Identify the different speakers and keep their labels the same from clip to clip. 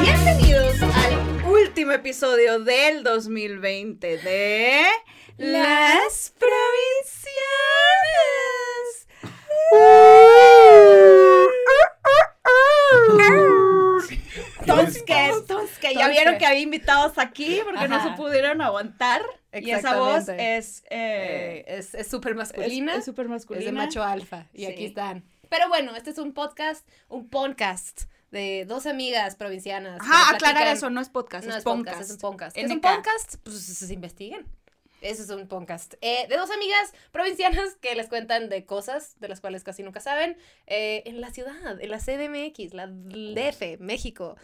Speaker 1: Bienvenidos al último episodio del 2020 de Las Provincianas. Tosques, tosques. Ya vieron que había invitados aquí porque no se
Speaker 2: Ajá.
Speaker 1: pudieron aguantar. Y esa voz
Speaker 2: Exactamente.
Speaker 1: es, eh,
Speaker 2: Eh, es es súper masculina.
Speaker 1: es-
Speaker 2: Es,
Speaker 1: es súper masculina.
Speaker 2: de macho alfa. Y
Speaker 1: Sí.
Speaker 2: aquí están. Pero bueno, este es un podcast, un podcast de dos amigas provincianas. que
Speaker 1: Ajá,
Speaker 2: nos
Speaker 1: aclarar
Speaker 2: platican-
Speaker 1: eso, no es podcast,
Speaker 2: No
Speaker 1: es,
Speaker 2: es podcast,
Speaker 1: podcast.
Speaker 2: es un podcast. ¿Qué es un
Speaker 1: NK.
Speaker 2: podcast? Pues se investiguen. Eso es un podcast. Eh, de dos amigas provincianas que les cuentan de cosas de las cuales casi nunca saben. eh, en la ciudad, en la CDMX, la DF, México.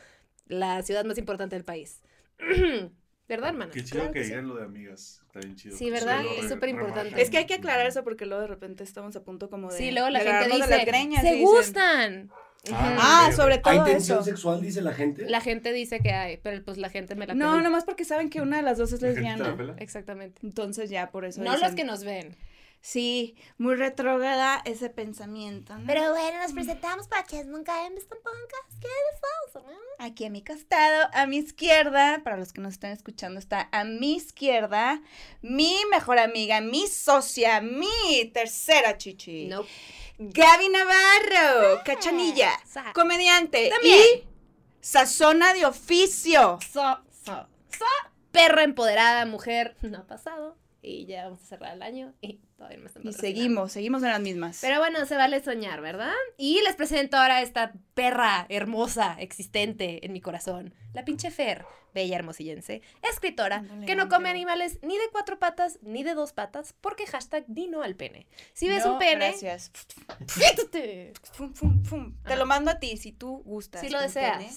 Speaker 2: La ciudad más importante del país. ¿Verdad, hermana?
Speaker 3: Qué chido
Speaker 1: Claro
Speaker 3: que
Speaker 1: que sí.
Speaker 3: digan lo de amigas. Está bien chido.
Speaker 2: Sí, ¿verdad?
Speaker 3: lo
Speaker 1: Es
Speaker 3: re-
Speaker 2: súper importante.
Speaker 3: remarcan.
Speaker 1: Es que hay que aclarar eso porque luego de repente estamos a punto como de.
Speaker 2: Sí, luego la
Speaker 1: de
Speaker 2: gente
Speaker 1: agarrarnos
Speaker 2: dice,
Speaker 1: de las greñas y
Speaker 2: se
Speaker 1: dicen,
Speaker 2: gustan.
Speaker 3: Ah,
Speaker 2: Ujú.
Speaker 1: Ah,
Speaker 3: Ok, ok.
Speaker 1: sobre
Speaker 4: ¿Hay
Speaker 1: todo
Speaker 4: intención
Speaker 1: eso.
Speaker 4: sexual, dice la gente?
Speaker 2: La gente dice que hay, pero pues la gente me la
Speaker 1: No,
Speaker 2: pela.
Speaker 1: nomás porque saben que una de las dos pues, es
Speaker 3: ¿La gente te la
Speaker 1: lesbiana.
Speaker 3: pela?
Speaker 2: Exactamente.
Speaker 1: Entonces ya por eso.
Speaker 2: No
Speaker 1: dicen-
Speaker 2: los que nos ven.
Speaker 1: Sí, muy retrógrada ese pensamiento. ¿no?
Speaker 5: Pero bueno, nos presentamos para quienes nunca hemos visto un podcast. ¿Qué les pasa, no?
Speaker 1: Aquí a mi costado, a mi izquierda, para los que nos están escuchando, está a mi izquierda, mi mejor amiga, mi socia, mi tercera chichi.
Speaker 2: No.
Speaker 1: Gaby Navarro, cachanilla,
Speaker 2: Sa-
Speaker 1: comediante
Speaker 2: Ah, También.
Speaker 1: y sazona de oficio.
Speaker 2: So, so, so, perra empoderada, mujer. No ha pasado. Y ya vamos a cerrar el año y todavía no me están
Speaker 1: Y
Speaker 2: patrocinando.
Speaker 1: seguimos, seguimos en las mismas.
Speaker 2: Pero bueno, se vale soñar, ¿verdad? Y les presento ahora a esta perra hermosa, existente en mi corazón. La pinche Fer, bella hermosillense, escritora,
Speaker 1: Ándale,
Speaker 2: que no
Speaker 1: ándale.
Speaker 2: come animales ni de cuatro patas ni de dos patas, porque hashtag dino al pene. Si ves
Speaker 1: No,
Speaker 2: un pene,
Speaker 1: Gracias.
Speaker 2: quítate.
Speaker 1: Fum, fum, fum. Te
Speaker 2: Ajá.
Speaker 1: lo mando a ti si tú gustas.
Speaker 2: Si lo
Speaker 1: un
Speaker 2: deseas.
Speaker 1: pene.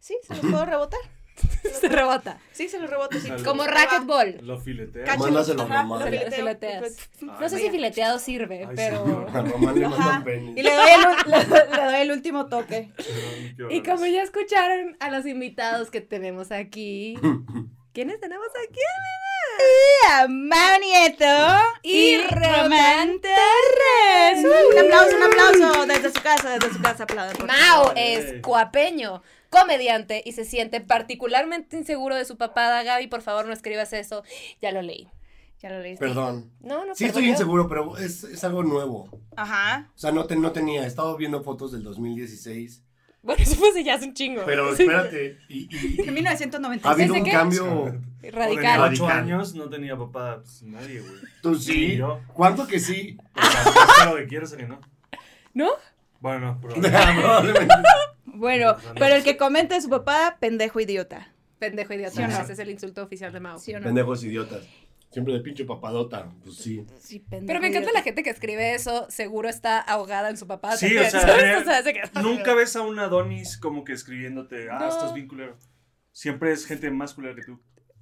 Speaker 1: Sí, se lo puedo rebotar.
Speaker 2: Se rebota.
Speaker 1: Sí, se lo reboto. sí.
Speaker 3: Dale.
Speaker 2: Como
Speaker 1: Va.
Speaker 2: racquetball.
Speaker 3: Lo filetea.
Speaker 1: Cacho-
Speaker 4: Mándaselo a
Speaker 1: Ajá,
Speaker 4: mamá.
Speaker 1: lo fileteo.
Speaker 2: Se lo teas. No sé
Speaker 3: Ay,
Speaker 2: si
Speaker 1: mira.
Speaker 2: fileteado sirve,
Speaker 3: Ay,
Speaker 2: pero...
Speaker 3: sí.
Speaker 4: A mamá le
Speaker 1: Ajá.
Speaker 4: mandan
Speaker 1: Y
Speaker 4: penes.
Speaker 1: le doy, el, ul- le, le doy el último toque.
Speaker 3: perdón, qué
Speaker 2: Y
Speaker 3: horrores.
Speaker 2: como ya escucharon a los invitados que tenemos aquí, ¿quiénes tenemos aquí?
Speaker 1: A Mau Nieto
Speaker 2: Y Román
Speaker 1: Terres. Uh, Un aplauso, un aplauso. Desde su casa, desde su casa, aplaudan. por favor.
Speaker 2: Mao es coapeño, comediante y se siente particularmente inseguro de su papada. Gaby, por favor, no escribas eso. Ya lo leí.
Speaker 1: Ya lo leíste.
Speaker 4: Perdón.
Speaker 2: No, no
Speaker 4: Sí, estoy
Speaker 2: perdón.
Speaker 4: inseguro, pero es, es algo nuevo. O
Speaker 1: Ajá.
Speaker 4: sea, no, te- no tenía. He estado viendo fotos del 2016.
Speaker 2: Bueno, eso fue hace ya hace un chingo.
Speaker 4: Pero
Speaker 2: Sí,
Speaker 4: espérate. Y, y-
Speaker 1: En
Speaker 4: y-
Speaker 1: 1996.
Speaker 4: ha habido
Speaker 2: ¿Desde
Speaker 4: Ah, un
Speaker 2: qué?
Speaker 4: cambio.
Speaker 2: Radical.
Speaker 3: Tenía ocho
Speaker 4: Radical.
Speaker 3: años, no tenía papá. Pues nadie, güey.
Speaker 4: Tú
Speaker 3: Ni
Speaker 4: sí.
Speaker 3: yo.
Speaker 4: ¿Cuánto que sí?
Speaker 3: Pero que quieras o que no.
Speaker 2: ¿No?
Speaker 3: Bueno, no, probablemente.
Speaker 4: Probablemente.
Speaker 1: Bueno, pero el que comenta es su papá, pendejo idiota.
Speaker 2: Pendejo idiota.
Speaker 1: Sí o no.
Speaker 2: Ese es el insulto oficial de Mao.
Speaker 1: ¿Sí o no?
Speaker 4: Pendejos idiotas. Siempre de pinche papadota. Pues sí.
Speaker 1: Sí, pendejo
Speaker 2: Pero me encanta
Speaker 1: idiota.
Speaker 2: la gente que escribe eso, seguro está ahogada en su papada.
Speaker 3: Sí,
Speaker 2: también,
Speaker 3: o sea,
Speaker 2: ¿sabes?
Speaker 3: eh,
Speaker 2: O sea, se queda-
Speaker 3: Nunca ves a un Adonis como que escribiéndote, ah,
Speaker 2: No.
Speaker 3: estás bien culero. Siempre es gente más culera que tú.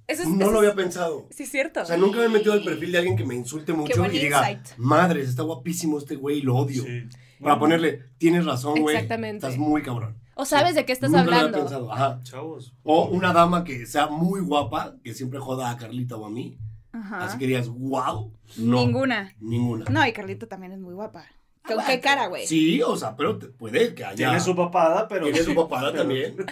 Speaker 2: Eso es-
Speaker 4: No
Speaker 2: eso
Speaker 4: lo
Speaker 2: es-
Speaker 4: había pensado.
Speaker 2: Sí, es cierto.
Speaker 4: O sea, nunca me he metido al perfil de alguien que me insulte mucho
Speaker 1: buen
Speaker 4: y diga,
Speaker 1: insight.
Speaker 4: madres, está guapísimo este güey y lo odio.
Speaker 3: Sí.
Speaker 4: Para
Speaker 3: No,
Speaker 4: ponerle, tienes razón, güey.
Speaker 2: Exactamente.
Speaker 4: Estás muy cabrón.
Speaker 2: O sabes de qué estás
Speaker 4: Nunca lo había
Speaker 2: hablando.
Speaker 4: pensado, ajá.
Speaker 3: Chavos.
Speaker 4: O una dama que sea muy guapa, que siempre joda a Carlita o a mí.
Speaker 1: Ajá.
Speaker 4: Así que dirías, wow. No,
Speaker 1: Ninguna.
Speaker 4: Ninguna.
Speaker 1: No, y Carlita también es muy guapa.
Speaker 2: Ah,
Speaker 1: ¿Con qué cara, güey?
Speaker 4: Sí, o sea, pero te- puede que haya.
Speaker 3: Tiene su papada, pero. pues,
Speaker 4: tiene su papada
Speaker 3: pero-
Speaker 4: también.
Speaker 2: En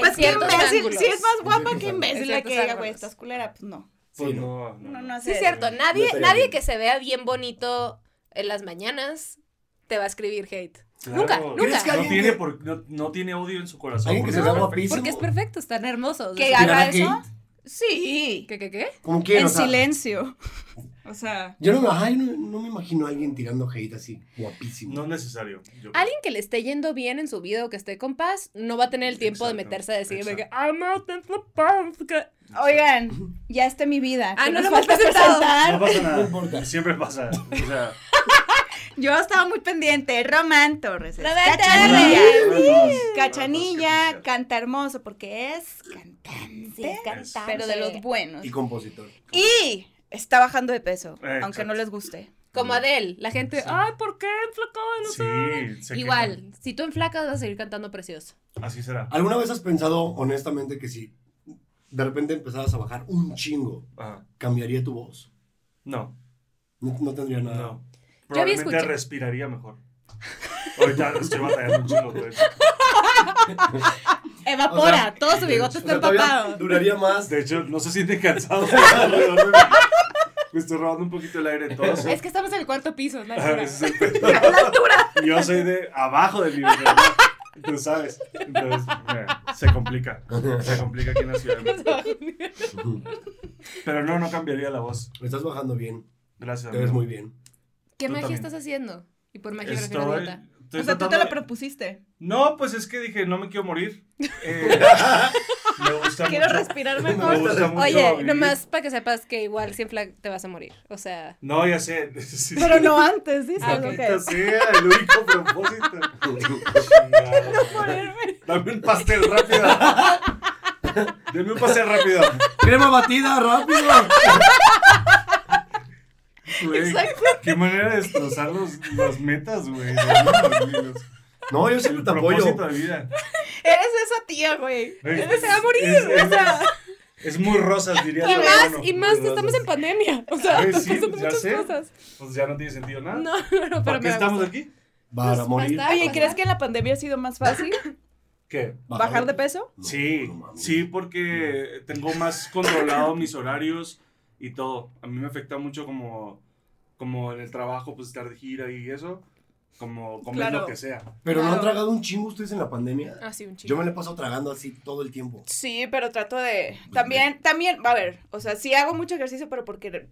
Speaker 1: Pues qué
Speaker 2: ciertos
Speaker 1: imbécil.
Speaker 2: ángulos.
Speaker 1: Si es más guapa,
Speaker 4: En
Speaker 1: que
Speaker 4: ciertos
Speaker 1: imbécil la
Speaker 2: ángulos.
Speaker 1: que diga, güey, estás culera. Pues no.
Speaker 3: Pues
Speaker 4: Sí, no.
Speaker 3: no, no,
Speaker 1: No,
Speaker 3: no.
Speaker 1: no
Speaker 2: Sí,
Speaker 1: hace.
Speaker 2: es cierto. Nadie,
Speaker 4: estaría
Speaker 2: nadie
Speaker 4: bien.
Speaker 2: que se vea bien bonito en las mañanas te va a escribir hate.
Speaker 3: Claro.
Speaker 2: Nunca, nunca.
Speaker 4: ¿Crees que
Speaker 3: No
Speaker 4: alguien
Speaker 3: tiene,
Speaker 4: que-
Speaker 3: por- no, no tiene odio en su corazón.
Speaker 4: Alguien que se
Speaker 3: porque
Speaker 4: vea
Speaker 3: es perfecto.
Speaker 4: guapísimo.
Speaker 2: Porque es perfecto, están hermosos.
Speaker 1: ¿Que
Speaker 2: O sea,
Speaker 4: ¿Tirará
Speaker 1: haga eso?
Speaker 4: hate?
Speaker 1: Sí.
Speaker 2: ¿Qué, qué, qué?
Speaker 4: ¿Cómo quién?
Speaker 1: En
Speaker 4: o sea,
Speaker 1: silencio. O sea.
Speaker 4: Yo no, me- ay, no, no me imagino a alguien tirando hate así, guapísimo.
Speaker 3: No es necesario. yo creo.
Speaker 2: Alguien que le esté yendo bien en su vida o que esté con paz, no va a tener el tiempo de
Speaker 3: Exacto,
Speaker 2: meterse a decir de que,
Speaker 3: exacto.
Speaker 2: I'm out in the pump. que-".
Speaker 1: Oigan, ya está mi vida.
Speaker 2: Ah,
Speaker 1: ¿Qué
Speaker 2: no
Speaker 1: nos
Speaker 2: lo hemos presentado.
Speaker 3: No pasa
Speaker 4: No
Speaker 3: nada.
Speaker 4: importa.
Speaker 3: Siempre pasa. O sea,
Speaker 1: Yo estaba muy pendiente. Román Torres. es
Speaker 2: Román
Speaker 1: Cachanilla.
Speaker 3: Torres. Sí.
Speaker 1: Cachanilla
Speaker 3: Cachanilla.
Speaker 1: canta hermoso porque es cantante.
Speaker 5: Sí, es cantante.
Speaker 1: Pero de los buenos.
Speaker 4: Y compositor.
Speaker 1: Y está bajando de peso,
Speaker 3: Eh,
Speaker 1: aunque
Speaker 3: exacto.
Speaker 1: no les guste.
Speaker 2: Como Adele, la gente,
Speaker 3: Sí.
Speaker 2: ay, ¿por qué enflacó? No sé.
Speaker 3: sí. se
Speaker 2: Igual, si tú enflacas vas a seguir cantando precioso.
Speaker 3: quejan. Así será. Ah,
Speaker 4: ¿Alguna vez has pensado, honestamente, que si de repente empezaras a bajar un chingo,
Speaker 3: Ajá.
Speaker 4: cambiaría tu voz?
Speaker 3: No.
Speaker 4: No, no tendría nada.
Speaker 3: No.
Speaker 2: Yo había
Speaker 3: Probablemente
Speaker 2: escuchado-
Speaker 3: respiraría mejor. Ahorita estoy batallando un chingo con eso.
Speaker 6: Evapora,
Speaker 4: O sea,
Speaker 6: todo su bigote
Speaker 4: O
Speaker 6: está
Speaker 4: sea, todavía
Speaker 6: empapado.
Speaker 4: Duraría más.
Speaker 3: De hecho, no se siente cansado. Me estoy robando un poquito el aire entonces.
Speaker 2: Es que estamos en el cuarto piso, la
Speaker 3: Ah,
Speaker 2: altura.
Speaker 3: ese es el pedo. Yo soy de abajo del nivel. ¿no? Tú sabes. Entonces, mira, se complica. Se complica aquí en la ciudad. Pero no, no cambiaría la voz.
Speaker 4: Me estás bajando bien.
Speaker 3: Gracias.
Speaker 4: Te ves
Speaker 3: amigo.
Speaker 4: muy bien.
Speaker 2: ¿Qué
Speaker 3: Tú
Speaker 2: magia
Speaker 3: también.
Speaker 2: estás haciendo? Y por magia me refiero a
Speaker 3: Estoy,
Speaker 2: Dota.
Speaker 3: estoy
Speaker 6: o sea, tú te
Speaker 3: tratando
Speaker 6: lo
Speaker 3: de-
Speaker 6: propusiste.
Speaker 3: No, pues es que dije, no me quiero morir. Eh, me gusta
Speaker 6: Quiero
Speaker 3: mucho.
Speaker 6: respirar
Speaker 4: Me
Speaker 6: mejor.
Speaker 3: gusta mucho
Speaker 2: Oye,
Speaker 3: vivir.
Speaker 2: nomás para que sepas que igual sin flag te vas a morir. O sea,
Speaker 3: No, ya sé. Sí, sí.
Speaker 6: Pero no antes, dices.
Speaker 2: Ah, ok.
Speaker 6: ok.
Speaker 3: Maldita sea, el único propósito. Chingada. Dame un pastel rápido. Dame un pastel rápido.
Speaker 4: Crema batida, rápido.
Speaker 3: Güey, Qué manera de destrozar los, las metas, güey. de los-
Speaker 4: No,
Speaker 3: los-
Speaker 4: yo
Speaker 3: El
Speaker 4: siempre te apoyo.
Speaker 3: propósito de vida.
Speaker 6: Eres esa tía, güey.
Speaker 3: Güey,
Speaker 2: se va a morir.
Speaker 3: es- es-
Speaker 2: o sea,
Speaker 3: Es muy rosas, diría
Speaker 2: y más,
Speaker 3: Laureano,
Speaker 2: y
Speaker 3: muy
Speaker 2: más
Speaker 3: rosas.
Speaker 2: estamos en pandemia. O sea,
Speaker 3: Oye,
Speaker 2: están
Speaker 3: sí,
Speaker 2: pasando
Speaker 3: ya
Speaker 2: muchas
Speaker 3: sé.
Speaker 2: cosas.
Speaker 3: Pues ya no tiene sentido nada.
Speaker 2: No, no, pero
Speaker 3: ¿Para
Speaker 2: me
Speaker 3: qué
Speaker 2: da
Speaker 3: estamos
Speaker 2: gusto.
Speaker 3: aquí?
Speaker 4: Para morir.
Speaker 2: basta.
Speaker 6: Oye, ¿crees que en la pandemia ha sido más fácil
Speaker 3: ¿Qué?
Speaker 6: bajar de peso?
Speaker 4: No,
Speaker 3: Sí,
Speaker 4: no mames.
Speaker 3: sí, porque tengo más controlado mis horarios y todo. A mí me afecta mucho como, como en el trabajo, pues estar de gira y eso. Como comer
Speaker 6: Claro.
Speaker 3: lo que sea.
Speaker 4: Pero no han
Speaker 2: Claro.
Speaker 4: tragado un chingo ustedes en la pandemia.
Speaker 2: Ah, sí, un chico.
Speaker 4: Yo me la he pasado tragando así todo el tiempo.
Speaker 6: Sí, pero trato de.
Speaker 3: Pues,
Speaker 6: También, también, va a ver. O sea, sí hago mucho ejercicio, pero porque.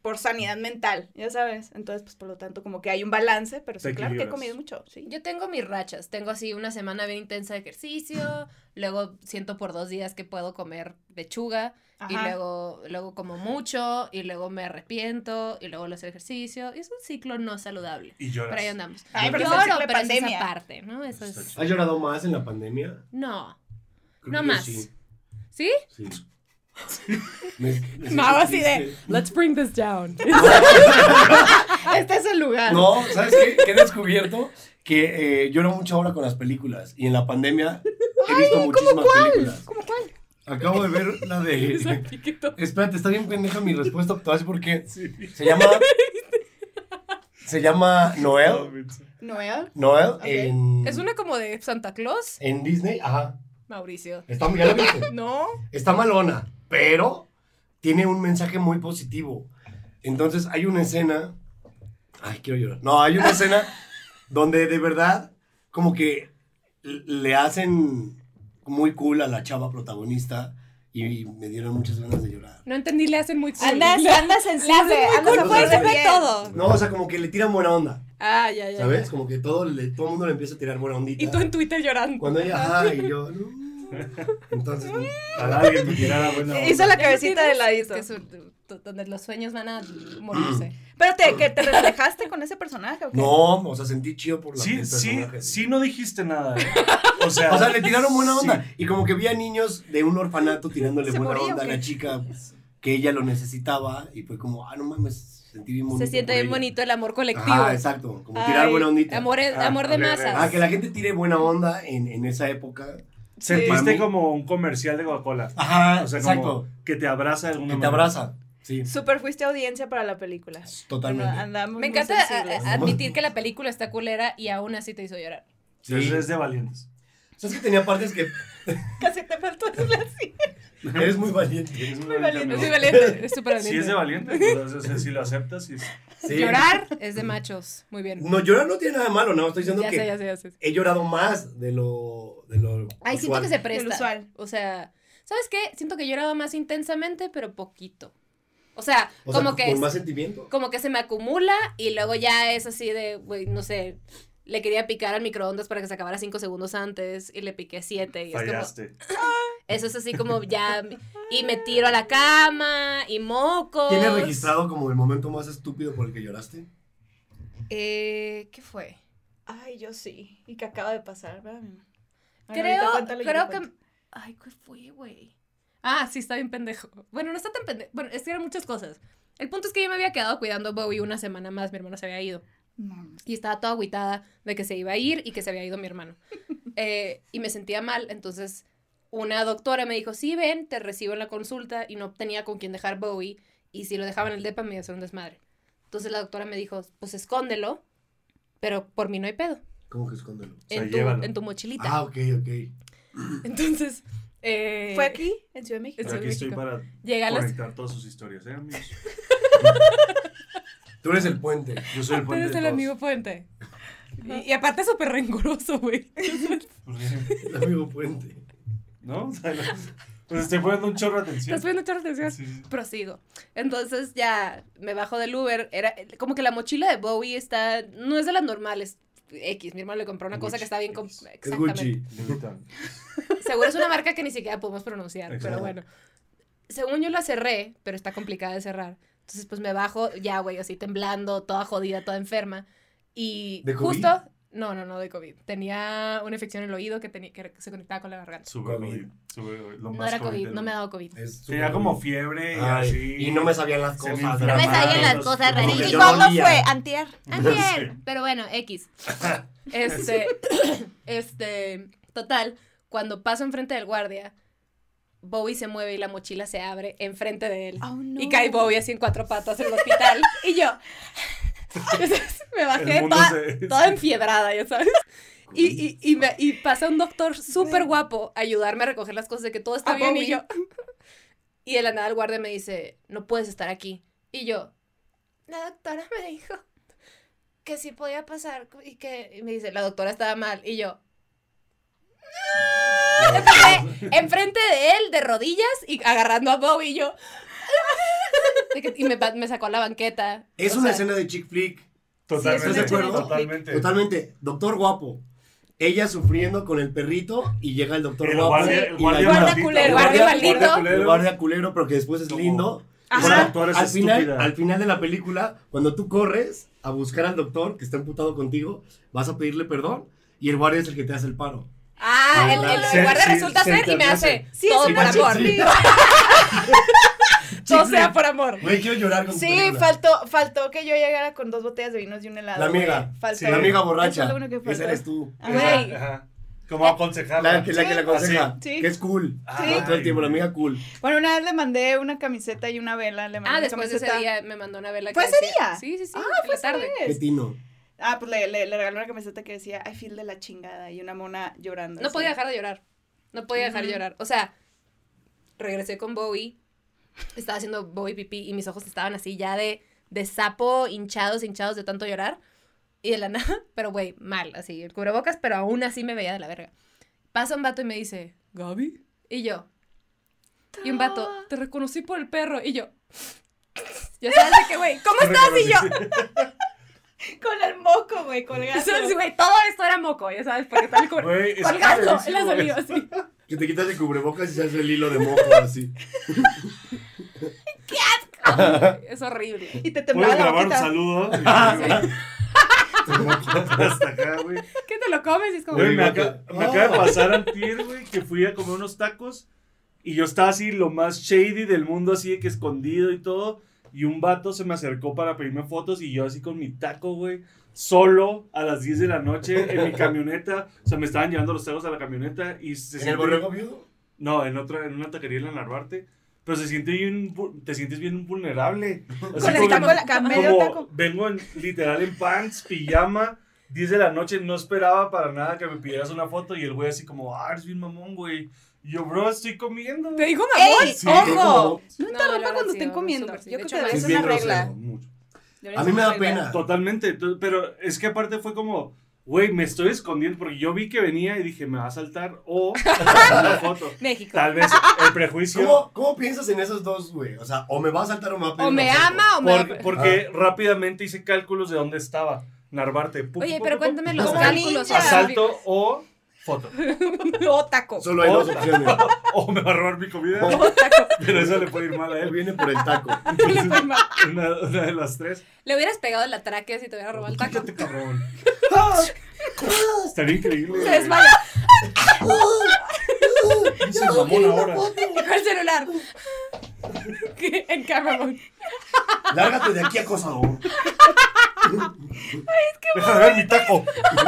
Speaker 6: Por sanidad mental, ya sabes. Entonces, pues por lo tanto, como que hay un balance, pero sí,
Speaker 3: Te
Speaker 6: claro que he
Speaker 3: equilibras.
Speaker 6: comido mucho. Sí.
Speaker 2: Yo tengo mis rachas. Tengo así una semana bien intensa de ejercicio. luego siento por dos días que puedo comer lechuga. Y
Speaker 6: Ajá.
Speaker 2: luego, luego como mucho. Y luego me arrepiento. Y luego lo hago ejercicio. Y es un ciclo no saludable.
Speaker 3: Y lloras.
Speaker 2: Pero ahí andamos.
Speaker 6: Ay, pero es el
Speaker 2: Lloro,
Speaker 6: ciclo de
Speaker 2: pero es esa
Speaker 6: pandemia.
Speaker 2: parte, ¿no? Eso
Speaker 3: Está
Speaker 2: es.
Speaker 3: chido.
Speaker 4: ¿Has llorado más en la pandemia?
Speaker 2: No.
Speaker 4: Creo
Speaker 2: No
Speaker 4: que yo
Speaker 2: más.
Speaker 4: Sí.
Speaker 2: ¿Sí?
Speaker 4: sí. Me- me
Speaker 6: Me hago
Speaker 4: siento
Speaker 6: así de-
Speaker 4: triste.
Speaker 2: Let's bring this down. este es el lugar.
Speaker 4: No, ¿sabes qué? Que he descubierto que eh, lloro mucho ahora con las películas. Y en la pandemia he visto muchísimas películas.
Speaker 6: ¿Cómo cuál?
Speaker 4: Acabo de ver la de. Espérate, está bien pendeja mi respuesta. ¿Te vas por qué?
Speaker 3: Sí.
Speaker 4: Se llama. Se llama Noel.
Speaker 6: ¿Noel?
Speaker 4: Noel
Speaker 6: Ok.
Speaker 4: en.
Speaker 2: Es una como de Santa Claus,
Speaker 4: En Disney, ajá.
Speaker 2: Mauricio.
Speaker 4: Está, ya la viste.
Speaker 2: No.
Speaker 4: está malona, pero tiene un mensaje muy positivo. Entonces hay una escena. Ay, quiero llorar. No, hay una escena donde de verdad, como que l- le hacen muy cool a la chava protagonista y me dieron muchas ganas de llorar.
Speaker 2: No entendí, le hacen muy cool.
Speaker 6: Andas,
Speaker 2: Le-
Speaker 6: andas
Speaker 2: le hacen
Speaker 6: sensible.
Speaker 2: muy
Speaker 6: Andas
Speaker 2: cool,
Speaker 6: a
Speaker 2: puedes
Speaker 6: flor de
Speaker 2: saber
Speaker 6: piel.
Speaker 2: todo.
Speaker 4: No, o sea, como que le tiran buena onda,
Speaker 2: Ah, ya, ya.
Speaker 4: ¿sabes?
Speaker 2: ya.
Speaker 4: Como que todo, le, todo el mundo le empieza a tirar buena ondita.
Speaker 2: Y tú en Twitter llorando.
Speaker 4: Cuando ella, ay, yo, no. Entonces, no.
Speaker 3: Ojalá alguien me tirara buena onda.
Speaker 6: Hizo la cabecita de
Speaker 2: Es
Speaker 6: ladito.
Speaker 2: que su- t- donde los sueños van a morirse.
Speaker 6: Pero te, que te reflejaste con ese personaje, ¿o qué?
Speaker 4: No, o sea, sentí chido por la
Speaker 3: Sí,
Speaker 4: el
Speaker 3: sí,
Speaker 4: personaje.
Speaker 3: sí, no dijiste nada. ¿eh? O sea,
Speaker 4: O sea, le tiraron buena
Speaker 3: sí.
Speaker 4: onda. Y como que vi a niños de un orfanato tirándole
Speaker 2: ¿Se
Speaker 4: buena
Speaker 2: moría o
Speaker 4: onda a
Speaker 2: qué?
Speaker 4: la chica que ella lo necesitaba. Y fue como, ah, no mames, sentí bien bonito.
Speaker 2: Se siente
Speaker 4: por
Speaker 2: bien
Speaker 4: ella.
Speaker 2: bonito el amor colectivo.
Speaker 4: Ajá, exacto. Como tirar
Speaker 6: Ay,
Speaker 4: buena ondita.
Speaker 2: Amor, es-
Speaker 3: Ah,
Speaker 2: amor de
Speaker 3: ok, ok.
Speaker 2: masas.
Speaker 4: Ah, que la gente tire buena onda en, en esa época.
Speaker 3: Sentiste
Speaker 4: Para mí-
Speaker 3: como un comercial de Coca-Cola.
Speaker 4: Ajá,
Speaker 3: O sea,
Speaker 4: exacto.
Speaker 3: como que te abraza de alguna
Speaker 4: Que te
Speaker 3: manera.
Speaker 4: abraza. Sí,
Speaker 6: Super fuiste audiencia para la película.
Speaker 4: totalmente.
Speaker 6: Bueno, andamos muy
Speaker 2: Me encanta
Speaker 6: sensibles.
Speaker 2: a- a- admitir que la película está culera y aún así te hizo llorar.
Speaker 4: Sí.
Speaker 3: Entonces es de valientes.
Speaker 4: ¿Sabes que tenía partes que
Speaker 6: Casi te faltó decirle así.
Speaker 4: eres muy valiente?
Speaker 3: Eres muy
Speaker 6: valiente,
Speaker 2: Es
Speaker 3: amigo.
Speaker 2: muy valiente, es súper
Speaker 3: Si es de
Speaker 2: valiente.
Speaker 3: valiente, entonces o sea, si lo aceptas, sí.
Speaker 4: Sí.
Speaker 2: Llorar es de machos. Muy bien.
Speaker 4: No, llorar no tiene nada de malo, no. Estoy diciendo
Speaker 2: Ya
Speaker 4: que
Speaker 2: sé, ya sé, ya sé.
Speaker 4: he llorado más de lo. De lo
Speaker 2: Ay, siento
Speaker 4: usual.
Speaker 2: que se
Speaker 6: Del
Speaker 2: presta.
Speaker 6: usual.
Speaker 2: O sea, ¿sabes qué? Siento que lloraba más intensamente, pero poquito. O sea,
Speaker 4: O sea,
Speaker 2: como que
Speaker 4: Con
Speaker 2: es-
Speaker 4: más sentimiento.
Speaker 2: como que se me acumula y luego ya es así de, güey, no sé, le quería picar al microondas para que se acabara cinco segundos antes y le piqué siete. Y es como,
Speaker 3: Fallaste.
Speaker 2: eso es así como ya, y me tiro a la cama y moco.
Speaker 4: ¿Tienes registrado como el momento más estúpido por el que lloraste?
Speaker 2: Eh, ¿qué fue?
Speaker 6: Ay, yo sí. Y que acaba de pasar, ¿verdad, mi amor? Ay,
Speaker 2: creo,
Speaker 6: ahorita cuéntalo y yo
Speaker 2: creo
Speaker 6: te
Speaker 2: que... Ay, ¿qué fue, güey? Ah, sí, está bien pendejo. Bueno, no está tan pendejo. Bueno, es que eran muchas cosas. El punto es que yo me había quedado cuidando a Bowie una semana más, mi hermano se había ido.
Speaker 6: No.
Speaker 2: Y estaba toda agüitada de que se iba a ir y que se había ido mi hermano. Eh, y me sentía mal, entonces una doctora me dijo, sí, ven, te recibo en la consulta y no tenía con quién dejar Bowie y si lo dejaba en el DEPA me iba a hacer un desmadre. Entonces la doctora me dijo, pues escóndelo, pero por mí no hay pedo.
Speaker 4: ¿Cómo que escóndelo?
Speaker 3: sea,
Speaker 2: En tu,
Speaker 3: llévalo.
Speaker 2: en tu mochilita.
Speaker 4: Ah, ok, ok.
Speaker 2: Entonces, eh,
Speaker 6: ¿Fue aquí, en Ciudad de México?
Speaker 3: Pero
Speaker 2: Soy
Speaker 3: aquí estoy
Speaker 2: México.
Speaker 3: para
Speaker 2: llega a las-
Speaker 3: conectar todas sus historias, ¿eh, amigos?
Speaker 4: Tú eres el puente.
Speaker 3: Yo soy el
Speaker 2: Tú
Speaker 3: puente
Speaker 2: eres
Speaker 3: de
Speaker 2: el
Speaker 3: todos.
Speaker 2: amigo puente. Y, y aparte es súper rencoroso, güey.
Speaker 4: El amigo puente.
Speaker 3: Pues, ¿No? O sea, no- Pues estoy poniendo un chorro de atención.
Speaker 2: Estás poniendo mucha atención.
Speaker 3: Sí, sí.
Speaker 2: Prosigo. Entonces ya me bajo del Uber. Era como que la mochila de Bowie está. No es de las normales. X, mi hermano le compró una cosa
Speaker 3: Gucci.
Speaker 2: que está bien. com-
Speaker 3: Es
Speaker 4: Es
Speaker 2: Exactamente.
Speaker 4: Gucci.
Speaker 3: Limitan.
Speaker 2: Seguro es una marca que ni siquiera podemos pronunciar, pero
Speaker 3: Exacto.
Speaker 2: bueno. Según yo la cerré, pero está complicada de cerrar. Entonces, pues me bajo, ya, güey, así temblando, toda jodida, toda enferma. Y
Speaker 4: ¿De COVID?
Speaker 2: justo. No, no, no de COVID. Tenía una infección en el oído que, tenía, que se conectaba con la garganta.
Speaker 3: Super
Speaker 4: COVID.
Speaker 3: COVID. Super COVID. Lo
Speaker 2: No
Speaker 3: más
Speaker 2: era COVID,
Speaker 3: del
Speaker 2: no me ha
Speaker 3: mundo.
Speaker 2: dado COVID.
Speaker 4: Es
Speaker 3: Tenía
Speaker 4: súper
Speaker 3: como
Speaker 4: Gucci.
Speaker 3: fiebres y
Speaker 4: Ay,
Speaker 3: así.
Speaker 4: Y no me sabían las
Speaker 3: Se me
Speaker 4: cosas.
Speaker 3: inflaman
Speaker 5: No me sabían Pues las
Speaker 3: los-
Speaker 5: cosas
Speaker 3: como que
Speaker 5: rarísimas.
Speaker 6: ¿Y
Speaker 4: yo
Speaker 6: cuándo
Speaker 4: olía.
Speaker 6: fue? Antier.
Speaker 2: Antier. Pero bueno, X. Este, este, total, cuando paso enfrente del guardia, Bowie se mueve y la mochila se abre enfrente de él.
Speaker 6: Oh, no.
Speaker 2: Y cae Bowie así en cuatro patas en el hospital. y yo. Entonces, me bajé
Speaker 3: El mundo
Speaker 2: toda,
Speaker 3: se-
Speaker 2: toda enfiebrada, ya sabes. Y, y, y, me- y pasa un doctor súper guapo a ayudarme a recoger las cosas de que todo está
Speaker 6: A
Speaker 2: bien.
Speaker 6: Bowie.
Speaker 2: Y yo. Y de la nada el guardia me dice: No puedes estar aquí. Y yo. La doctora me dijo que sí podía pasar. Y que y me dice: La doctora estaba mal. Y yo. Empecé enfrente de él, de rodillas y agarrando a Bowie. Y yo. De que- Y me, pa- me sacó a la banqueta.
Speaker 4: Es
Speaker 2: O
Speaker 4: una
Speaker 2: sea,
Speaker 4: escena de chick flick.
Speaker 3: Totalmente.
Speaker 4: ¿Estás de acuerdo?
Speaker 3: Totalmente.
Speaker 4: Totalmente. Doctor guapo. Ella sufriendo con el perrito y llega el doctor
Speaker 3: El
Speaker 4: guapo.
Speaker 3: guardia,
Speaker 4: y
Speaker 3: el
Speaker 4: la-
Speaker 3: guardia,
Speaker 2: Guardia
Speaker 3: maldito.
Speaker 2: culero,
Speaker 4: el
Speaker 2: guardia maldito.
Speaker 3: guardia
Speaker 4: El
Speaker 3: culero.
Speaker 4: guardia culero, pero que después es
Speaker 3: Como-
Speaker 4: lindo.
Speaker 3: Ajá.
Speaker 4: O sea,
Speaker 3: Tú eres
Speaker 4: al final,
Speaker 3: estúpida.
Speaker 4: al final de la película, cuando tú corres a buscar al doctor que está emputado contigo, vas a pedirle perdón y el guardia es el que te hace el paro.
Speaker 2: Ah, el, el,
Speaker 3: Se-
Speaker 2: guardia
Speaker 3: se-
Speaker 2: resulta
Speaker 3: se
Speaker 2: ser y me hace
Speaker 3: internace.
Speaker 2: todo
Speaker 4: sí,
Speaker 2: por
Speaker 4: sí,
Speaker 2: amor.
Speaker 4: sí.
Speaker 2: Todo sea por amor.
Speaker 4: Güey, quiero llorar con tu
Speaker 6: Sí,
Speaker 4: película.
Speaker 6: faltó, faltó que yo llegara con dos botellas de vinos y un helado.
Speaker 4: La
Speaker 6: güey.
Speaker 4: amiga.
Speaker 6: Faltó.
Speaker 3: Sí.
Speaker 4: La amiga
Speaker 6: Eso es
Speaker 4: borracha.
Speaker 6: lo único que
Speaker 4: Esa
Speaker 6: faltó.
Speaker 4: eres tú.
Speaker 3: Ajá,
Speaker 2: Güey.
Speaker 3: ajá. Como aconsejarla.
Speaker 4: La que, la que le aconseja.
Speaker 6: Sí.
Speaker 4: Que es cool.
Speaker 3: Sí.
Speaker 4: Todo el tiempo, la amiga cool.
Speaker 6: Bueno, una vez le mandé una camiseta y una vela. Le mandé
Speaker 2: Ah,
Speaker 6: una
Speaker 2: después de ese
Speaker 6: camiseta.
Speaker 2: día me mandó una vela. que
Speaker 6: ¿Fue ese
Speaker 2: decía-
Speaker 6: día?
Speaker 2: Sí, sí, sí.
Speaker 6: Ah,
Speaker 2: Ah, fue tarde.
Speaker 6: ¿Sabes?
Speaker 4: Petino.
Speaker 6: Ah, pues le, le, le regaló una camiseta que decía I feel de la chingada y una mona llorando.
Speaker 2: No
Speaker 6: así.
Speaker 2: podía dejar de llorar. No podía dejar de
Speaker 6: Ujú.
Speaker 2: llorar. O sea, regresé con Bowie. Estaba haciendo Bowie pipí y mis ojos estaban así ya de, de sapo, hinchados, hinchados de tanto llorar. Y de la nada, pero güey, mal, así, el cubrebocas, pero aún así me veía de la verga. Pasa un vato y me dice, ¿Gaby? Y yo. Y un vato, te reconocí por el perro. Y yo. Ya sabes de qué, güey. ¿Cómo estás? Y yo.
Speaker 6: Con el moco, güey,
Speaker 2: Ya
Speaker 6: colgado.
Speaker 2: sabes, güey, todo esto era moco, ya sabes, porque estaba el cubre-
Speaker 3: Güey, está
Speaker 2: colgando en
Speaker 3: padrísimo
Speaker 2: las
Speaker 3: eso.
Speaker 2: olivas. sí.
Speaker 4: Que te quitas el cubrebocas y se hace el hilo de moco así.
Speaker 2: Ay, Es horrible.
Speaker 6: Y te temblaba
Speaker 3: Puedes
Speaker 6: la
Speaker 3: grabar un
Speaker 6: boquita.
Speaker 3: saludo. Hasta acá, güey.
Speaker 2: ¿Qué te lo comes? Y es como.
Speaker 3: Güey, me,
Speaker 4: Bigote.
Speaker 3: aca- me
Speaker 4: Oh.
Speaker 3: acaba de pasar antier, güey, que fui a comer unos tacos y yo estaba así lo más shady del mundo, así de que escondido y todo. Y un vato se me acercó para pedirme fotos y yo así con mi taco, güey, solo a las 10 de la noche en mi camioneta. O sea, me estaban llevando los tacos a la camioneta y se
Speaker 4: ¿En
Speaker 3: siente-
Speaker 4: el borrego viudo?
Speaker 3: No, en otra, en una taquería en la Narvarte. Pero se siente bien, vu- te sientes bien vulnerable. Así
Speaker 6: Con el
Speaker 3: como-
Speaker 6: taco, la- con medio
Speaker 3: como
Speaker 6: taco.
Speaker 3: vengo en, literal en pants, pijama, 10 de la noche, no esperaba para nada que me pidieras una foto y el güey así como, ah, eres bien mamón, güey. Y yo, bro, estoy comiendo.
Speaker 2: Te digo
Speaker 6: ¡Ey,
Speaker 4: Sí,
Speaker 6: ojo!
Speaker 4: es
Speaker 6: No
Speaker 2: No,
Speaker 6: interrumpa
Speaker 2: la verdad
Speaker 6: cuando
Speaker 2: sí,
Speaker 6: estén
Speaker 2: no,
Speaker 6: comiendo.
Speaker 2: súper sí.
Speaker 6: Yo
Speaker 2: De
Speaker 6: creo
Speaker 2: hecho,
Speaker 6: que
Speaker 2: me-
Speaker 6: es
Speaker 4: Es
Speaker 6: una
Speaker 4: bien
Speaker 6: regla.
Speaker 4: grosero.
Speaker 3: Mucho.
Speaker 4: A mí me da pena.
Speaker 3: Totalmente, to- pero es que aparte fue como, güey, me estoy escondiendo porque yo vi que venía y dije, me va a saltar o una foto.
Speaker 2: México.
Speaker 3: Tal vez el prejuicio.
Speaker 4: ¿Cómo, ¿Cómo piensas en esos dos, güey? O sea, o me va a saltar o me va a pedir
Speaker 2: O me
Speaker 4: una foto.
Speaker 2: ama o me.
Speaker 3: Por- porque
Speaker 4: Ah.
Speaker 3: rápidamente hice cálculos de dónde estaba. Narvarte. Pu-
Speaker 2: Oye,
Speaker 3: pu-
Speaker 2: pero
Speaker 3: pu- pu-
Speaker 2: cuéntame los
Speaker 6: Como
Speaker 2: cálculos.
Speaker 6: ninja.
Speaker 3: Asalto o foto.
Speaker 6: O taco.
Speaker 4: Solo hay dos opciones.
Speaker 3: O me va a robar mi comida. Pero eso le puede ir mal a
Speaker 4: Él
Speaker 3: él.
Speaker 4: viene por el taco.
Speaker 3: Entonces, una, una de las tres.
Speaker 2: Le hubieras pegado el atraque si te hubiera robado el taco.
Speaker 3: Quítate, cabrón. Estaría increíble.
Speaker 2: Se desmaya.
Speaker 3: Dice el mamón ahora.
Speaker 2: Dejó el celular. ¿Qué? en cámara. güey.
Speaker 4: Lárgate de aquí, acosador.
Speaker 3: Deja de ver mi taco.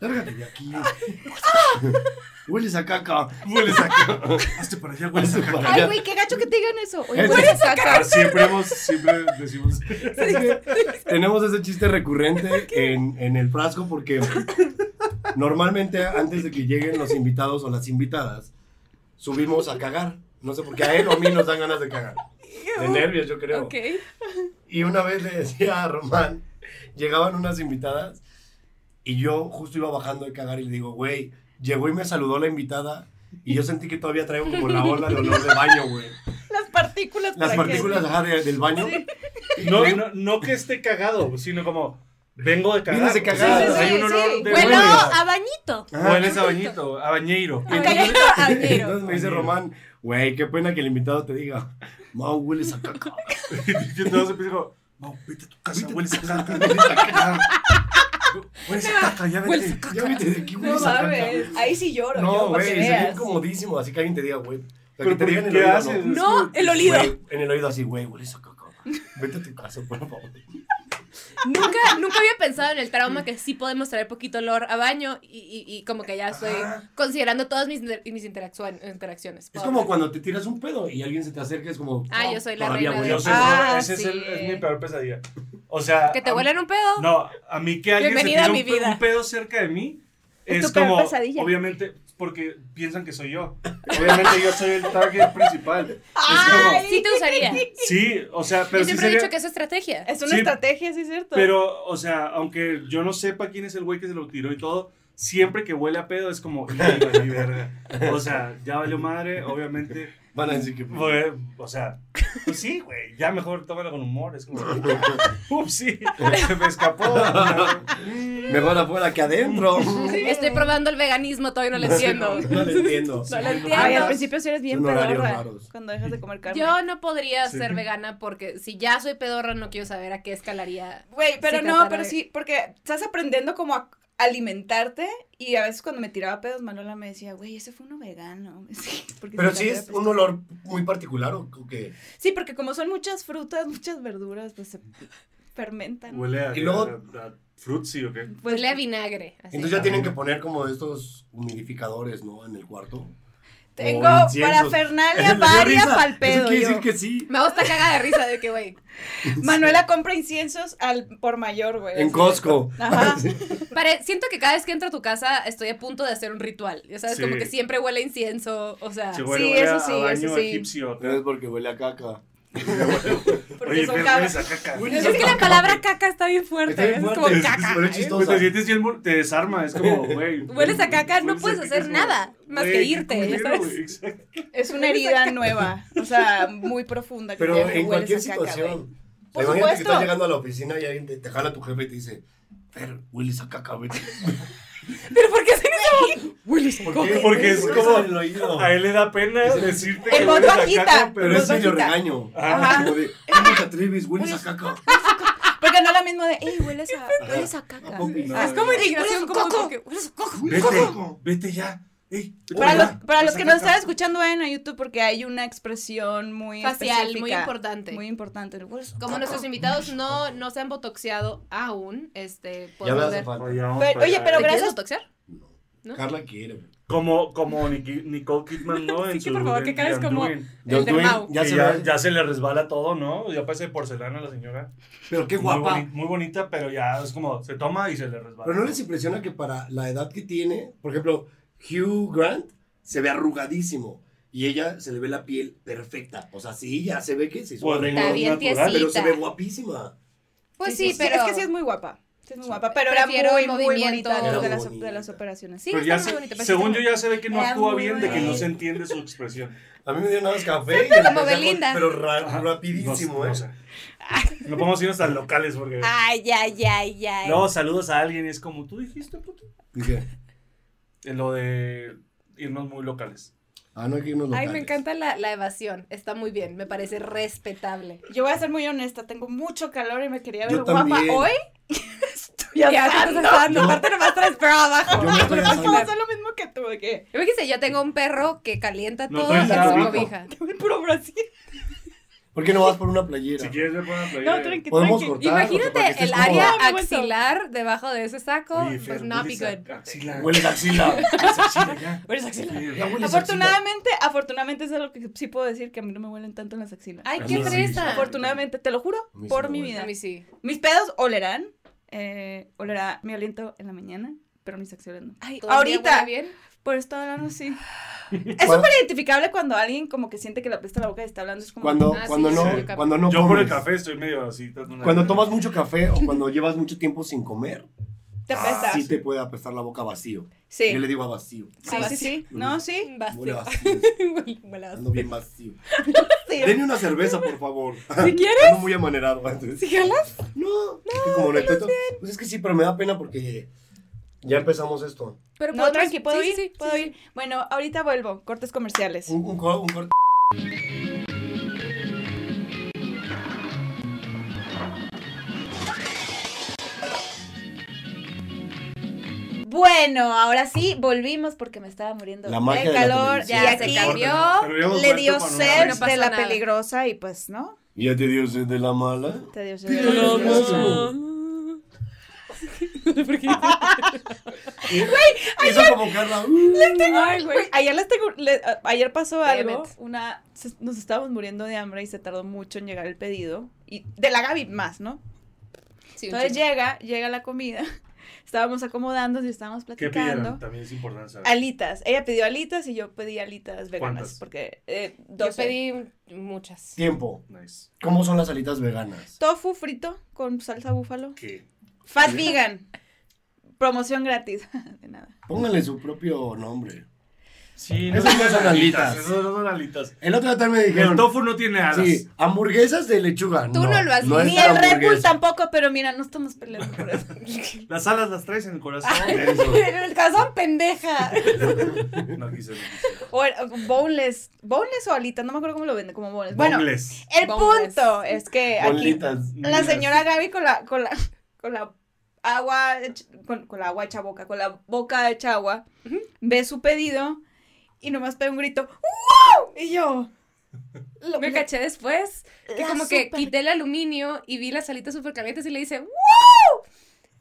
Speaker 4: Lárgate de aquí. Hueles a caca. Hueles a caca.
Speaker 3: Hazte para allá, güey.
Speaker 4: Hazte para
Speaker 2: Ay,
Speaker 4: allá.
Speaker 2: güey, qué gacho que te digan eso. Oye, pues,
Speaker 4: Ese-
Speaker 2: Este, hueles a caca.
Speaker 3: Ah, siempre, hemos, siempre decimos.
Speaker 4: Tenemos ese chiste recurrente en, en el frasco porque normalmente antes de que lleguen los invitados o las invitadas, subimos a cagar. No sé por qué a él o a mí nos dan ganas de cagar. De nervios, yo creo.
Speaker 2: Ok.
Speaker 4: Y una vez le decía a Román, llegaban unas invitadas y yo justo iba bajando de cagar y le digo, güey, llegó y me saludó la invitada y yo sentí que todavía traigo como la ola de olor de baño, güey.
Speaker 1: Las partículas.
Speaker 4: Las
Speaker 1: para que-
Speaker 4: partículas ajá, de- del baño.
Speaker 3: No, no, no que esté cagado, sino como. Vengo de cagar.
Speaker 4: Vienes de cagar.
Speaker 3: O sea,
Speaker 2: Sí, sí,
Speaker 3: Hay un
Speaker 2: sí.
Speaker 3: olor de.
Speaker 7: Bueno,
Speaker 3: hueles.
Speaker 7: a bañito.
Speaker 4: Ajá.
Speaker 3: Hueles a bañito, a bañeiro.
Speaker 2: A bañeiro, a bañeiro.
Speaker 4: Entonces me dice Román, güey, qué pena que el invitado te diga, Mau, hueles a caca.
Speaker 3: Y entonces empiezo como, no, vete a tu casa, hueles a caca, hueles a caca. Hueles a caca, ya vete.
Speaker 2: Hueles a
Speaker 4: Ya vete de aquí,
Speaker 2: No
Speaker 4: hueles a caca.
Speaker 2: mames. Ahí sí lloro.
Speaker 4: No,
Speaker 2: yo, para
Speaker 4: güey,
Speaker 2: que
Speaker 4: sería
Speaker 2: veas.
Speaker 4: incomodísimo, así que alguien te diga, güey. O sea,
Speaker 3: Pero
Speaker 4: que te
Speaker 3: ¿por
Speaker 4: digan en el
Speaker 3: qué
Speaker 4: oído, ¿no?
Speaker 3: haces?
Speaker 2: No, el olido.
Speaker 4: Güey, en el oído así, güey, hueles a caca. Vete a tu casa, por favor.
Speaker 2: Nunca, nunca había pensado en el trauma que sí podemos traer poquito olor a baño y, y- y como que ya estoy
Speaker 3: Ah.
Speaker 4: Ajá.
Speaker 2: considerando todas mis, inter- mis interacción- interacciones.
Speaker 4: Es como cuando te tiras un pedo y alguien se te acerca, es como.
Speaker 2: Ah, yo soy la
Speaker 4: todavía
Speaker 2: reina
Speaker 4: huele.
Speaker 2: de-
Speaker 3: Yo sé,
Speaker 2: Ah,
Speaker 3: no, ese es, el-
Speaker 2: sí.
Speaker 3: es mi peor pesadilla. O sea.
Speaker 2: Que te
Speaker 3: a-
Speaker 2: huelen un pedo.
Speaker 3: No, a mí que alguien
Speaker 2: Bienvenida
Speaker 3: se
Speaker 2: a
Speaker 3: tire
Speaker 2: mi
Speaker 3: un, pe-
Speaker 2: vida.
Speaker 3: un pedo cerca de mí
Speaker 1: Es
Speaker 3: es,
Speaker 1: tu peor
Speaker 3: como.
Speaker 1: pesadilla.
Speaker 3: Obviamente, porque piensan que soy yo. Obviamente yo soy el target principal. Es como,
Speaker 2: Sí te usaría.
Speaker 3: sí, o sea, pero
Speaker 2: Yo
Speaker 3: sí
Speaker 2: siempre he
Speaker 3: sería-
Speaker 2: dicho que es estrategia.
Speaker 1: Es una
Speaker 3: Sí.
Speaker 1: estrategia, sí, es cierto.
Speaker 3: Pero, o sea, aunque yo no sepa quién es el güey que se lo tiró y todo, siempre que huele a pedo es como, "Hijo de mi verga". O sea, ya valió madre, obviamente.
Speaker 4: Van a decir que.
Speaker 3: Fue- o sea, pues sí, güey, ya mejor tómalo con humor. Es como, ups, sí, se me escapó.
Speaker 4: Mejor afuera que adentro.
Speaker 2: Estoy probando el veganismo, todavía no lo entiendo.
Speaker 4: No lo entiendo.
Speaker 2: No lo entiendo.
Speaker 1: Ay, al
Speaker 2: Diablos.
Speaker 1: principio sí eres bien
Speaker 4: Son horarios
Speaker 1: pedorra
Speaker 4: raros.
Speaker 1: cuando dejas de comer carne.
Speaker 2: Yo no podría
Speaker 3: Sí.
Speaker 2: ser vegana porque si ya soy pedorra no quiero saber a qué escalaría.
Speaker 1: Güey, pero
Speaker 2: Sí,
Speaker 1: no,
Speaker 2: tratar
Speaker 1: pero
Speaker 2: de-
Speaker 1: sí, porque estás aprendiendo como a alimentarte y a veces cuando me tiraba pedos Manuela me decía, güey, ese fue uno vegano. Sí, porque
Speaker 4: Pero
Speaker 1: se
Speaker 4: sí
Speaker 1: me hacía
Speaker 4: es
Speaker 1: pesado.
Speaker 4: un olor muy particular o o que.
Speaker 1: Sí, porque como son muchas frutas, muchas verduras, pues se fermentan.
Speaker 3: Huele a,
Speaker 4: Y luego-
Speaker 3: a- a frutzi o qué.
Speaker 2: Pues lea vinagre. así.
Speaker 4: Entonces ya tienen que poner como estos humidificadores, ¿no? En el cuarto.
Speaker 1: Tengo
Speaker 4: O inciensos.
Speaker 1: parafernalia
Speaker 4: Me dio
Speaker 1: varias
Speaker 4: risa.
Speaker 1: pa'l pedo,
Speaker 4: Eso quiere
Speaker 1: yo.
Speaker 4: decir que sí.
Speaker 2: Me gusta caga de risa de que, güey,
Speaker 1: Manuela compra inciensos al por mayor, güey.
Speaker 4: En
Speaker 1: así.
Speaker 4: Costco.
Speaker 1: Ajá.
Speaker 2: pare- siento que cada vez que entro a tu casa estoy a punto de hacer un ritual. Ya sabes,
Speaker 3: Sí.
Speaker 2: como que siempre huele a incienso, o sea,
Speaker 3: Sí, huele-
Speaker 1: Sí,
Speaker 3: huele
Speaker 1: eso
Speaker 3: a
Speaker 1: sí,
Speaker 3: baño
Speaker 1: eso sí.
Speaker 3: egipcio.
Speaker 4: No es porque huele a caca.
Speaker 1: Porque
Speaker 3: Oye,
Speaker 1: son
Speaker 3: pero
Speaker 1: cabras.
Speaker 3: hueles a caca.
Speaker 4: Huele
Speaker 2: es que la palabra caca está bien fuerte,
Speaker 4: Está bien
Speaker 2: es
Speaker 4: fuerte,
Speaker 2: como
Speaker 4: es-
Speaker 2: caca.
Speaker 4: pero es chistoso.
Speaker 3: Pues te sientes bien, mor- te desarma, es como, güey.
Speaker 2: Hueles a caca, no
Speaker 3: hueles a
Speaker 2: puedes
Speaker 3: caca,
Speaker 2: hacer
Speaker 3: es como,
Speaker 2: nada más
Speaker 3: güey,
Speaker 2: que
Speaker 3: qué
Speaker 2: irte, ya
Speaker 3: culero,
Speaker 2: sabes.
Speaker 3: güey, exacto.
Speaker 1: Es una herida nueva, o sea, muy profunda. que
Speaker 4: Pero
Speaker 1: te hueles
Speaker 4: en
Speaker 1: a
Speaker 4: cualquier
Speaker 1: caca, güey.
Speaker 4: situación. o sea,
Speaker 1: Por
Speaker 4: imagínate que
Speaker 1: supuesto.
Speaker 4: estás llegando a la oficina y alguien te, te jala tu jefe y te dice, Fer, hueles a caca, vete.
Speaker 2: Pero ¿por qué hacen eso?
Speaker 4: ¿Por
Speaker 3: Porque- porque es como-
Speaker 4: en el oído.
Speaker 3: A él le da pena decirte
Speaker 1: En
Speaker 3: que
Speaker 1: voz
Speaker 3: hueles a
Speaker 1: bajita,
Speaker 3: caca,
Speaker 4: Pero
Speaker 3: pero
Speaker 1: en
Speaker 4: es
Speaker 1: voz
Speaker 4: medio
Speaker 1: bajita.
Speaker 4: regaño.
Speaker 3: Ajá.
Speaker 4: Como de, ¿cómo te atreves? Hueles a caca.
Speaker 1: Porque no es lo mismo de, ey, hueles a, hueles a
Speaker 4: ¿A
Speaker 1: caca. Ah,
Speaker 4: poco?
Speaker 3: No,
Speaker 2: Es como
Speaker 7: Hueles
Speaker 2: indignación,
Speaker 7: a
Speaker 2: como
Speaker 7: coco.
Speaker 2: como que hueles a coco.
Speaker 3: Vete, vete ya. Ey, vete
Speaker 1: Para
Speaker 3: ya,
Speaker 1: los, para los
Speaker 3: hueles a
Speaker 1: que nos
Speaker 3: caca.
Speaker 1: están escuchando en YouTube, porque hay una expresión muy
Speaker 2: Facial, muy
Speaker 1: específica,
Speaker 2: importante.
Speaker 1: Muy importante. Pues, el hueles a
Speaker 2: Como
Speaker 1: caca.
Speaker 2: nuestros invitados no, no se han botoxeado aún, este,
Speaker 4: Ya me
Speaker 2: podemos
Speaker 4: hace
Speaker 2: ver.
Speaker 4: falta.
Speaker 3: Oye, vamos
Speaker 1: Pero-
Speaker 3: para
Speaker 1: oye,
Speaker 3: allá,
Speaker 1: pero
Speaker 2: ¿Te
Speaker 3: eh.
Speaker 1: gra-
Speaker 2: quieres
Speaker 1: gracias-
Speaker 2: botoxear?
Speaker 4: Carla quiere.
Speaker 3: Como, como Niki- Nicole Kidman, ¿no? En
Speaker 1: Sí, que
Speaker 3: su-
Speaker 1: por favor, que
Speaker 3: en
Speaker 1: caes
Speaker 3: The
Speaker 1: como-
Speaker 3: Undoing.
Speaker 2: El de Mau.
Speaker 4: Ya
Speaker 3: Que
Speaker 4: se
Speaker 3: ya,
Speaker 4: ve.
Speaker 3: ya se le resbala todo, ¿no? Ya parece de porcelana la señora.
Speaker 4: Pero qué
Speaker 3: Muy
Speaker 4: guapa.
Speaker 3: boni- Muy bonita, pero ya es como, se toma y se le resbala.
Speaker 4: Pero no les impresiona que para la edad que tiene, por ejemplo, Hugh Grant se ve arrugadísimo y ella se le ve la piel perfecta. O sea, sí, ya se ve que se hizo
Speaker 3: Pues,
Speaker 4: arreglo,
Speaker 2: Está bien
Speaker 4: natural, Ah, pero se
Speaker 2: tiesita.
Speaker 4: ve guapísima.
Speaker 2: Pues sí, pero...
Speaker 1: Es que sí es muy guapa. Sí es muy guapa, pero era
Speaker 2: Prefiero
Speaker 1: muy,
Speaker 2: el
Speaker 1: muy
Speaker 2: movimiento.
Speaker 1: bonita
Speaker 4: Era
Speaker 1: de las,
Speaker 4: bonita.
Speaker 1: de las operaciones.
Speaker 2: Sí,
Speaker 3: Pero
Speaker 2: está
Speaker 3: ya
Speaker 2: muy
Speaker 3: se-
Speaker 2: bonito, pero sí
Speaker 3: según
Speaker 2: está
Speaker 3: yo
Speaker 2: muy-
Speaker 3: ya se ve que no
Speaker 1: Era
Speaker 3: actúa
Speaker 1: muy
Speaker 3: bien, de que no
Speaker 1: bonita.
Speaker 3: se entiende su expresión.
Speaker 4: A mí me dio nada más café. y empecé a-
Speaker 2: Belinda.
Speaker 4: Pero ra-
Speaker 3: Ajá.
Speaker 4: rapidísimo,
Speaker 3: No,
Speaker 4: ¿eh?
Speaker 3: no sé. No podemos irnos tan locales porque...
Speaker 7: Ay, ay, ay, ay.
Speaker 3: Luego saludos a alguien y es como, ¿tú dijiste, puto?
Speaker 4: Dije,
Speaker 3: En Lo de irnos muy locales.
Speaker 4: ah, no hay que irnos
Speaker 2: Ay, me
Speaker 4: locales.
Speaker 2: encanta la, la evasión. Está muy bien, me parece respetable.
Speaker 1: Yo voy a ser muy honesta, tengo mucho calor y me quería ver
Speaker 4: Yo
Speaker 1: guapa
Speaker 4: también.
Speaker 1: hoy. Estoy asando.
Speaker 2: no. Aparte nomás traes pero abajo.
Speaker 4: Yo me estoy
Speaker 1: Es como
Speaker 4: asando.
Speaker 1: hacer lo mismo que tú, de que
Speaker 2: Fíjense, yo tengo un perro que calienta
Speaker 3: No,
Speaker 2: todo
Speaker 3: traes
Speaker 2: en su
Speaker 3: nada abajo.
Speaker 2: cobija.
Speaker 1: tengo el puro Brasil.
Speaker 4: ¿Por qué no vas por una playera?
Speaker 3: Si quieres, yo pongo la playera.
Speaker 1: No, tranqui,
Speaker 4: Podemos
Speaker 1: tranqui.
Speaker 4: cortar. para
Speaker 2: Imagínate
Speaker 4: que
Speaker 2: el
Speaker 4: estés
Speaker 2: área
Speaker 1: cómoda.
Speaker 2: axilar debajo de ese saco.
Speaker 3: Oye,
Speaker 2: Pues
Speaker 3: Fer,
Speaker 2: not be
Speaker 3: hueles a-
Speaker 2: good.
Speaker 3: axila.
Speaker 4: Huele a axila.
Speaker 3: Hueles a axila, ya.
Speaker 1: Pero es axila.
Speaker 3: Sí,
Speaker 4: Ya hueles a axila.
Speaker 1: Afortunadamente, afortunadamente eso es lo que sí puedo decir, que a mí no me huelen tanto las axilas.
Speaker 2: Ay,
Speaker 3: A
Speaker 2: qué
Speaker 3: mí sí.
Speaker 2: fresa.
Speaker 1: afortunadamente, te lo juro,
Speaker 4: A mí sí
Speaker 1: por
Speaker 4: me
Speaker 1: mi
Speaker 4: huele.
Speaker 1: vida.
Speaker 2: A mí sí.
Speaker 1: Mis pedos olerán, eh, olerá mi aliento en la mañana, pero mis axilas no. Ay,
Speaker 2: ¿Todo el día huele
Speaker 1: ahorita,
Speaker 2: bien?
Speaker 1: por esto hablando sí. Es súper identificable cuando alguien como que siente que le apesta la boca y está hablando, es como...
Speaker 4: Cuando,
Speaker 2: Ah, sí,
Speaker 4: cuando,
Speaker 2: sí,
Speaker 4: no,
Speaker 3: sí, yo
Speaker 4: cuando no
Speaker 3: Yo por el
Speaker 4: comes.
Speaker 3: café estoy medio así. tratando de-
Speaker 4: Cuando tomas mucho café o cuando llevas mucho tiempo sin comer,
Speaker 1: Te
Speaker 3: Ah,
Speaker 1: apesta.
Speaker 4: sí te puede apestar la boca vacío.
Speaker 1: Sí,
Speaker 4: Yo le digo "Ah, a vacío.
Speaker 1: sí, sí, sí. No, sí.
Speaker 4: Huele a
Speaker 2: Basta.
Speaker 4: vacío.
Speaker 2: Huele a-
Speaker 4: Ando bien vacío. Denme una cerveza, por favor.
Speaker 1: Si quieres.
Speaker 4: Ando muy amanerado antes.
Speaker 1: Si jalas.
Speaker 4: No, es que como no estoy to- Pues es que sí, pero me da pena porque ya empezamos esto.
Speaker 2: Pero
Speaker 1: No,
Speaker 2: podemos-
Speaker 1: tranqui, puedo
Speaker 2: pues, sí,
Speaker 1: ir,
Speaker 2: sí, sí,
Speaker 1: puedo
Speaker 2: sí,
Speaker 1: ir. Bueno, ahorita vuelvo, cortes comerciales.
Speaker 4: Un, un, co- un corte.
Speaker 6: Bueno, ahora sí, volvimos porque me estaba muriendo
Speaker 4: La magia
Speaker 6: de
Speaker 4: de la
Speaker 6: calor.
Speaker 4: televisión.
Speaker 6: y
Speaker 2: Ya se
Speaker 6: aquí
Speaker 2: cambió.
Speaker 3: Pero habíamos
Speaker 6: le
Speaker 3: vuelto
Speaker 6: dio
Speaker 3: con una
Speaker 6: sed
Speaker 2: vez.
Speaker 3: vez.
Speaker 2: No
Speaker 6: de la
Speaker 2: pasa nada.
Speaker 6: peligrosa y pues, ¿no?
Speaker 4: ¿Ya te dio sed de la mala?
Speaker 6: Te dio sed.
Speaker 4: Pero no, no. Hizo como Carla. "Uh".
Speaker 1: Ay, güey. Ayer, les tengo- le- a- ayer pasó
Speaker 2: Damn
Speaker 1: algo.
Speaker 2: it.
Speaker 1: Una, se- nos estábamos muriendo de hambre y se tardó mucho en llegar el pedido. Y de la Gaby más, ¿no?
Speaker 2: sí, un
Speaker 1: Entonces
Speaker 2: chingo.
Speaker 1: llega, llega la comida. Estábamos acomodándonos y estábamos
Speaker 3: ¿Qué
Speaker 1: platicando.
Speaker 3: pidieron? También es importante saber.
Speaker 1: Alitas. Ella pidió alitas y yo pedí alitas veganas.
Speaker 3: ¿Cuántas?
Speaker 1: Porque eh,
Speaker 2: Yo
Speaker 1: 12.
Speaker 2: pedí un- muchas.
Speaker 4: Tiempo.
Speaker 3: Nice.
Speaker 4: ¿Cómo son las alitas veganas?
Speaker 1: Tofu frito con salsa búfalo.
Speaker 3: ¿Qué?
Speaker 1: Fat vegan. Promoción gratis. de nada.
Speaker 4: Pónganle su propio nombre.
Speaker 3: Sí,
Speaker 4: Esas no son alitas.
Speaker 3: Esas no son alitas.
Speaker 4: El otro día también me
Speaker 3: El
Speaker 4: dijeron.
Speaker 3: tofu no tiene alas.
Speaker 4: Sí, hamburguesas de lechuga.
Speaker 2: Tú no lo haces.
Speaker 4: es
Speaker 1: Ni
Speaker 4: la
Speaker 1: el Red Bull
Speaker 4: hamburguesa.
Speaker 1: tampoco, pero mira, no estamos peleando por eso.
Speaker 3: Las alas las traes en el corazón.
Speaker 2: Pero el calzón pendeja.
Speaker 3: No quise. no quise.
Speaker 1: O era- o boneless. ¿Boneless o alitas? No me acuerdo cómo lo vende, como boneless. Bueno,
Speaker 3: Bongles.
Speaker 1: el
Speaker 2: Boneless.
Speaker 1: punto es que aquí
Speaker 4: Bolitas.
Speaker 1: la señora Gaby con la, con la, con la agua, hech- con, con la agua hecha boca, con la boca hecha agua, ve su pedido y nomás pega un grito. ¡Wow! Y yo. lo-
Speaker 2: Me
Speaker 1: lo-
Speaker 2: caché después que
Speaker 1: La
Speaker 2: como que
Speaker 1: super-
Speaker 2: quité el aluminio y vi las alitas súper calientes y le hice ¡Wow!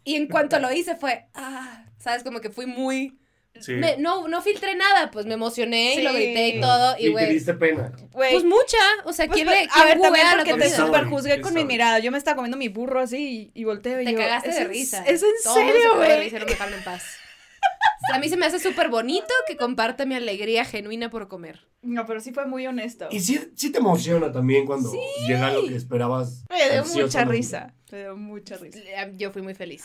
Speaker 2: Y en cuanto lo hice fue, ah, sabes, como que fui muy...
Speaker 3: Sí.
Speaker 2: me- no, no filtré nada, pues me emocioné
Speaker 1: Sí.
Speaker 2: y lo grité y todo. Y
Speaker 4: Y te
Speaker 2: güey,
Speaker 4: diste pena.
Speaker 1: güey,
Speaker 2: pues mucha, o sea,
Speaker 1: pues,
Speaker 2: ¿quién le
Speaker 1: pues,
Speaker 2: quién
Speaker 1: a ver, también
Speaker 2: googlea la
Speaker 1: porque te
Speaker 3: comida?
Speaker 2: comida?
Speaker 1: super juzgué
Speaker 3: Qué
Speaker 1: con mi
Speaker 3: sabor.
Speaker 1: mirada. Yo me estaba comiendo mi burro así y, y volteo y
Speaker 2: Te
Speaker 1: yo,
Speaker 2: cagaste
Speaker 1: "Es
Speaker 2: de
Speaker 1: en-
Speaker 2: risa.
Speaker 1: Es en
Speaker 2: Todo el mundo se
Speaker 1: serio,
Speaker 2: cagó de
Speaker 1: güey.
Speaker 2: risa, no me dejaron en paz. A mí se me hace súper bonito que comparta mi alegría genuina por comer.
Speaker 1: No, pero sí fue muy honesto.
Speaker 4: Y sí, sí te emociona también cuando llega lo que esperabas.
Speaker 1: Me dio mucha
Speaker 4: ansiosamente.
Speaker 1: risa. Me dio mucha risa.
Speaker 2: Yo fui muy feliz.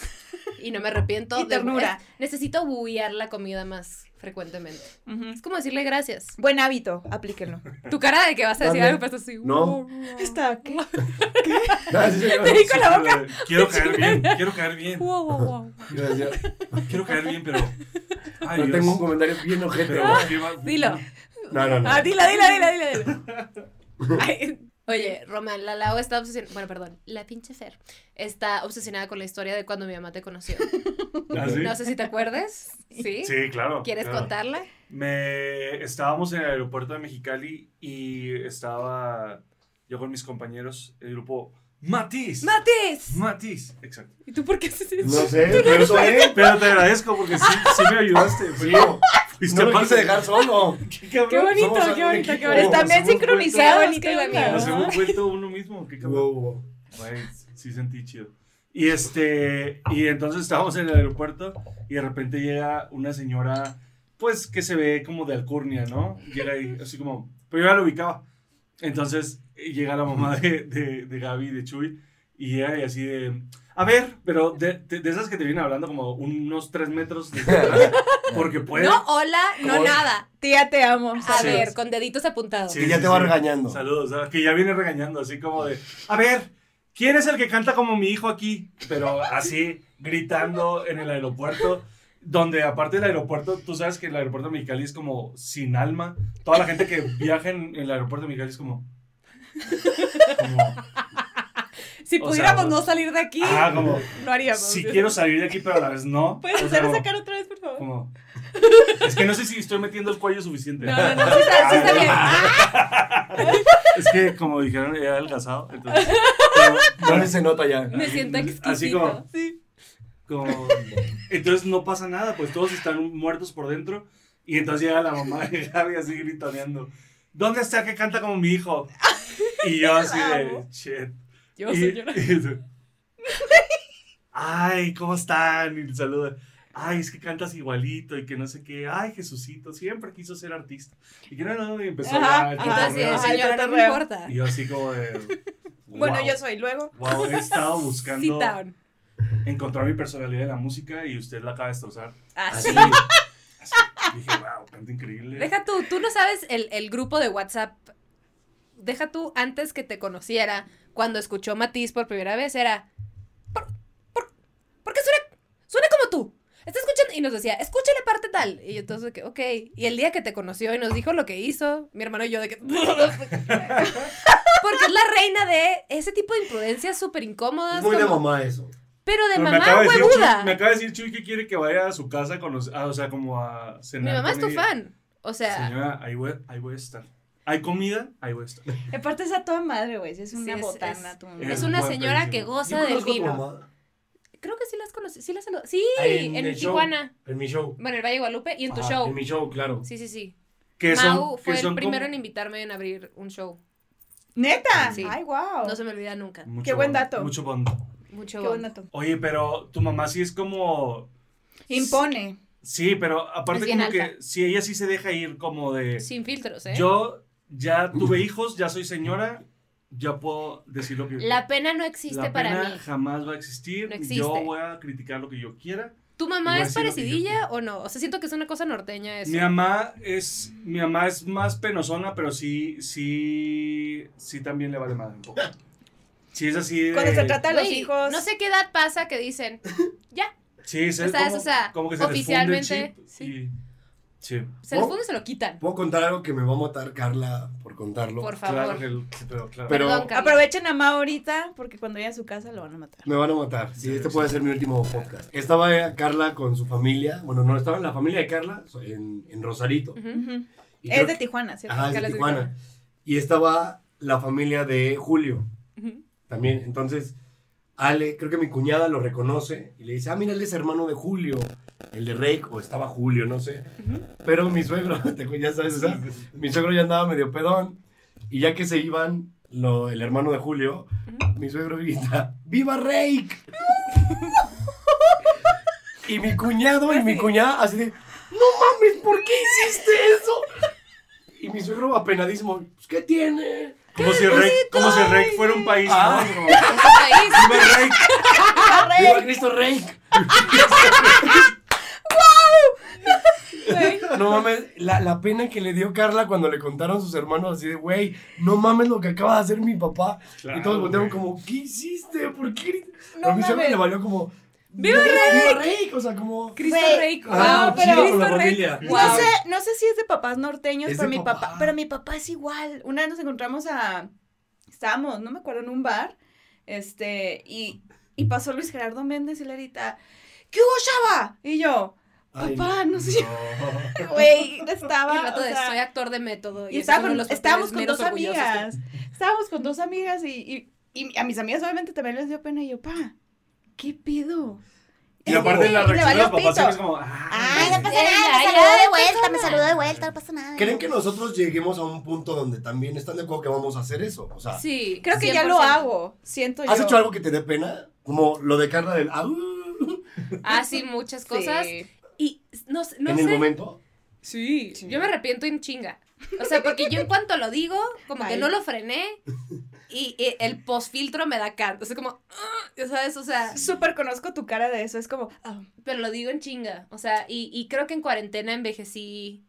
Speaker 2: Y no me arrepiento.
Speaker 1: Y
Speaker 2: de-
Speaker 1: ternura.
Speaker 2: es- necesito bullear la comida más frecuentemente.
Speaker 1: Ujú.
Speaker 2: Es como decirle gracias.
Speaker 1: Buen hábito, aplíquenlo.
Speaker 2: Tu cara de que vas a decir
Speaker 4: ¿Dónde?
Speaker 2: algo, pero estás así.
Speaker 4: No.
Speaker 2: "Wow".
Speaker 1: Está, ¿qué?
Speaker 4: Ah, Gracias.
Speaker 1: Te con la boca.
Speaker 3: Quiero caer bien, quiero caer bien.
Speaker 2: Wow, wow, wow.
Speaker 4: Gracias.
Speaker 3: Quiero caer bien, pero. Ay,
Speaker 4: Pero
Speaker 3: Dios.
Speaker 4: tengo un comentario bien ojete.
Speaker 3: Pero, ¿qué va-
Speaker 2: Dilo.
Speaker 4: No, no, no.
Speaker 1: Ah, dila, dila, dila, dila, dila.
Speaker 2: Ay, Oye, Román, la Lau está obsesionada. Bueno, perdón, la pinche Fer está obsesionada con la historia de cuando mi mamá te conoció.
Speaker 3: ¿Ah, sí?
Speaker 2: No sé si te acuerdes. ¿Sí?
Speaker 3: Sí, Ah. claro.
Speaker 2: ¿Quieres
Speaker 3: claro.
Speaker 2: contarla?
Speaker 3: Me estábamos en el aeropuerto de Mexicali y estaba yo con mis compañeros, el grupo Matiz.
Speaker 2: ¡Mates!
Speaker 3: Matiz, exacto.
Speaker 2: ¿Y tú por qué haces eso?
Speaker 4: No sé, pero eso es.
Speaker 3: Pero te agradezco porque sí, sí me ayudaste.
Speaker 4: Sí.
Speaker 3: Fue-
Speaker 4: No
Speaker 3: fuiste
Speaker 4: me
Speaker 3: parte.
Speaker 4: quise dejar solo.
Speaker 3: Qué, cabrón.
Speaker 1: Qué bonito,
Speaker 4: Somos
Speaker 1: qué
Speaker 4: un
Speaker 1: bonito, qué bonito.
Speaker 4: equipo.
Speaker 3: Nos
Speaker 1: Están bien
Speaker 3: hemos
Speaker 1: sincronizados,
Speaker 2: vuelto-
Speaker 1: qué
Speaker 2: Nos
Speaker 1: bonito.
Speaker 3: Nos hemos vuelto uno mismo. Qué cabrón.
Speaker 4: Wow.
Speaker 3: Güey, sí sentí chido. Y este, y entonces estábamos en el aeropuerto y de repente llega una señora, pues que se ve como de alcurnia, ¿no? Llega ahí, así como, pero yo ya lo ubicaba. Entonces eh, llega la mamá de, de, de Gaby, de Chuy, y llega y así de, a ver, pero de, de- de esas que te vienen hablando como unos tres metros de porque puede.
Speaker 2: No, hola, no
Speaker 4: ¿Cómo?
Speaker 2: nada.
Speaker 1: Tía, te amo.
Speaker 2: A
Speaker 3: Pues, Sí.
Speaker 2: ver, con deditos apuntados.
Speaker 3: Sí,
Speaker 4: Que ya te va regañando.
Speaker 3: Saludos, ah, que ya viene regañando, así como de, a ver, ¿quién es el que canta como mi hijo aquí? Pero así, gritando en el aeropuerto, donde aparte del aeropuerto, tú sabes que el aeropuerto de Mexicali es como sin alma. Toda la gente que viaja en el aeropuerto de Mexicali es como... como,
Speaker 1: Si
Speaker 3: O
Speaker 1: pudiéramos
Speaker 3: sea,
Speaker 1: no salir de aquí,
Speaker 3: ah, como,
Speaker 1: no haríamos.
Speaker 3: si quiero salir de aquí, pero a la vez no.
Speaker 1: ¿Puedes
Speaker 3: O sea,
Speaker 1: hacer
Speaker 3: como-
Speaker 1: sacar otra vez, por favor?
Speaker 3: Como, Es que no sé si estoy metiendo el cuello suficiente.
Speaker 1: No, no, no, sí está, sí está bien.
Speaker 3: Ah. Es que como dijeron, he adelgazado. Entonces, pero-
Speaker 4: No le se nota ya.
Speaker 2: Me siento exquisito.
Speaker 3: Así como, como- Entonces no pasa nada, pues todos están muertos por dentro. Y entonces llega la mamá de Javi así gritoneando. ¿Dónde está que canta como mi hijo? Y yo así de, shit.
Speaker 2: Yo,
Speaker 3: Y-
Speaker 2: señora.
Speaker 3: y eso. Ay, ¿cómo están? Y saluda. Ay, es que cantas igualito y que no sé qué. Ay, Jesucito, siempre quiso ser artista. Y que no, no, y empezó
Speaker 1: Ajá,
Speaker 3: ya el
Speaker 1: ajá,
Speaker 2: Entonces,
Speaker 3: cotorreo
Speaker 1: sí,
Speaker 3: así.
Speaker 2: señora, no me
Speaker 1: cotorreo.
Speaker 2: importa.
Speaker 3: Y yo así como de.
Speaker 1: Bueno,
Speaker 3: wow,
Speaker 1: yo soy luego.
Speaker 3: Wow, he estado buscando
Speaker 2: Sit down.
Speaker 3: encontrar mi personalidad en la música y usted la acaba de destrozar.
Speaker 1: Así.
Speaker 2: Ah,
Speaker 3: Así. así. Dije, wow, canta increíble.
Speaker 2: Deja tú, tú no sabes el, el grupo de WhatsApp. Deja tú, antes que te conociera, cuando escuchó Matiz por primera vez, era. ¿Por, por, por qué suena, suena como tú? Está escuchando. Y nos decía, escucha la parte tal. Y yo entonces, de que, ok. Y el día que te conoció y nos dijo lo que hizo, mi hermano y yo, de que. Porque es la reina de ese tipo de imprudencias súper incómodas.
Speaker 4: Es muy de
Speaker 2: como-
Speaker 4: mamá eso.
Speaker 2: Pero de
Speaker 3: Pero me
Speaker 2: mamá
Speaker 3: acaba de decir
Speaker 2: huevuda.
Speaker 3: Chuy- Me acaba de decir Chuy que quiere que vaya a su casa con los, ah, o sea, como a
Speaker 2: Mi
Speaker 3: cenar.
Speaker 2: mamá es
Speaker 3: con
Speaker 2: tu
Speaker 3: ella.
Speaker 2: fan. O sea,
Speaker 3: Señora, ahí voy, ahí voy a estar. Hay comida, ahí voy a estar.
Speaker 1: Aparte es a toda madre, güey. Es
Speaker 2: Sí,
Speaker 1: una
Speaker 2: es-
Speaker 1: botana.
Speaker 2: es-
Speaker 1: tu mamá.
Speaker 3: es
Speaker 2: es una
Speaker 3: buen
Speaker 2: señora
Speaker 3: precio.
Speaker 2: que
Speaker 4: Yo
Speaker 2: goza del
Speaker 4: conozco a tu
Speaker 2: vino.
Speaker 4: mamá
Speaker 2: Creo que sí las conocí, sí las saludó. Sí,
Speaker 4: Ahí
Speaker 2: en,
Speaker 4: el show,
Speaker 2: Tijuana.
Speaker 4: En mi show.
Speaker 2: Bueno, el Valle de Guadalupe y en tu
Speaker 3: Ajá,
Speaker 2: show.
Speaker 4: En mi show, claro.
Speaker 2: Sí, sí, sí.
Speaker 3: Ah, Que
Speaker 2: Mau
Speaker 3: que
Speaker 2: fue el
Speaker 3: son
Speaker 2: primero en
Speaker 3: como-
Speaker 2: invitarme en abrir un show.
Speaker 1: Neta.
Speaker 2: Sí.
Speaker 1: Ay, wow.
Speaker 2: No se me olvida nunca.
Speaker 3: Mucho
Speaker 1: Qué buen
Speaker 3: bono,
Speaker 1: dato.
Speaker 3: Mucho bono.
Speaker 2: Mucho.
Speaker 1: Oh. Qué buen dato.
Speaker 3: Oye, pero tu mamá sí es como.
Speaker 1: Impone.
Speaker 3: Sí, pero aparte,
Speaker 2: Es bien
Speaker 3: como
Speaker 2: alfa.
Speaker 3: que. Sí, ella sí se deja ir, como de.
Speaker 2: Sin filtros, ¿eh?
Speaker 3: Yo ya tuve hijos, ya soy señora, ya puedo decir lo que.
Speaker 2: La pena no existe
Speaker 3: La
Speaker 2: para
Speaker 3: pena
Speaker 2: mí.
Speaker 3: jamás va a existir.
Speaker 2: No existe.
Speaker 3: Yo voy a criticar lo que yo quiera.
Speaker 2: ¿Tu mamá
Speaker 3: Voy a
Speaker 2: es
Speaker 3: decir lo que yo
Speaker 2: parecidilla o no? O sea, siento que es una cosa norteña eso.
Speaker 3: Mi mamá es. Mi mamá es más penosona, pero sí, sí. Sí también le vale madre un poco. Sí, es así de.
Speaker 1: Cuando se trata de los
Speaker 2: Güey,
Speaker 1: hijos.
Speaker 2: No sé qué edad pasa que dicen, ya,
Speaker 3: Sí, se-
Speaker 2: ¿Sabes?
Speaker 3: como,
Speaker 2: O sea,
Speaker 3: como que se les funde el
Speaker 2: oficialmente,
Speaker 3: chip
Speaker 2: sí.
Speaker 3: y- sí.
Speaker 2: se los
Speaker 4: ¿No?
Speaker 2: ponen y se lo quitan.
Speaker 4: ¿Puedo contar algo que me va a matar Carla por contarlo?
Speaker 2: Por favor.
Speaker 3: Claro, que el- sí, pero claro.
Speaker 4: Pero-
Speaker 2: Perdón, Carla.
Speaker 1: Aprovechen a Ma ahorita porque cuando llegue a su casa lo van a matar.
Speaker 4: Me van a matar. Sí, este puede ser mi último podcast. Estaba Carla con su familia. Bueno, no, estaba en la familia de Carla en, en Rosarito.
Speaker 2: Ujú.
Speaker 1: Ujú.
Speaker 4: Y
Speaker 1: Es
Speaker 4: creo
Speaker 1: de
Speaker 4: que-
Speaker 1: Tijuana, ¿cierto?
Speaker 4: Ajá, es
Speaker 2: Carla
Speaker 4: de
Speaker 2: es de
Speaker 4: Tijuana. Y estaba la familia de Julio
Speaker 2: Ujú.
Speaker 4: también. Entonces, Ale, creo que mi cuñada lo reconoce y le dice, ah, mira, él es hermano de Julio. El de Rey, o estaba Julio, no sé. Pero mi suegro, te cu- ya sabes, o sea, mi suegro ya andaba medio pedón. Y ya que se iban lo, el hermano de Julio, mi suegro grita, ¡Viva Rey! y mi cuñado y mi cuñada así de, ¡No mames, ¿por qué hiciste eso? Y mi suegro apenadísimo, "Pues, ¿qué tiene?
Speaker 3: Como si, Rey, como si Rey fuera un país,
Speaker 4: Ah.
Speaker 3: ¿no? Como,
Speaker 2: Es un país.
Speaker 3: "Viva Rey".
Speaker 4: ¡Viva Cristo Rey! No mames, la, la pena que le dio Carla cuando le contaron sus hermanos así de, güey, no mames lo que acaba de hacer mi papá.
Speaker 3: Claro,
Speaker 4: y todos voltearon
Speaker 3: güey.
Speaker 4: como, ¿qué hiciste? ¿Por qué?
Speaker 1: No
Speaker 4: a mí siempre
Speaker 1: mames.
Speaker 4: le valió como,
Speaker 2: ¡Viva
Speaker 4: "No,
Speaker 2: Rey!"
Speaker 4: ¡Viva Rey! O sea, como...
Speaker 2: Cristo
Speaker 1: Güey.
Speaker 2: Rey.
Speaker 4: Ah,
Speaker 2: Wow,
Speaker 4: chido con la
Speaker 2: Cristo Rey.
Speaker 4: familia.
Speaker 2: Wow.
Speaker 1: No sé, no sé si es de papás norteños,
Speaker 4: Es
Speaker 1: pero
Speaker 4: de
Speaker 1: mi
Speaker 4: papá.
Speaker 1: papá. pero mi papá es igual. Una vez nos encontramos a estábamos, no me acuerdo en un bar, este, y, y pasó Luis Gerardo Méndez y le grita, "¿Qué hubo, chava?" Y yo,
Speaker 4: Ay,
Speaker 1: "Papá, no, sé,
Speaker 3: No.
Speaker 1: güey,
Speaker 2: Y el
Speaker 1: estaba,
Speaker 2: rato
Speaker 1: o
Speaker 2: de
Speaker 1: sea,
Speaker 2: soy actor de método.
Speaker 1: y
Speaker 2: es
Speaker 1: estaba
Speaker 2: uno
Speaker 1: con-
Speaker 2: de los papeles
Speaker 1: estábamos con
Speaker 2: menos
Speaker 1: dos
Speaker 2: orgullosos que-
Speaker 1: amigas. Estábamos con dos amigas y, y- y a mis amigas obviamente también les dio pena y yo, "Pa, ¿qué pido?"
Speaker 3: Y aparte la
Speaker 1: Le
Speaker 3: reacción de los
Speaker 1: valió
Speaker 3: papás
Speaker 1: pito.
Speaker 3: es como,
Speaker 5: Ay, no
Speaker 3: ay,
Speaker 5: pasa nada,
Speaker 2: Ay,
Speaker 5: me saludó
Speaker 2: ay,
Speaker 5: de vuelta, me
Speaker 2: persona.
Speaker 5: saludó de vuelta, no pasa nada.
Speaker 4: ¿Creen que nosotros lleguemos a un punto donde también están de acuerdo que vamos a hacer eso? O sea,
Speaker 2: Sí.
Speaker 1: Creo que ya lo
Speaker 2: 100%.
Speaker 1: hago, siento
Speaker 4: ¿has
Speaker 1: yo.
Speaker 4: hecho algo que te dé pena? Como lo de Carla del... "Au",
Speaker 2: Ah, sí, muchas
Speaker 1: Sí.
Speaker 2: cosas. Y no, sé- no
Speaker 4: en
Speaker 2: sé.
Speaker 4: el momento.
Speaker 2: Sí.
Speaker 1: Sí.
Speaker 2: Yo me arrepiento en chinga. O sea, porque yo en cuanto lo digo, como que
Speaker 1: Ay.
Speaker 2: no lo frené. Y, y el postfiltro me da canto. O sea, como. "Ah", ya ¿Sabes? O sea,
Speaker 1: Súper conozco tu cara de eso, es como, "Ah,
Speaker 2: pero lo digo en chinga. O sea, y, y creo que en cuarentena envejecí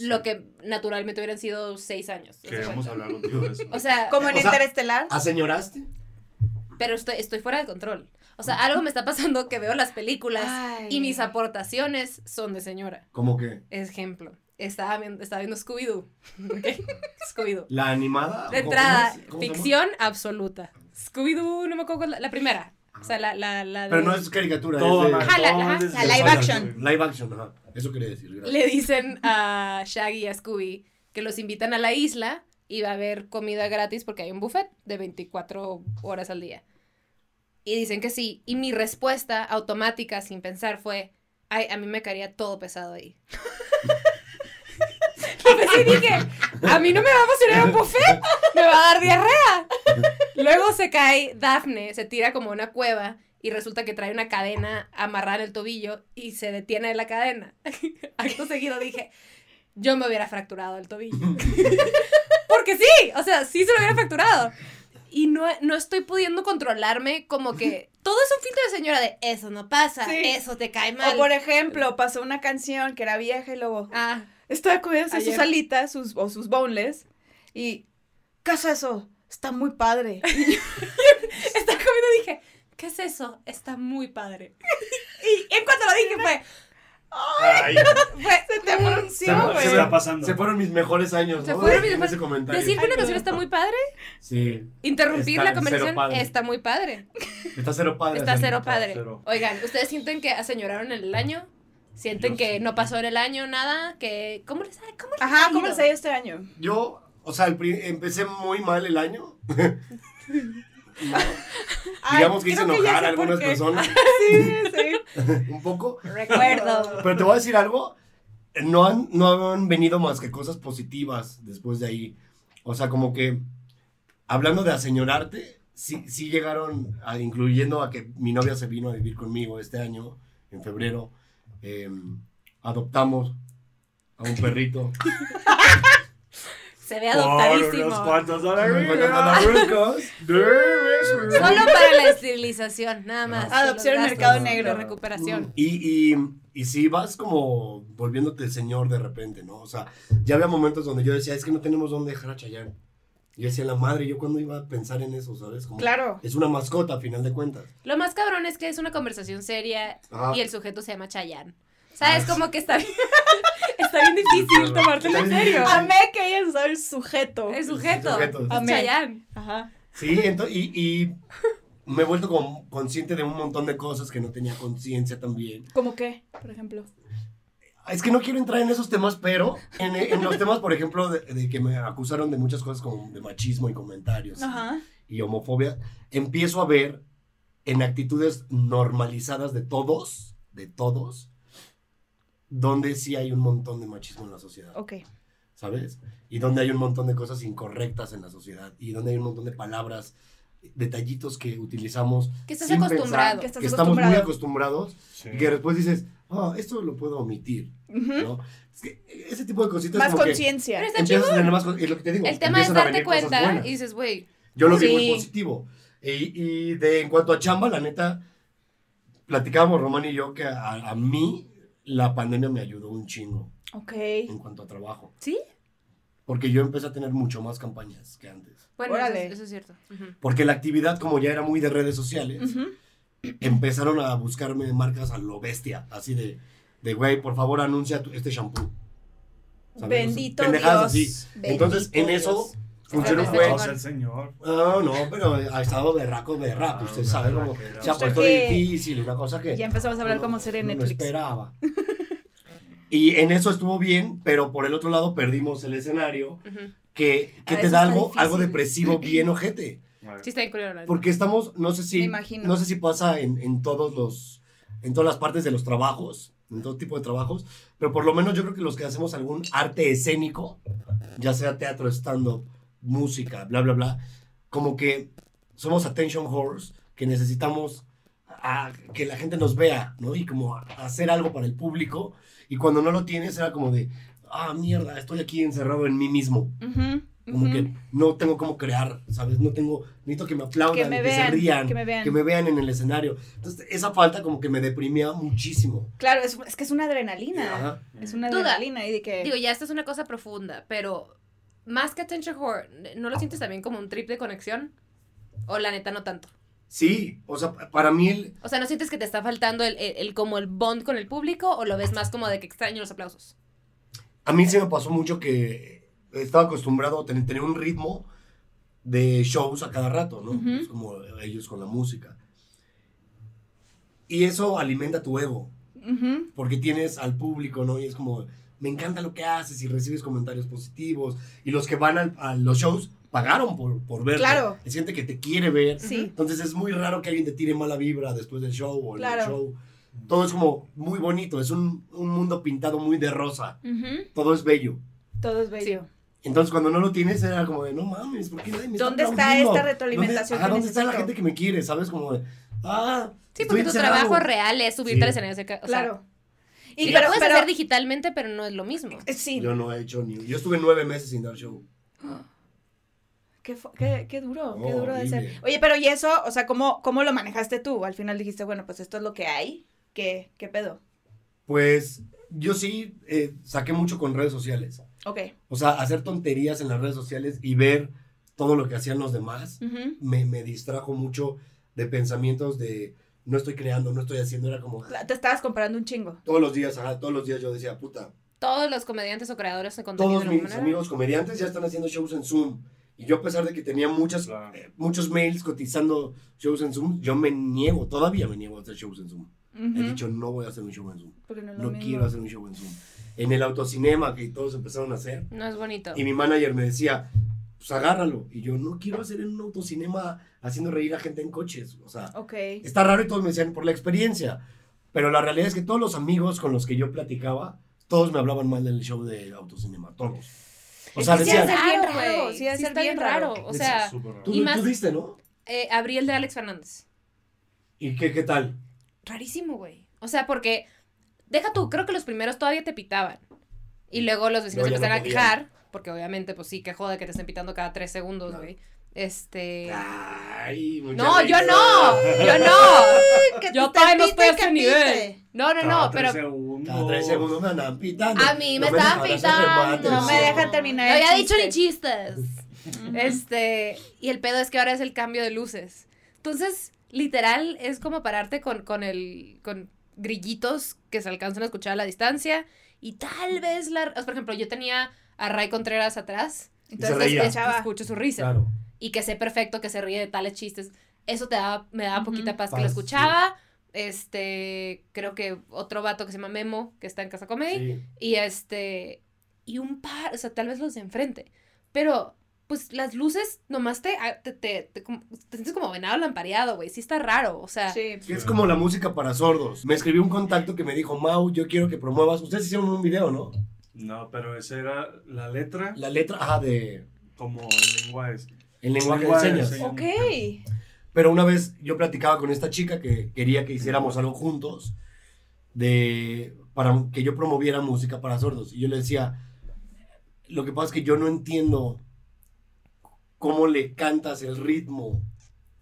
Speaker 2: lo que naturalmente hubieran sido seis años. haz de
Speaker 3: Queremos
Speaker 2: cuenta.
Speaker 3: hablar contigo de eso.
Speaker 2: O sea,
Speaker 1: Como en
Speaker 4: O sea,
Speaker 1: Interestelar.
Speaker 4: ¿Aseñoraste?
Speaker 2: pero estoy, estoy fuera de control. O sea, algo me está pasando que veo las películas y mis aportaciones son de señora.
Speaker 4: Como que
Speaker 2: Ejemplo, estaba viendo, estaba viendo Scooby-Doo. ¿ok? Scooby-Doo.
Speaker 4: la animada.
Speaker 2: De
Speaker 4: ¿Cómo-
Speaker 2: entrada,
Speaker 4: cómo se- cómo se llama?
Speaker 2: ficción absoluta. Scooby-Doo, no me acuerdo, cuál- la, la primera. O sea, la, la, la de-
Speaker 4: Ah. Pero no es caricatura,
Speaker 3: Todo
Speaker 4: es de-
Speaker 3: mal,
Speaker 2: Ajá, Ah, la-
Speaker 3: todo
Speaker 2: ajá,
Speaker 3: desde
Speaker 5: la
Speaker 3: los
Speaker 5: live
Speaker 3: años,
Speaker 5: action.
Speaker 3: güey.
Speaker 4: live action, ajá. Eso quería decir. gracias.
Speaker 2: le dicen a Shaggy y a Scooby que los invitan a la isla y va a haber comida gratis porque hay un buffet de 24 horas al día. Y dicen que sí. Y mi respuesta automática, sin pensar, fue, ay, a mí me caería todo pesado ahí. Lo pensé y dije, a mí no me va a emocionar un buffet, me va a dar diarrea. Luego se cae Daphne, se tira como a una cueva y resulta que trae una cadena amarrada en el tobillo y se detiene en la cadena. Acto seguido dije, yo me hubiera fracturado el tobillo. Porque sí, o sea, sí se lo hubiera fracturado. Y no, no estoy pudiendo controlarme como que todo es un filtro de señora de eso no pasa,
Speaker 1: Sí.
Speaker 2: eso te cae mal.
Speaker 1: O por e-, ejemplo, pasó una canción que era vieja y luego
Speaker 2: Ah,
Speaker 1: estaba comiéndose sus
Speaker 2: Ayer.
Speaker 1: alitas sus, o sus boneless y ¿qué es eso? Está muy padre.
Speaker 2: está comiendo dije, ¿qué es eso? Está muy padre. Y en cuanto lo dije fue,
Speaker 4: Ay,
Speaker 2: fue se te
Speaker 1: mm,
Speaker 3: Se me- se me está pasando.
Speaker 4: se fueron mis mejores años,
Speaker 2: Se
Speaker 4: ¿no?
Speaker 2: fueron mis
Speaker 4: En
Speaker 2: mejores-
Speaker 4: ese comentario.
Speaker 2: Decir que una canción está muy padre,
Speaker 4: Sí,
Speaker 2: interrumpir
Speaker 4: Está
Speaker 2: la
Speaker 4: en cero
Speaker 2: conversación
Speaker 4: padre.
Speaker 2: está muy padre.
Speaker 4: está cero padre.
Speaker 2: Está
Speaker 4: Sandy.
Speaker 2: cero padre.
Speaker 3: cero.
Speaker 2: Oigan, ¿ustedes sienten que aseñoraron el año? ¿Sienten
Speaker 3: Yo
Speaker 2: que
Speaker 3: sí.
Speaker 2: no pasó en el año nada? ¿Que cómo les ha cómo les ha
Speaker 1: Ajá, ¿cómo
Speaker 2: ido?
Speaker 1: les ha ido este año?
Speaker 4: Yo, o sea, el pri- empecé muy mal el año. Digamos que hice
Speaker 1: creo que ya
Speaker 4: enojar
Speaker 1: sé
Speaker 4: a
Speaker 1: por
Speaker 4: algunas
Speaker 1: qué.
Speaker 4: personas
Speaker 1: Sí, sí.
Speaker 4: un poco.
Speaker 2: Recuerdo.
Speaker 4: Pero te voy a decir algo. No han, no han venido más que cosas positivas después de ahí. O sea, como que hablando de aseñorarte, sí, sí llegaron, a- incluyendo a que mi novia se vino a vivir conmigo este año, en febrero. Eh, adoptamos a un perrito.
Speaker 2: Se ve
Speaker 3: Por
Speaker 2: adoptadísimo.
Speaker 3: unos cuantos
Speaker 4: Muy
Speaker 3: dólares.
Speaker 4: buenos andalucos.
Speaker 2: Solo para la esterilización, nada
Speaker 4: Ah.
Speaker 2: más.
Speaker 1: Adopción
Speaker 2: Los
Speaker 1: en
Speaker 2: gastos
Speaker 1: mercado
Speaker 2: de
Speaker 1: negro.
Speaker 2: recuperación.
Speaker 4: Y, y, y sí, vas como volviéndote señor de repente, ¿no? O sea, ya había momentos donde yo decía, es que no tenemos dónde dejar a Chayanne. Yo decía, la madre, yo cuando iba a pensar en eso, ¿sabes? Como,
Speaker 1: Claro.
Speaker 4: Es una mascota, a final de cuentas.
Speaker 2: Lo más cabrón es que es una conversación seria
Speaker 4: Ajá.
Speaker 2: y el sujeto se llama Chayanne.
Speaker 4: Ah,
Speaker 2: ¿Sabes? Como que está bien, está bien difícil tomártelo en serio.
Speaker 1: Amé que hayas usado el sujeto.
Speaker 2: El sujeto.
Speaker 4: El sujeto.
Speaker 2: es Chayanne.
Speaker 1: Ajá.
Speaker 4: Sí, entonces, y, y me he vuelto como consciente de un montón de cosas que no tenía conciencia también.
Speaker 1: ¿Cómo qué, por ejemplo?
Speaker 4: Es que no quiero entrar en esos temas, pero en, en los temas, por ejemplo, de, de que me acusaron de muchas cosas como de machismo y comentarios.
Speaker 1: Ajá.
Speaker 4: y homofobia, empiezo a ver en actitudes normalizadas de todos, de todos, donde sí hay un montón de machismo en la sociedad,
Speaker 1: Ok.
Speaker 4: ¿sabes? Y donde hay un montón de cosas incorrectas en la sociedad, y donde hay un montón de palabras, detallitos que utilizamos.
Speaker 2: Que estás
Speaker 4: sin
Speaker 2: acostumbrado.
Speaker 4: pensar,
Speaker 1: Que estás
Speaker 4: que estamos muy
Speaker 1: acostumbrado.
Speaker 4: acostumbrados,
Speaker 3: Sí.
Speaker 4: y que después dices, ah, esto lo puedo omitir,
Speaker 1: Ujú.
Speaker 4: ¿no? Es que ese tipo de cositas.
Speaker 1: Más
Speaker 4: como que
Speaker 1: conciencia.
Speaker 2: Pero está chido.
Speaker 4: Empiezas a tener más con- es lo que te digo.
Speaker 2: El tema es
Speaker 4: empiezan a
Speaker 2: darte
Speaker 4: venir cosas
Speaker 2: cuenta
Speaker 4: buenas.
Speaker 2: y dices, güey,
Speaker 4: Yo lo vi
Speaker 1: Sí.
Speaker 4: muy positivo. Y, y de en cuanto a chamba, la neta, platicábamos Román y yo que a, a mí la pandemia me ayudó un chingo
Speaker 1: Ok.
Speaker 4: en cuanto a trabajo.
Speaker 2: ¿Sí?
Speaker 4: Porque yo empecé a tener mucho más campañas que antes.
Speaker 2: Bueno, eso,
Speaker 1: Órale.
Speaker 2: es- eso es cierto. Ujú.
Speaker 4: Porque la actividad, como ya era muy de redes sociales,
Speaker 1: Ujú.
Speaker 4: empezaron a buscarme marcas a lo bestia. Así de, de güey, por favor, anuncia tu- este shampoo. ¿Sabes?
Speaker 1: Bendito
Speaker 4: Pendejadas
Speaker 1: Dios.
Speaker 4: así. Entonces, en
Speaker 1: Bendito
Speaker 4: eso
Speaker 1: Dios.
Speaker 4: funcionó
Speaker 2: Está
Speaker 4: fue-
Speaker 2: pendejo.
Speaker 3: No, sea, el señor.
Speaker 4: No, no, pero ha estado berraco, berraco.
Speaker 3: Ah,
Speaker 4: Usted sabe
Speaker 3: berraco,
Speaker 4: cómo
Speaker 3: berraco.
Speaker 4: se ha
Speaker 3: O sea
Speaker 4: puesto
Speaker 1: que-
Speaker 4: difícil, una cosa que.
Speaker 1: Ya empezamos a hablar
Speaker 4: uno-
Speaker 1: como serie en
Speaker 4: uno no
Speaker 1: Netflix.
Speaker 4: esperaba. Y en eso estuvo bien, pero por el otro lado perdimos el escenario
Speaker 2: Ujú.
Speaker 4: que,
Speaker 2: Ah,
Speaker 4: que te
Speaker 2: eso
Speaker 4: da
Speaker 2: está
Speaker 4: algo,
Speaker 2: difícil.
Speaker 4: algo depresivo bien ojete.
Speaker 2: Sí, está bien culero, la neta.
Speaker 4: Porque estamos, no sé
Speaker 1: Me
Speaker 4: si,
Speaker 1: imagino.
Speaker 4: no sé si pasa en, en todos los, en todas las partes de los trabajos, en todo tipo de trabajos, pero por lo menos yo creo que los que hacemos algún arte escénico, ya sea teatro, stand-up, música, bla, bla, bla, como que somos attention whores, que necesitamos a- que la gente nos vea, ¿no? Y como a- hacer algo para el público, y cuando no lo tienes era como de, ah, mierda, estoy aquí encerrado en mí mismo.
Speaker 1: Ujú.
Speaker 4: Como
Speaker 1: Ujú.
Speaker 4: que no tengo cómo crear, ¿sabes? No tengo, necesito que me aplaudan,
Speaker 1: Que
Speaker 4: que,
Speaker 1: me
Speaker 4: se
Speaker 1: vean,
Speaker 4: rían,
Speaker 1: que me vean.
Speaker 4: en el escenario. Entonces, esa falta como que me deprimía muchísimo.
Speaker 1: Claro, es, es que es una adrenalina.
Speaker 4: Ajá.
Speaker 1: Es una
Speaker 2: Duda.
Speaker 1: adrenalina y de que.
Speaker 2: Digo, ya esta es una cosa profunda, pero más que attention whore, ¿no lo sientes también como un trip de conexión? O la neta no tanto.
Speaker 4: Sí, o sea, pa- para mí el...
Speaker 2: O sea, ¿no sientes que te está faltando el, el- el- como el bond con el público o lo ves más como de que extraño los aplausos?
Speaker 4: A mí se me pasó mucho que estaba acostumbrado a tener, tener un ritmo de shows a cada rato, ¿no?
Speaker 1: Ujú.
Speaker 4: Es como ellos con la música. Y eso alimenta tu ego.
Speaker 1: Ujú.
Speaker 4: porque tienes al público, ¿no? Y es como, me encanta lo que haces y recibes comentarios positivos. Y los que van al- a los shows pagaron por, por verte.
Speaker 1: Claro.
Speaker 4: Es gente que te quiere ver.
Speaker 1: Sí.
Speaker 4: Entonces es muy raro que alguien te tire mala vibra después del show o en el
Speaker 1: Claro.
Speaker 4: show. Todo es como muy bonito, es un, un mundo pintado muy de rosa. Todo es bello.
Speaker 1: Todo es bello.
Speaker 4: Entonces cuando no lo tienes era como de, no mames, ¿por qué nadie me está
Speaker 1: ¿Dónde está
Speaker 4: aplaudiendo?
Speaker 1: esta retroalimentación
Speaker 4: ¿Dónde, ajá,
Speaker 1: que
Speaker 4: ¿dónde está la
Speaker 1: necesito?
Speaker 4: gente que me quiere? ¿Sabes? Como de, ah,
Speaker 2: Sí,
Speaker 4: estoy
Speaker 2: porque tu
Speaker 4: encerrado.
Speaker 2: trabajo real es subirte
Speaker 4: Sí.
Speaker 2: al escenario. cerca- O sea,
Speaker 1: claro.
Speaker 2: Y
Speaker 1: Y
Speaker 2: lo
Speaker 1: pero,
Speaker 2: puedes
Speaker 1: pero-
Speaker 2: hacer digitalmente, pero no es lo mismo.
Speaker 1: eh, sí.
Speaker 4: Yo no he hecho ni... Yo estuve nueve meses sin dar show.
Speaker 1: Qué, fu- qué, qué duro, qué
Speaker 4: No,
Speaker 1: duro de ser.
Speaker 4: Oh, horrible.
Speaker 1: Oye, pero ¿y eso? O sea, ¿cómo, ¿cómo lo manejaste tú? Al final dijiste, bueno, pues esto es lo que hay. ¿Qué, qué pedo?
Speaker 4: Pues yo sí eh, saqué mucho con redes sociales.
Speaker 1: Ok.
Speaker 4: O sea, hacer tonterías en las redes sociales y ver todo lo que hacían los demás
Speaker 1: Ujú.
Speaker 4: me, me distrajo mucho de pensamientos de no estoy creando, no estoy haciendo. Era como
Speaker 1: La- Te estabas comparando un chingo.
Speaker 4: todos los días, ajá, todos los días yo decía, puta,
Speaker 2: Todos los comediantes o creadores de contenido
Speaker 4: todos
Speaker 2: de alguna
Speaker 4: mis
Speaker 2: manera.
Speaker 4: amigos comediantes ya están haciendo shows en Zoom. Y yo a pesar de que tenía muchas,
Speaker 3: Claro.
Speaker 4: eh, muchos mails cotizando shows en Zoom, yo me niego, todavía me niego a hacer shows en Zoom. He
Speaker 1: Ujú.
Speaker 4: dicho, no voy a hacer un show en Zoom.
Speaker 1: Porque no es lo
Speaker 4: No
Speaker 1: mismo.
Speaker 4: quiero hacer un show en Zoom. En el autocinema que todos empezaron a hacer,
Speaker 2: No es bonito.
Speaker 4: Y mi manager me decía, pues agárralo. Y yo, no quiero hacer en un autocinema haciendo reír a gente en coches. O sea,
Speaker 1: Ok.
Speaker 4: está raro y todos me decían por la experiencia. Pero la realidad es que todos los amigos con los que yo platicaba, todos me hablaban mal del show de autocinema, todos. O sea,
Speaker 1: que sí
Speaker 4: decían,
Speaker 1: hace-
Speaker 2: Raro,
Speaker 1: bien raro,
Speaker 2: güey.
Speaker 1: sí debe ser
Speaker 2: está
Speaker 1: bien raro.
Speaker 2: O sea,
Speaker 3: Súper raro.
Speaker 4: tú,
Speaker 2: y más-
Speaker 4: tú diste, ¿no?
Speaker 2: eh, abrí el de Alex Fernández.
Speaker 4: ¿Y qué, qué tal?
Speaker 2: Rarísimo, güey. O sea, porque, deja tú, creo que los primeros todavía te pitaban. Y luego los vecinos
Speaker 4: Luego ya
Speaker 2: empezaron
Speaker 4: no
Speaker 2: a
Speaker 4: podían.
Speaker 2: quejar, porque obviamente, pues sí, que joda que te estén pitando cada tres segundos,
Speaker 4: Claro.
Speaker 2: güey. Este...
Speaker 6: Ah,
Speaker 4: Ay, muchas
Speaker 2: No, yo
Speaker 4: risas.
Speaker 2: no,
Speaker 1: ¡Oh,
Speaker 2: yo no.
Speaker 6: Que
Speaker 2: Yo
Speaker 6: te
Speaker 2: todavía no
Speaker 6: pite,
Speaker 2: estoy a
Speaker 6: que
Speaker 2: ese nivel.
Speaker 6: pite.
Speaker 2: No, no,
Speaker 3: Cada
Speaker 2: no, pero
Speaker 3: tres segundos.
Speaker 4: Cada tres segundos me andaban pitando.
Speaker 2: A mí me
Speaker 4: No
Speaker 2: estaban
Speaker 4: dejaban hacer
Speaker 2: pitando.
Speaker 4: remates,
Speaker 1: No me
Speaker 4: sí.
Speaker 1: dejan terminar
Speaker 2: No
Speaker 1: el
Speaker 2: había dicho ni
Speaker 1: chiste.
Speaker 2: chistes. Este, y el pedo es que ahora es el cambio de luces. Entonces, literal, es como pararte con, con el, con grillitos que se alcanzan a escuchar a la distancia. Y tal vez la, o sea, por ejemplo, yo tenía a Ray Contreras atrás.
Speaker 1: Entonces
Speaker 4: se reía.
Speaker 1: escuchaba.
Speaker 2: Escucho su risa.
Speaker 4: Claro.
Speaker 2: Y que sé perfecto que se ríe de tales chistes. Eso te daba, me daba
Speaker 1: Ujú.
Speaker 2: poquita paz que
Speaker 4: Paz,
Speaker 2: lo
Speaker 4: sí.
Speaker 2: escuchaba. Este, creo que otro vato que se llama Memo, que está en Casa Comedy.
Speaker 4: Sí.
Speaker 2: Y este. Y un par, o sea, tal vez los de enfrente. Pero, pues las luces nomás te, a- te, te, te como- te sientes como venado lampareado, güey. Sí está raro, o sea.
Speaker 1: Sí.
Speaker 4: Es como la música para sordos. Me escribió un contacto que me dijo, Mau, yo quiero que promuevas. Ustedes hicieron un video, ¿no?
Speaker 3: No, pero esa era la letra
Speaker 4: La letra, ajá, de
Speaker 3: como en lengua es.
Speaker 4: el lenguaje de
Speaker 3: Lenguaje de
Speaker 4: señas.
Speaker 3: señas.
Speaker 1: Ok.
Speaker 4: Pero una vez yo platicaba con esta chica que quería que hiciéramos algo juntos de para que yo promoviera música para sordos. Y yo le decía, lo que pasa es que yo no entiendo cómo le cantas el ritmo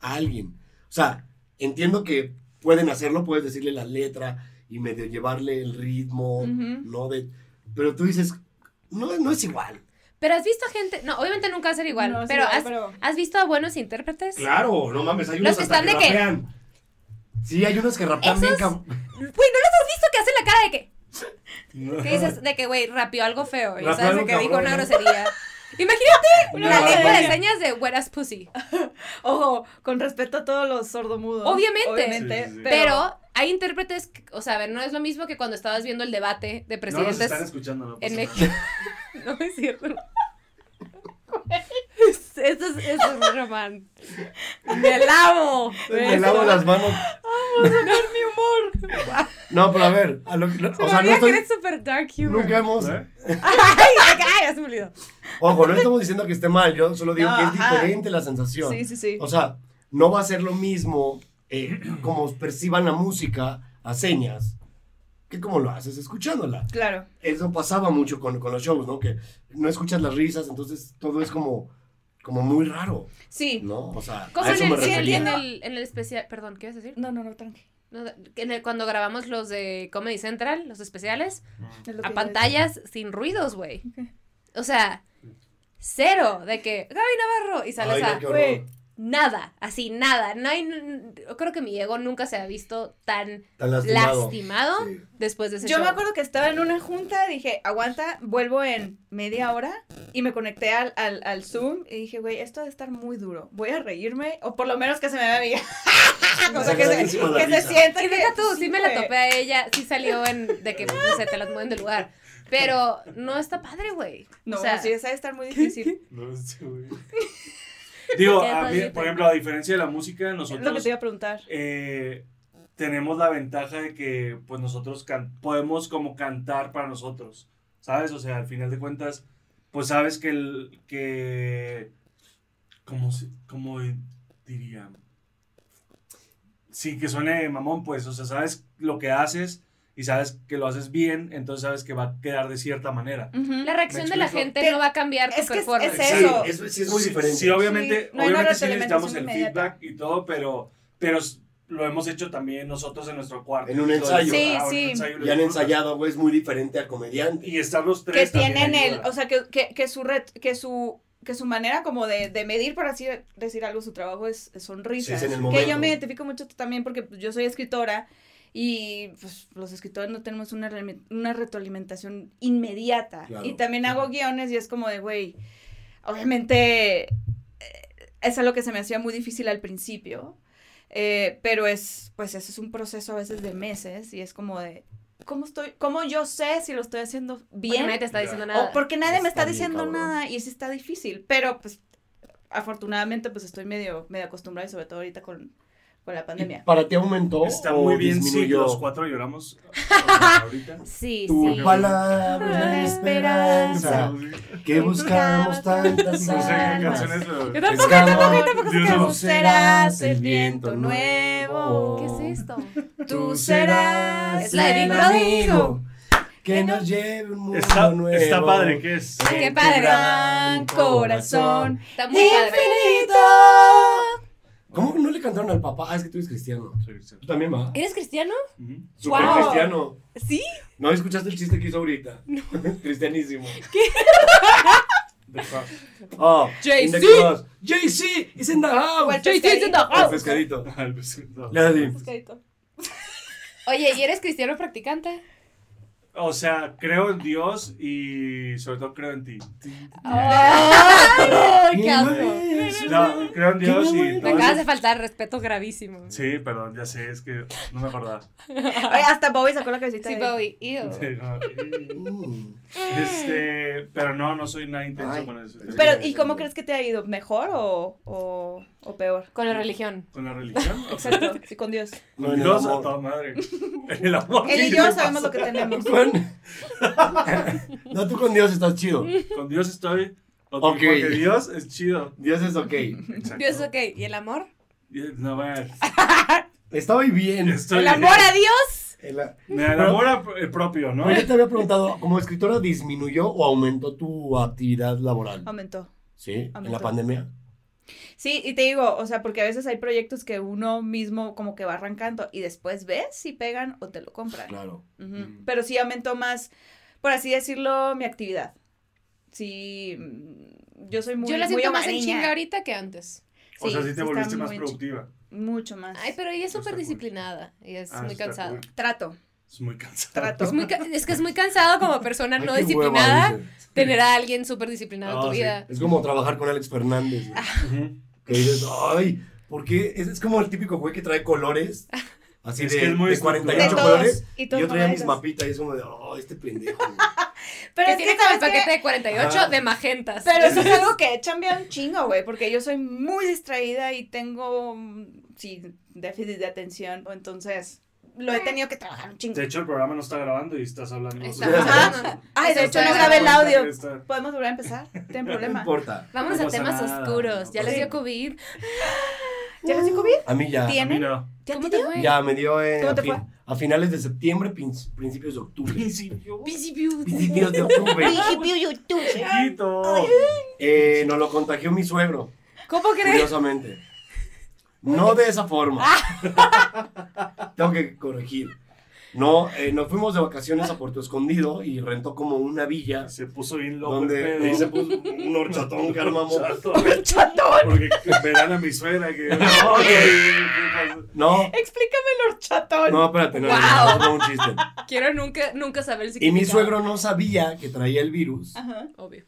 Speaker 4: a alguien. O sea, entiendo que pueden hacerlo, puedes decirle la letra y medio llevarle el ritmo,
Speaker 1: Ujú.
Speaker 4: ¿no? De, pero tú dices, no, no es igual.
Speaker 2: Pero has visto gente. No, obviamente nunca va a ser igual.
Speaker 1: No, sí,
Speaker 2: pero,
Speaker 1: igual,
Speaker 2: has,
Speaker 1: pero-
Speaker 2: ¿has visto a buenos intérpretes?
Speaker 4: Claro, no mames, hay
Speaker 2: Los
Speaker 4: unos
Speaker 2: que
Speaker 4: hasta
Speaker 2: están de
Speaker 4: que
Speaker 2: que-
Speaker 4: rapean. Sí, hay unos que rapean bien
Speaker 2: Esos-
Speaker 4: cab-
Speaker 2: Güey, ¿no los has visto que hacen la cara de que.
Speaker 3: No.
Speaker 2: ¿Qué dices? De que, güey, rapeó algo feo. Y
Speaker 4: Rapeó
Speaker 2: sabes de
Speaker 4: algo
Speaker 2: que dijo
Speaker 4: cabrón,
Speaker 2: una
Speaker 4: ¿no?
Speaker 2: grosería. Imagínate
Speaker 3: Una
Speaker 2: la lengua de
Speaker 3: grosería.
Speaker 2: señas de buenas pussy.
Speaker 1: Ojo, con respeto a todos los sordomudos.
Speaker 2: Obviamente.
Speaker 1: Obviamente,
Speaker 3: Sí, sí, sí.
Speaker 1: Pero,
Speaker 2: Pero hay intérpretes, que- o sea, a ver, no es lo mismo que cuando estabas viendo el debate de
Speaker 3: No nos
Speaker 2: presidentes
Speaker 3: están escuchando, no pasa
Speaker 2: en
Speaker 3: nada.
Speaker 2: México. No es cierto. Es- Esto es, esto es Román. Me lavo.
Speaker 4: Me lavo las manos.
Speaker 2: mi humor.
Speaker 4: No, pero a ver, a lo- no,
Speaker 2: Se
Speaker 4: o sea,
Speaker 2: me olvida que
Speaker 4: no estoy,
Speaker 2: eres super dark humor.
Speaker 4: nunca hemos,
Speaker 3: ¿Eh?
Speaker 2: Ay, ay, ya se me olvidó.
Speaker 4: ojo, no estamos diciendo que esté mal, yo solo digo
Speaker 1: No,
Speaker 4: que es
Speaker 1: ajá.
Speaker 4: diferente la sensación.
Speaker 1: sí, sí, sí.
Speaker 4: O sea, no va a ser lo mismo eh, como perciban la música a señas que como lo haces escuchándola.
Speaker 1: Claro.
Speaker 4: Eso pasaba mucho con, con los shows, ¿no? Que no escuchas las risas, entonces todo es como, como muy raro,
Speaker 1: Sí.
Speaker 4: ¿no? O sea,
Speaker 2: Como
Speaker 4: a
Speaker 2: en
Speaker 4: eso me
Speaker 2: el, sí,
Speaker 4: refería.
Speaker 2: en el, en el especial, perdón, ¿qué ibas a decir?
Speaker 1: No, no, no, tranqui.
Speaker 2: No, en el- cuando grabamos los de Comedy Central, los especiales,
Speaker 1: Es lo
Speaker 2: a
Speaker 1: que
Speaker 2: pantallas sin ruidos, güey. O sea, cero de que Gaby Navarro y sales
Speaker 4: Ay, no,
Speaker 2: a
Speaker 4: qué
Speaker 1: Güey,
Speaker 4: horror.
Speaker 2: Nada, así, nada. No hay, yo creo que mi ego nunca se ha visto tan
Speaker 4: Tan
Speaker 2: lastimado,
Speaker 4: lastimado. Sí.
Speaker 2: después de ese
Speaker 1: Yo me
Speaker 2: show.
Speaker 1: acuerdo que estaba en una junta, dije, aguanta, vuelvo en media hora y me conecté al, al, al Zoom y dije, güey, esto debe estar muy duro, voy a reírme o por lo menos que se me vea bien. o sea, que se, que
Speaker 4: Agradísimo la
Speaker 1: se
Speaker 4: risa.
Speaker 1: sienta
Speaker 2: Y
Speaker 1: que...
Speaker 2: deja tú, sí me la
Speaker 1: güey.
Speaker 2: topé a ella, sí salió en, de que no sé, te las mueven del lugar. Pero no está padre, güey.
Speaker 1: No,
Speaker 2: o sea,
Speaker 1: sí, esa debe estar muy difícil.
Speaker 3: No, este güey. Digo,
Speaker 2: Qué
Speaker 3: a mí,
Speaker 2: rollo
Speaker 3: por
Speaker 2: tan-
Speaker 3: ejemplo, a diferencia de la música,
Speaker 1: Es lo que
Speaker 3: nosotros
Speaker 1: te iba a preguntar.
Speaker 3: eh, tenemos la ventaja de que pues nosotros can- podemos como cantar para nosotros, ¿sabes? O sea, al final de cuentas, pues sabes que el que como como diría sí que suene mamón, pues, o sea, sabes lo que haces y sabes que lo haces bien, entonces sabes que va a quedar de cierta manera.
Speaker 2: la reacción
Speaker 3: ¿Me
Speaker 2: de la
Speaker 3: explico?
Speaker 2: gente
Speaker 1: Te-
Speaker 2: no va a cambiar tu
Speaker 1: es que es-
Speaker 2: performance.
Speaker 1: es eso.
Speaker 4: Sí, es, sí es muy
Speaker 3: Sí,
Speaker 4: diferente.
Speaker 3: Sí, obviamente,
Speaker 1: Sí, no hay
Speaker 3: obviamente
Speaker 1: una
Speaker 3: sí necesitamos el
Speaker 1: retroalimentación
Speaker 3: feedback y todo, pero, pero s- lo hemos hecho también nosotros en nuestro cuarto.
Speaker 4: En un
Speaker 3: Todo el-
Speaker 4: ensayo.
Speaker 1: Sí,
Speaker 3: ah, un
Speaker 1: sí.
Speaker 3: ensayo lo
Speaker 4: Y han
Speaker 3: disfrutas.
Speaker 4: ensayado, güey, es muy diferente a comediante.
Speaker 3: Y estar los
Speaker 1: Que
Speaker 3: tres. también
Speaker 1: tienen el,
Speaker 3: ayuda.
Speaker 1: o sea, que, que, que su red, que su que su manera como de, de medir, por así decir algo, su trabajo es, es sonrisa.
Speaker 4: Sí, es en el
Speaker 1: que
Speaker 4: momento.
Speaker 1: yo me identifico mucho también porque pues, yo soy escritora y pues los escritores no tenemos una, realme- una retroalimentación inmediata.
Speaker 4: Claro,
Speaker 1: y también
Speaker 4: claro.
Speaker 1: hago guiones y es como de, güey, obviamente eh, es algo que se me hacía muy difícil al principio, eh, pero es, pues ese es un proceso a veces de meses y es como de, ¿cómo estoy, cómo yo sé si lo estoy haciendo
Speaker 2: Porque
Speaker 1: bien?
Speaker 2: nadie te está diciendo
Speaker 3: O
Speaker 2: nada.
Speaker 1: O porque nadie me
Speaker 4: Está
Speaker 1: está
Speaker 4: bien,
Speaker 1: diciendo
Speaker 4: cabrón.
Speaker 1: nada y sí está difícil, pero pues afortunadamente pues estoy medio, medio acostumbrada y sobre todo ahorita con, con la
Speaker 4: ¿Y
Speaker 1: pandemia.
Speaker 4: ¿Para ti aumentó
Speaker 3: Está
Speaker 4: o
Speaker 3: muy bien si
Speaker 4: disminuyó
Speaker 3: los cuatro lloramos ah, ahorita.
Speaker 2: Sí,
Speaker 4: Tu
Speaker 2: sí.
Speaker 4: palabra
Speaker 1: Ah,
Speaker 4: de esperanza
Speaker 3: No sé
Speaker 4: que buscamos tantas
Speaker 3: qué
Speaker 4: almas.
Speaker 3: canciones, pero-
Speaker 1: Yo tampoco,
Speaker 4: tampoco, yo
Speaker 1: tampoco,
Speaker 4: tampoco, yo
Speaker 3: tampoco
Speaker 1: tampoco
Speaker 3: sé Yo qué no.
Speaker 1: Tú serás el viento
Speaker 4: nuevo.
Speaker 1: nuevo.
Speaker 2: ¿Qué es esto?
Speaker 1: Tú serás
Speaker 2: Es la de
Speaker 1: el
Speaker 2: Big Brother.
Speaker 1: amigo
Speaker 4: que nos lleve un mundo
Speaker 3: Está,
Speaker 4: nuevo.
Speaker 3: está padre, ¿qué es?
Speaker 2: Ay, qué
Speaker 4: En tu
Speaker 2: padre.
Speaker 4: gran
Speaker 1: corazón.
Speaker 2: Está muy padre.
Speaker 4: ¿Cómo que no le cantaron al papá? Ah, es que tú eres cristiano.
Speaker 3: Sí, sí.
Speaker 4: ¿Tú también, va?
Speaker 2: ¿Eres cristiano?
Speaker 3: Ujú.
Speaker 4: Súper
Speaker 2: Wow.
Speaker 4: cristiano.
Speaker 2: Sí.
Speaker 4: ¿No escuchaste el chiste que hizo ahorita? Cristianísimo.
Speaker 3: The fuck.
Speaker 4: Oh, in the
Speaker 1: JC.
Speaker 4: cross. JC is in the house.
Speaker 1: Well, JC is in the
Speaker 4: El
Speaker 1: house.
Speaker 4: pescadito.
Speaker 3: Al besito.
Speaker 4: Le hace así.
Speaker 1: Pescadito.
Speaker 2: Oye, ¿y eres cristiano practicante?
Speaker 3: O sea, creo en Dios y sobre todo creo en ti.
Speaker 2: ¡Ay, qué asco!
Speaker 3: No, creo en Dios y
Speaker 2: Me
Speaker 3: todo
Speaker 2: acabas
Speaker 3: eso.
Speaker 2: de faltar respeto gravísimo.
Speaker 3: Sí, perdón, ya sé, es que no me acordaba.
Speaker 1: Oye, hasta Bowie sacó la cabecita.
Speaker 2: Sí,
Speaker 1: de-
Speaker 2: Bowie. ew.
Speaker 3: Sí, no, eh,
Speaker 4: Mm.
Speaker 3: Este, pero no, no soy nada intenso
Speaker 4: Ay,
Speaker 3: con eso.
Speaker 1: Pero, ¿y cómo crees que te ha ido? ¿Mejor o, o, o peor?
Speaker 2: Con la religión.
Speaker 3: ¿Con la religión? O sea,
Speaker 1: Exacto, sí, con Dios.
Speaker 4: No, en el
Speaker 3: Dios
Speaker 4: amor.
Speaker 3: a toda madre. El amor.
Speaker 1: Él y yo sabemos lo que tenemos.
Speaker 4: Con- No, tú con Dios estás chido.
Speaker 1: Mm.
Speaker 3: Con Dios estoy. ok,
Speaker 4: Ok.
Speaker 3: Porque Dios es chido.
Speaker 4: Dios es ok.
Speaker 3: Exacto.
Speaker 2: Dios, ok. ¿Y el amor?
Speaker 3: Dios- No, bueno,
Speaker 4: Está muy bien.
Speaker 3: estoy-
Speaker 1: El amor a Dios.
Speaker 4: El a-
Speaker 3: Me enamora el propio, ¿no?
Speaker 4: Oye, yo te había preguntado, ¿como escritora disminuyó o aumentó tu actividad laboral?
Speaker 1: Aumentó.
Speaker 4: Sí, en la
Speaker 1: Aumentó.
Speaker 4: pandemia.
Speaker 1: Sí, y te digo, o sea, porque a veces hay proyectos que uno mismo como que va arrancando y después ves si pegan o te lo compran.
Speaker 4: Claro.
Speaker 1: Ujú.
Speaker 3: Mm.
Speaker 1: Pero sí aumentó más, por así decirlo, mi actividad. Sí, mm, yo soy muy,
Speaker 2: Yo la
Speaker 1: muy
Speaker 2: siento más en
Speaker 1: hogareña.
Speaker 2: chinga ahorita que antes.
Speaker 3: O sea, sí te
Speaker 1: está
Speaker 3: volviste
Speaker 1: muy
Speaker 3: más
Speaker 1: en
Speaker 3: productiva.
Speaker 1: chi- Mucho más.
Speaker 2: Ay, pero ella es
Speaker 3: Está
Speaker 2: súper
Speaker 3: cool.
Speaker 2: disciplinada y es
Speaker 3: Ah,
Speaker 2: muy
Speaker 3: está
Speaker 2: cansada.
Speaker 3: cool.
Speaker 1: Trato,
Speaker 3: Es muy cansado.
Speaker 1: trato.
Speaker 2: Es, muy ca- es que es muy cansado como persona
Speaker 4: Ay,
Speaker 2: no
Speaker 4: qué hueva,
Speaker 2: disciplinada
Speaker 4: dice.
Speaker 2: tener a alguien súper disciplinado en tu
Speaker 3: Ah, sí.
Speaker 2: vida.
Speaker 4: Es como trabajar con Alex Fernández. güey.
Speaker 1: Ah.
Speaker 3: Ujú.
Speaker 4: Que dices, ay, ¿por qué? Es, es como el típico güey que trae colores. Así
Speaker 3: Es
Speaker 4: de,
Speaker 3: que es muy
Speaker 4: de 48
Speaker 1: De todos,
Speaker 4: colores.
Speaker 1: y
Speaker 4: Y
Speaker 1: todos
Speaker 4: yo traía mis
Speaker 1: colores.
Speaker 4: mapitas y es como de, oh, este pendejo. güey".
Speaker 1: Pero
Speaker 2: que
Speaker 1: es
Speaker 2: tiene
Speaker 1: que,
Speaker 2: como el
Speaker 1: ¿sabes qué?
Speaker 2: paquete de 48
Speaker 4: Ah.
Speaker 2: de magentas.
Speaker 1: Pero eso es algo que chambea un chingo, güey, porque yo soy muy distraída y tengo, mm, sí, déficit de atención, entonces lo he tenido que trabajar un chingo.
Speaker 3: De hecho, el programa no está grabando y estás hablando.
Speaker 2: Está-
Speaker 1: Ajá. Ay, de hecho no
Speaker 2: Está-
Speaker 1: grabé el audio.
Speaker 3: Está-
Speaker 1: ¿Podemos volver a empezar? ¿Tienen
Speaker 4: No
Speaker 1: problema?
Speaker 4: importa.
Speaker 2: Vamos
Speaker 3: No
Speaker 2: a
Speaker 3: pasa
Speaker 2: temas
Speaker 3: nada,
Speaker 2: oscuros.
Speaker 3: no
Speaker 2: ya les
Speaker 3: pasa
Speaker 2: dio
Speaker 3: nada.
Speaker 2: COVID.
Speaker 1: ¿Ya les digo bien?
Speaker 4: A mí ya.
Speaker 1: Tien- ¿Tienen?
Speaker 3: Mira.
Speaker 1: ¿Ya
Speaker 2: ¿Cómo
Speaker 1: te
Speaker 2: te
Speaker 1: dio?
Speaker 2: fue?
Speaker 4: Ya me dio eh,
Speaker 1: ¿Cómo
Speaker 4: a,
Speaker 1: te
Speaker 4: fin-
Speaker 1: fue?
Speaker 4: a finales de septiembre, prin- principios de octubre.
Speaker 3: Principio.
Speaker 2: Busy Beauty.
Speaker 4: Principios de octubre.
Speaker 3: Chiquito.
Speaker 4: Eh, nos lo contagió mi suegro,
Speaker 2: ¿Cómo crees?
Speaker 4: curiosamente.
Speaker 2: Ah.
Speaker 4: No de esa forma. Tengo que corregir. No, eh, nos fuimos de vacaciones a Puerto Escondido y rentó como una villa
Speaker 3: Se puso bien loco. el
Speaker 4: donde
Speaker 3: pedo.
Speaker 4: ahí se puso un horchatón que armamos.
Speaker 3: Chato. Porque verán a mi suegra que. No, que-
Speaker 4: No,
Speaker 1: Explícame el horchatón.
Speaker 4: no, espérate, no, no, no, no, un chiste.
Speaker 2: Quiero nunca, nunca saber si
Speaker 4: Y mi suegro no sabía que traía el virus.
Speaker 1: Ajá.
Speaker 2: Obvio.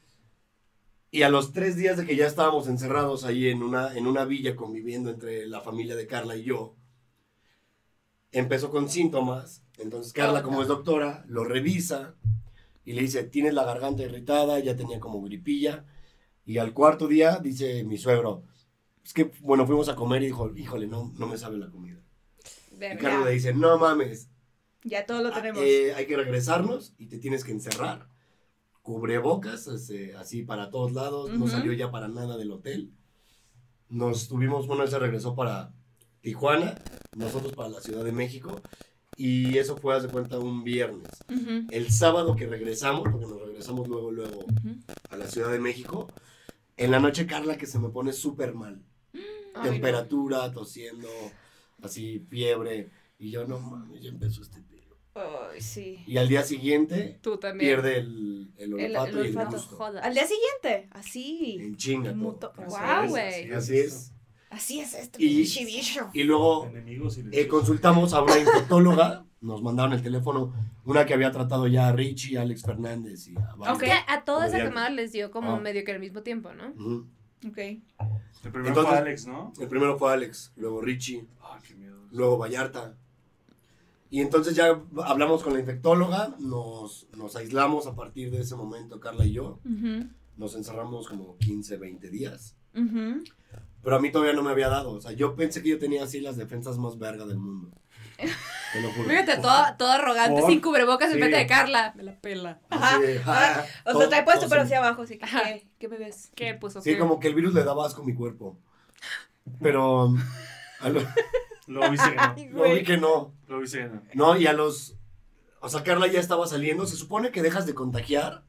Speaker 4: Y a los tres días de que ya estábamos encerrados ahí en una, en una villa conviviendo entre la familia de Carla y yo, empezó con síntomas. Entonces Carla, como es doctora, lo revisa y le dice, tienes la garganta irritada, ya tenía como gripilla. Y al cuarto día dice mi suegro, es que, bueno, fuimos a comer y dijo, híjole, no, no me sabe la comida. Y Carla le dice, no mames,
Speaker 1: Ya todo lo tenemos.
Speaker 4: eh, hay que regresarnos y te tienes que encerrar. Cubrebocas, este, así para todos lados, no
Speaker 1: Ujú.
Speaker 4: salió ya para nada del hotel. Nos tuvimos, bueno, él se regresó para Tijuana, nosotros para la Ciudad de México, y eso fue, hace cuenta, un viernes.
Speaker 1: Ujú.
Speaker 4: El sábado que regresamos, porque nos regresamos luego, luego a la Ciudad de México, en la noche Carla que se me pone súper mal.
Speaker 1: Mm,
Speaker 4: Temperatura, tosiendo, así, fiebre, y yo, no mames, ya empezó este pedo.
Speaker 1: Ay, sí.
Speaker 4: Y al día siguiente
Speaker 2: Tú también.
Speaker 4: pierde el, el
Speaker 1: El- el
Speaker 4: olfato y el
Speaker 1: olfato,
Speaker 4: gusto.
Speaker 2: Joda.
Speaker 1: Al día siguiente. Así.
Speaker 4: En chinga
Speaker 1: Muto-
Speaker 4: todo.
Speaker 1: Guau,
Speaker 4: es,
Speaker 2: güey.
Speaker 4: Así es.
Speaker 1: Así es este
Speaker 4: Y-
Speaker 1: pinche bicho.
Speaker 4: Y luego
Speaker 3: Enemigos y
Speaker 4: eh, consultamos a una infectóloga. Nos mandaron el teléfono. Una que había tratado ya a Richie, a Alex Fernández y a varios.
Speaker 1: Ok.
Speaker 2: Que a toda esa
Speaker 4: Obviamente.
Speaker 2: camada les dio como
Speaker 4: Ah.
Speaker 2: medio que al mismo tiempo, ¿no?
Speaker 4: Ujú.
Speaker 1: Ok.
Speaker 3: El primero
Speaker 4: Entonces-
Speaker 3: fue Alex, ¿no?
Speaker 4: El primero fue Alex, luego Richie,
Speaker 3: Ay, qué miedo.
Speaker 4: luego Vallarta. Y entonces ya hablamos con la infectóloga, nos, nos aislamos a partir de ese momento, Carla y yo.
Speaker 1: Ujú.
Speaker 4: Nos encerramos como 15, 20 días.
Speaker 1: Ujú.
Speaker 4: Pero a mí todavía no me había dado. O sea, yo pensé que yo tenía así las defensas más verga del mundo. Te lo juro.
Speaker 2: Fíjate, toda, toda arrogante,
Speaker 3: Por-
Speaker 2: sin cubrebocas
Speaker 3: sí.
Speaker 2: en frente de Carla. Me la pela.
Speaker 4: Así de, ja,
Speaker 1: O
Speaker 4: todo-
Speaker 1: sea, trae puesto,
Speaker 4: todo
Speaker 1: pero
Speaker 4: se-
Speaker 1: hacia abajo, así que.
Speaker 2: Ajá.
Speaker 1: ¿Qué, qué me ves?
Speaker 2: ¿Qué puso?
Speaker 4: Sí, como que el virus le daba asco a mi cuerpo. Pero. a lo-
Speaker 3: Lo viste que no.
Speaker 4: no vi que no.
Speaker 3: Lo viste que no.
Speaker 4: No, y a los. O sea, Carla ya estaba saliendo. Se supone que dejas de contagiar,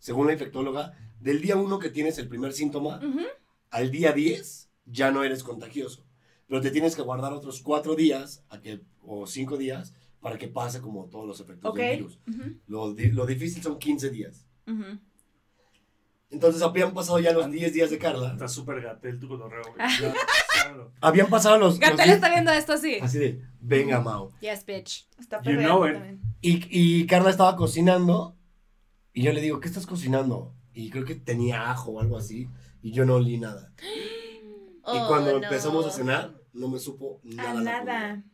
Speaker 4: según la infectóloga, del día 1 que tienes el primer síntoma
Speaker 1: Ujú.
Speaker 4: al día 10 ya no eres contagioso. Pero te tienes que guardar otros 4 días a que, o 5 días para que pase como todos los efectos
Speaker 1: Ok.
Speaker 4: del virus.
Speaker 1: Ujú.
Speaker 4: Lo, di- lo difícil son 15 días.
Speaker 1: Ujú.
Speaker 4: Entonces habían pasado ya los 10 días de Carla.
Speaker 3: Está súper gatel tu cotorreo,
Speaker 1: Ah.
Speaker 3: güey. Ya, claro.
Speaker 4: Habían pasado los. los
Speaker 2: Gatel
Speaker 4: 10
Speaker 2: está viendo esto así.
Speaker 4: Así de, venga, Mao.
Speaker 2: Yes, bitch.
Speaker 1: Está
Speaker 3: You
Speaker 1: perreando
Speaker 3: know it.
Speaker 1: también.
Speaker 4: Y, y Carla estaba cocinando. Y yo le digo, ¿qué estás cocinando? Y creo que tenía ajo o algo así. Y yo no olí nada. y cuando empezamos a cenar, no me supo nada.
Speaker 1: Oh, A
Speaker 4: la
Speaker 1: nada.
Speaker 4: comida.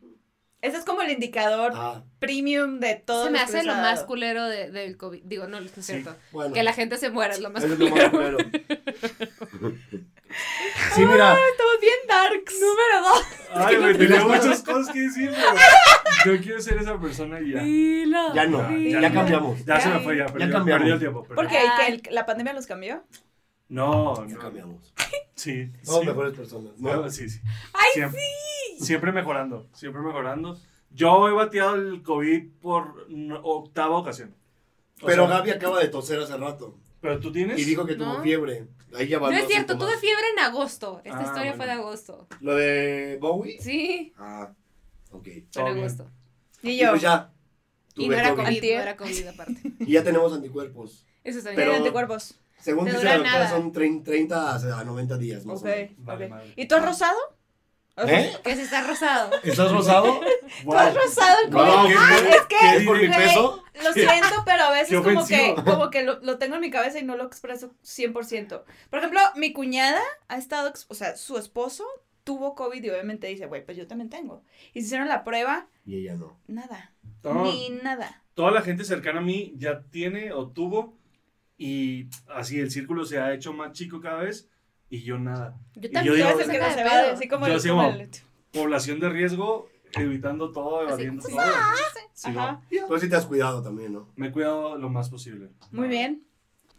Speaker 1: Ese es como el indicador
Speaker 4: Ah,
Speaker 1: premium de todo.
Speaker 2: Se me hace lo más culero de- del COVID. Digo, no, no es cierto.
Speaker 4: bueno.
Speaker 2: Que la gente se muera es lo más
Speaker 4: Eso es lo más
Speaker 2: culero.
Speaker 4: culero. sí, mira.
Speaker 1: Estamos bien darks. Número dos.
Speaker 3: Ay, güey, tenía muchas cosas que decir, pero yo quiero ser esa persona y ya.
Speaker 2: Dilo.
Speaker 4: Ya no.
Speaker 3: Ya,
Speaker 4: Ya,
Speaker 3: ya.
Speaker 4: cambiamos.
Speaker 3: Ya se me fue, ya perdí,
Speaker 4: Ya cambiamos.
Speaker 3: perdí el tiempo. perdí.
Speaker 1: ¿Por qué?
Speaker 2: Ay.
Speaker 1: ¿Que el- ¿La pandemia los cambió?
Speaker 3: No,
Speaker 4: Ya
Speaker 3: no.
Speaker 4: cambiamos.
Speaker 3: Sí,
Speaker 4: Somos
Speaker 3: sí.
Speaker 4: mejores personas. ¿no?
Speaker 3: No, sí, sí. siempre, sí! Siempre mejorando, siempre mejorando. Yo he bateado el COVID por n- octava ocasión. O
Speaker 4: Pero
Speaker 3: sea,
Speaker 4: Gaby acaba de toser hace rato.
Speaker 3: Pero tú tienes.
Speaker 4: Y dijo que tuvo
Speaker 2: No.
Speaker 4: fiebre. Ahí ya
Speaker 2: No
Speaker 4: van
Speaker 2: es
Speaker 4: dos
Speaker 2: cierto,
Speaker 4: síntomas.
Speaker 2: tuve fiebre en agosto. Esta
Speaker 3: Ah,
Speaker 2: historia
Speaker 3: bueno.
Speaker 2: fue de agosto.
Speaker 4: ¿Lo de Bowie?
Speaker 2: Sí,
Speaker 4: Ah, ok.
Speaker 2: fue
Speaker 3: Todo
Speaker 2: en
Speaker 3: bien.
Speaker 2: agosto.
Speaker 1: Y
Speaker 4: Y
Speaker 1: yo.
Speaker 4: pues ya.
Speaker 2: Y no
Speaker 4: tuve
Speaker 2: era
Speaker 4: COVID.
Speaker 2: COVID, no
Speaker 1: Antier.
Speaker 2: era COVID aparte.
Speaker 4: Y ya tenemos anticuerpos.
Speaker 2: Eso también.
Speaker 1: Tienen
Speaker 4: Pero-
Speaker 1: anticuerpos.
Speaker 4: Según
Speaker 2: Te
Speaker 4: dice
Speaker 2: dura
Speaker 4: la doctora,
Speaker 2: nada.
Speaker 4: son trein- 30 a a 90 días más
Speaker 1: Ok.
Speaker 4: o menos.
Speaker 1: ok.
Speaker 3: Vale, madre.
Speaker 1: ¿Y tú has rosado? O sea,
Speaker 4: ¿Eh?
Speaker 2: Que se está rosado.
Speaker 4: ¿Estás rosado?
Speaker 1: ¿Tú
Speaker 3: Wow.
Speaker 1: has rosado el
Speaker 4: No,
Speaker 1: COVID?
Speaker 4: ¿qué?
Speaker 1: Ah, es que,
Speaker 4: ¿Es por mi
Speaker 1: güey,
Speaker 4: peso?
Speaker 1: Lo siento, pero a
Speaker 3: Qué
Speaker 1: veces como que,
Speaker 3: ofensivo.
Speaker 1: como que lo, lo tengo en mi cabeza y no lo expreso 100%. Por ejemplo, mi cuñada ha estado, ex- o sea, su esposo tuvo COVID y obviamente dice, güey, pues yo también tengo. Y se hicieron la prueba,
Speaker 4: Y ella no.
Speaker 1: nada,
Speaker 3: No,
Speaker 1: ni nada.
Speaker 3: toda la gente cercana a mí ya tiene o tuvo. Y así el círculo se ha hecho más chico cada vez. Y yo nada.
Speaker 2: Yo
Speaker 3: Y
Speaker 2: también.
Speaker 3: yo
Speaker 1: Y
Speaker 3: digo-
Speaker 1: es
Speaker 2: me
Speaker 1: el que
Speaker 2: saca
Speaker 1: no
Speaker 2: de
Speaker 1: se
Speaker 2: pedo.
Speaker 1: va a decir como
Speaker 3: Yo
Speaker 1: el...
Speaker 3: así
Speaker 1: como
Speaker 3: como-
Speaker 1: el-
Speaker 3: Población de riesgo, evitando todo,
Speaker 2: Así,
Speaker 3: evadiendo
Speaker 2: pues,
Speaker 3: todo. Sí, no.
Speaker 1: Ajá,
Speaker 4: Tú sí te has cuidado también, ¿no?
Speaker 3: Me he cuidado lo más posible.
Speaker 1: muy bien.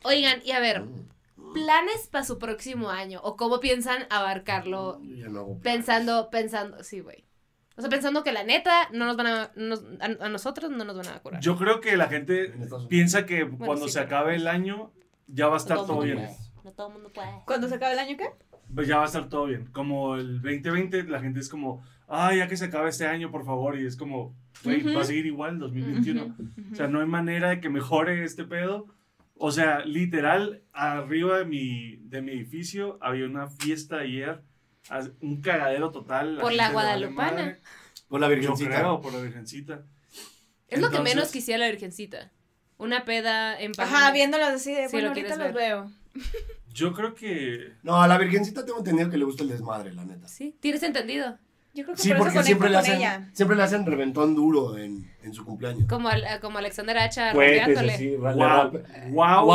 Speaker 2: Oigan, y a ver,
Speaker 4: Mm.
Speaker 2: planes para su próximo año o cómo piensan abarcarlo
Speaker 4: Yo ya no hago planes.
Speaker 2: pensando, pensando, sí, güey. O sea, pensando que la neta no nos van a, nos- a, a nosotros no nos van a curar.
Speaker 3: Yo creo que la gente
Speaker 4: En Estados Unidos.
Speaker 3: piensa que
Speaker 2: Bueno,
Speaker 3: cuando
Speaker 2: sí,
Speaker 3: se
Speaker 2: pero-
Speaker 3: acabe el año ya va a estar
Speaker 2: No todo
Speaker 3: todo
Speaker 2: el
Speaker 3: bien.
Speaker 2: mundo puede,
Speaker 5: No todo el mundo puede.
Speaker 1: ¿Cuándo se acaba el año qué?
Speaker 3: pues ya va a estar todo bien. Como el 2020, la gente es como, ay, ya que se acabe este año, por favor. Y es como, güey, va a seguir igual el 2021. O sea, no hay manera de que mejore este pedo. O sea, literal, arriba de mi, de mi edificio había una fiesta ayer, as- un cagadero total.
Speaker 2: Por la
Speaker 3: gente le vale
Speaker 2: Guadalupana.
Speaker 3: madre.
Speaker 4: Por la
Speaker 3: Yo
Speaker 4: virgencita.
Speaker 3: creo, por la virgencita.
Speaker 2: Es lo que
Speaker 3: Entonces-
Speaker 2: menos quisiera la virgencita. Una peda en
Speaker 1: Ajá,
Speaker 2: pandemia.
Speaker 1: viéndolos así de,
Speaker 2: Sí,
Speaker 1: bueno,
Speaker 2: lo
Speaker 1: ahorita
Speaker 2: quieres
Speaker 1: los
Speaker 2: ver.
Speaker 1: veo.
Speaker 3: Yo creo que
Speaker 4: No, a la virgencita tengo entendido que le gusta el desmadre, la neta.
Speaker 2: Sí, tienes entendido.
Speaker 1: Yo creo que
Speaker 4: Sí,
Speaker 1: por eso
Speaker 4: porque siempre
Speaker 1: conecto
Speaker 4: le
Speaker 1: con ella.
Speaker 4: hacen, siempre le hacen reventón duro en, en su cumpleaños.
Speaker 2: Como, al- como Alexander Hacha
Speaker 4: Cohetes,
Speaker 2: rapeándole.
Speaker 4: así, ra- le
Speaker 3: Wow,
Speaker 4: rape-
Speaker 3: wow,
Speaker 4: Wow,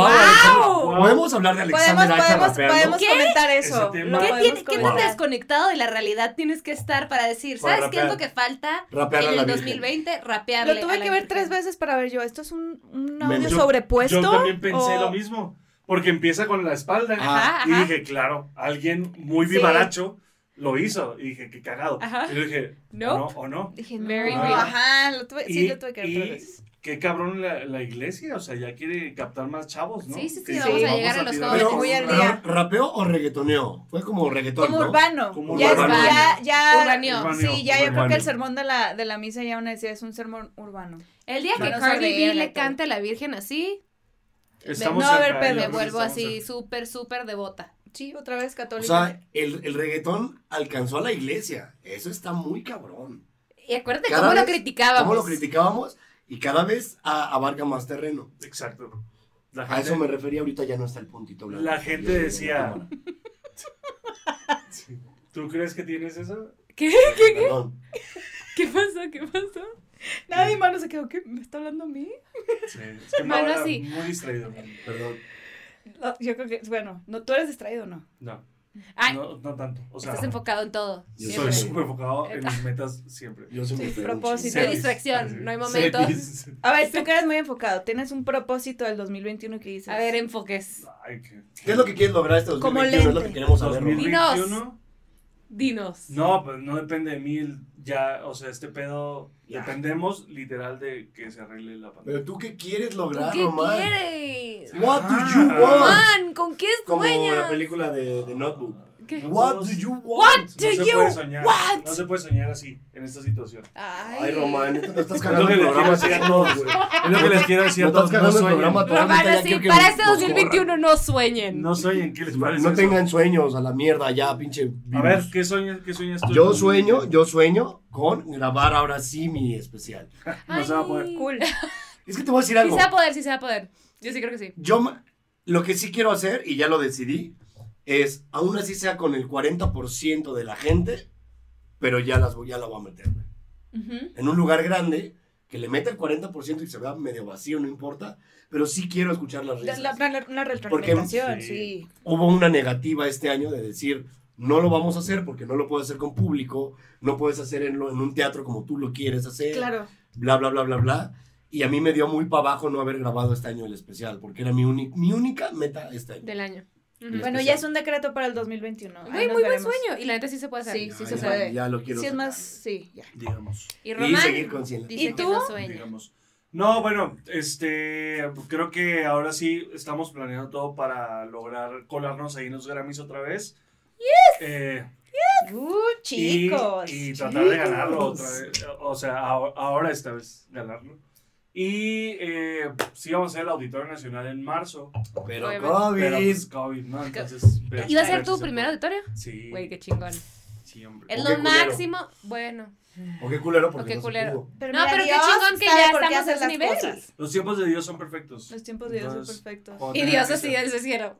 Speaker 3: Wow.
Speaker 4: Podemos hablar de
Speaker 1: Podemos,
Speaker 4: Alexander Hacha
Speaker 1: podemos,
Speaker 4: rapeando?
Speaker 1: podemos
Speaker 2: ¿Qué?
Speaker 1: comentar
Speaker 3: Ese
Speaker 1: eso.
Speaker 3: tema.
Speaker 1: Lo
Speaker 2: ¿Qué,
Speaker 1: podemos
Speaker 2: tiene- qué tan
Speaker 1: comentar.
Speaker 2: desconectado de la realidad tienes que estar para decir,
Speaker 3: Para
Speaker 2: ¿sabes qué es lo
Speaker 3: rapear.
Speaker 2: que falta
Speaker 4: Rapear a
Speaker 2: en
Speaker 4: la
Speaker 2: el
Speaker 4: Virgen.
Speaker 2: 2020? Rapearle.
Speaker 1: Lo
Speaker 2: a
Speaker 1: tuve
Speaker 2: la
Speaker 1: que ver
Speaker 2: Virgen.
Speaker 1: tres veces para ver yo. ¿Esto es un, un
Speaker 4: Me-
Speaker 1: audio
Speaker 3: yo-
Speaker 1: sobrepuesto?
Speaker 3: Yo también pensé
Speaker 1: o-
Speaker 3: lo mismo, porque empieza con la espalda.
Speaker 2: Ajá,
Speaker 3: y
Speaker 2: ajá.
Speaker 3: dije, claro, alguien muy
Speaker 2: Sí.
Speaker 3: vivaracho lo hizo. Y dije, qué cagado.
Speaker 2: Ajá.
Speaker 3: Y yo dije,
Speaker 2: Nope.
Speaker 3: no, o no.
Speaker 1: Dije, no,
Speaker 2: Very
Speaker 3: real.
Speaker 1: ajá, lo tuve, sí,
Speaker 3: Y-
Speaker 1: lo tuve que ver
Speaker 3: y
Speaker 1: tres veces.
Speaker 3: Qué cabrón la, la iglesia, o sea, ya quiere captar más chavos, ¿no?
Speaker 2: Sí, sí, sí,
Speaker 3: Que
Speaker 2: vamos
Speaker 3: dicen,
Speaker 1: a
Speaker 2: llegar a los
Speaker 3: tirar-
Speaker 4: Pero,
Speaker 1: Muy al día.
Speaker 4: ra- ¿rapeo o reggaetoneo? Fue como reggaetón,
Speaker 1: Como
Speaker 4: ¿no?
Speaker 1: urbano.
Speaker 3: Como
Speaker 1: ya, es-
Speaker 3: urbano.
Speaker 1: ya, ya.
Speaker 2: Urbaneo.
Speaker 3: Urbaneo,
Speaker 1: Sí, ya yo creo que
Speaker 3: urbaneo.
Speaker 1: el sermón de la, de la misa ya uno decía es un sermón urbano.
Speaker 2: El día que
Speaker 1: Manos
Speaker 2: Cardi
Speaker 1: arriba,
Speaker 2: B le
Speaker 1: like,
Speaker 2: canta a la Virgen así,
Speaker 3: Estamos
Speaker 1: No, a ver,
Speaker 3: cerca,
Speaker 1: Pedro,
Speaker 3: yo
Speaker 2: me
Speaker 3: creo que
Speaker 2: vuelvo
Speaker 3: estamos
Speaker 2: así
Speaker 3: cerca.
Speaker 2: súper, súper devota.
Speaker 1: Sí, otra vez
Speaker 4: O
Speaker 1: católica.
Speaker 4: sea, el, el reggaetón alcanzó a la iglesia. Eso está muy cabrón.
Speaker 2: Y acuérdate
Speaker 4: Cada
Speaker 2: cómo lo
Speaker 4: vez-
Speaker 2: criticábamos.
Speaker 4: ¿Cómo lo criticábamos? Y cada vez a- abarca más terreno.
Speaker 3: Exacto. La
Speaker 4: A eso me refería ahorita, ya no está el puntito blanco.
Speaker 3: La
Speaker 4: que
Speaker 3: gente
Speaker 4: yo tenía en la
Speaker 3: decía-
Speaker 4: cámara.
Speaker 3: Sí. ¿Tú crees que tienes eso?
Speaker 4: Perdón.
Speaker 2: ¿Qué pasó? ¿Qué pasó?
Speaker 1: Nadie mano se quedó, ¿qué? ¿Me está hablando a mí?
Speaker 3: Sí, es que
Speaker 2: Mano
Speaker 3: Mau era
Speaker 2: así.
Speaker 3: muy distraído.
Speaker 4: Perdón.
Speaker 1: No, yo creo que, bueno, no, tú eres distraído, ¿no?
Speaker 3: No,
Speaker 2: Ay,
Speaker 3: no, no tanto. O sea,
Speaker 2: Ah, estás enfocado en todo.
Speaker 4: Yo
Speaker 3: soy
Speaker 2: siempre.
Speaker 3: súper enfocado en mis metas siempre. Ah,
Speaker 4: Yo soy
Speaker 1: Sí,
Speaker 4: muy feo,
Speaker 1: propósito.
Speaker 4: chico.
Speaker 2: No hay distracción, no hay momentos.
Speaker 3: Series.
Speaker 1: A ver, tú que eres muy enfocado, tienes un propósito del 2021 que dices.
Speaker 2: A ver, enfoques.
Speaker 3: Ay, qué-
Speaker 4: ¿Qué es lo que quieres lograr este
Speaker 1: Como
Speaker 4: 2021? Es lo
Speaker 1: lente.
Speaker 4: que queremos saber. ¿no?
Speaker 3: 2021.
Speaker 2: Dinos.
Speaker 3: No, pues no depende de mí. el- Ya, o sea, este pedo.
Speaker 4: Ya.
Speaker 3: Dependemos literal de que se arregle la pandemia.
Speaker 4: Pero tú qué quieres
Speaker 2: ¿Tú
Speaker 4: lograr,
Speaker 2: ¿Qué
Speaker 4: Román?
Speaker 2: quieres?
Speaker 4: What do
Speaker 3: Ah.
Speaker 4: you want?
Speaker 2: Man, ¿con qué
Speaker 4: Como la
Speaker 2: sueñas?
Speaker 4: película de, de Notebook.
Speaker 2: ¿Qué?
Speaker 4: What do you want?
Speaker 3: No se
Speaker 2: Do you
Speaker 3: puede soñar.
Speaker 2: what?
Speaker 3: No se puede soñar así, en esta situación.
Speaker 2: Ay,
Speaker 4: Ay, Román, esto te estás
Speaker 3: Es lo
Speaker 4: cagando
Speaker 3: que
Speaker 4: el
Speaker 3: les quiero
Speaker 4: programa.
Speaker 3: decir a todos, güey. Es lo que les quiero decir
Speaker 4: No
Speaker 3: a todos.
Speaker 4: estás
Speaker 3: No
Speaker 4: cagando el programa
Speaker 3: sueñen.
Speaker 4: todo. Ahorita
Speaker 2: Román,
Speaker 4: ya
Speaker 2: así,
Speaker 4: quiero que
Speaker 2: para
Speaker 4: nos
Speaker 2: este
Speaker 4: corran.
Speaker 2: 2021 no sueñen.
Speaker 3: No sueñen, ¿qué les parece?
Speaker 4: No
Speaker 3: eso?
Speaker 4: tengan sueños a la mierda ya, pinche.
Speaker 3: A
Speaker 4: virus.
Speaker 3: ver, ¿qué sueñas, qué sueñas tú?
Speaker 4: Yo sueño, yo sueño con grabar ahora sí mi especial.
Speaker 3: No se va a poder.
Speaker 2: Ay.
Speaker 1: Cool.
Speaker 4: Es que te voy a decir
Speaker 2: Sí
Speaker 4: algo.
Speaker 2: se va a poder, sí se va a poder. Yo sí creo que sí.
Speaker 4: Yo ma- lo que sí quiero hacer, y ya lo decidí, es, aún así sea con el 40% de la gente, pero ya, las, voy- ya la voy a meter. güey.
Speaker 2: Ujú.
Speaker 4: En un lugar grande, que le meta el 40% y se vea medio vacío, no importa, pero sí quiero escuchar las
Speaker 1: La, la-
Speaker 4: risas.
Speaker 1: una- una retroalimentación, sí.
Speaker 4: Hubo una negativa este año de decir, no lo vamos a hacer porque no lo puedes hacer con público, no puedes hacer en, en un teatro como tú lo quieres hacer.
Speaker 1: Claro.
Speaker 4: bla, bla, bla, bla, bla. Y a mí me dio muy para abajo no haber grabado este año el especial, porque era mi, uni- mi única meta este año.
Speaker 2: Del año. Ujú.
Speaker 4: Bueno,
Speaker 1: Bueno, ya es un decreto para el 2021. Ahí
Speaker 2: Güey,
Speaker 1: nos
Speaker 2: muy buen
Speaker 1: veremos.
Speaker 2: sueño. Y la neta sí se puede hacer.
Speaker 1: Sí,
Speaker 4: Ya,
Speaker 1: sí
Speaker 4: ya,
Speaker 1: se puede.
Speaker 4: Ya lo quiero.
Speaker 1: Sí, es
Speaker 4: sacar.
Speaker 1: más, sí, ya.
Speaker 3: Digamos.
Speaker 2: Y
Speaker 4: Y
Speaker 2: Román
Speaker 4: seguir con cien.
Speaker 2: dice
Speaker 1: ¿Y
Speaker 2: que
Speaker 1: tú?
Speaker 2: no sueña.
Speaker 3: digamos. No, bueno, este, creo que ahora sí estamos planeando todo para lograr colarnos ahí en los Grammys otra vez. Eh,
Speaker 1: Uh,
Speaker 3: y-
Speaker 1: chicos.
Speaker 3: Y, tratar de
Speaker 1: chicos.
Speaker 3: ganarlo otra vez. O sea, ahora, ahora esta vez ganarlo. Y eh, sí vamos a hacer el Auditorio Nacional en marzo.
Speaker 4: Pero
Speaker 2: Obviamente.
Speaker 4: COVID.
Speaker 3: Pero pues COVID, ¿no? Entonces. ver-
Speaker 2: ¿Iba a
Speaker 3: ver
Speaker 2: ser
Speaker 3: si
Speaker 2: tu
Speaker 3: se
Speaker 2: primer
Speaker 3: puede.
Speaker 2: auditorio?
Speaker 3: Sí.
Speaker 2: Güey, qué chingón.
Speaker 3: sí, hombre.
Speaker 2: Es
Speaker 4: O
Speaker 2: lo
Speaker 4: qué culero.
Speaker 2: máximo. Bueno.
Speaker 4: O qué culero, porque
Speaker 2: O qué
Speaker 4: no se
Speaker 2: culero.
Speaker 4: pudo.
Speaker 1: Pero
Speaker 2: No,
Speaker 1: mira,
Speaker 2: pero qué
Speaker 1: Dios
Speaker 2: chingón que
Speaker 1: sabe
Speaker 2: ya
Speaker 1: por qué
Speaker 2: estamos a
Speaker 1: hace
Speaker 2: ese
Speaker 1: las
Speaker 2: nivel.
Speaker 1: cosas.
Speaker 3: Los tiempos de Dios son perfectos.
Speaker 1: Los tiempos de Dios son
Speaker 3: Entonces,
Speaker 1: perfectos.
Speaker 3: puedo
Speaker 2: Y
Speaker 3: tener
Speaker 2: Dios
Speaker 3: risa.
Speaker 2: así del cielo.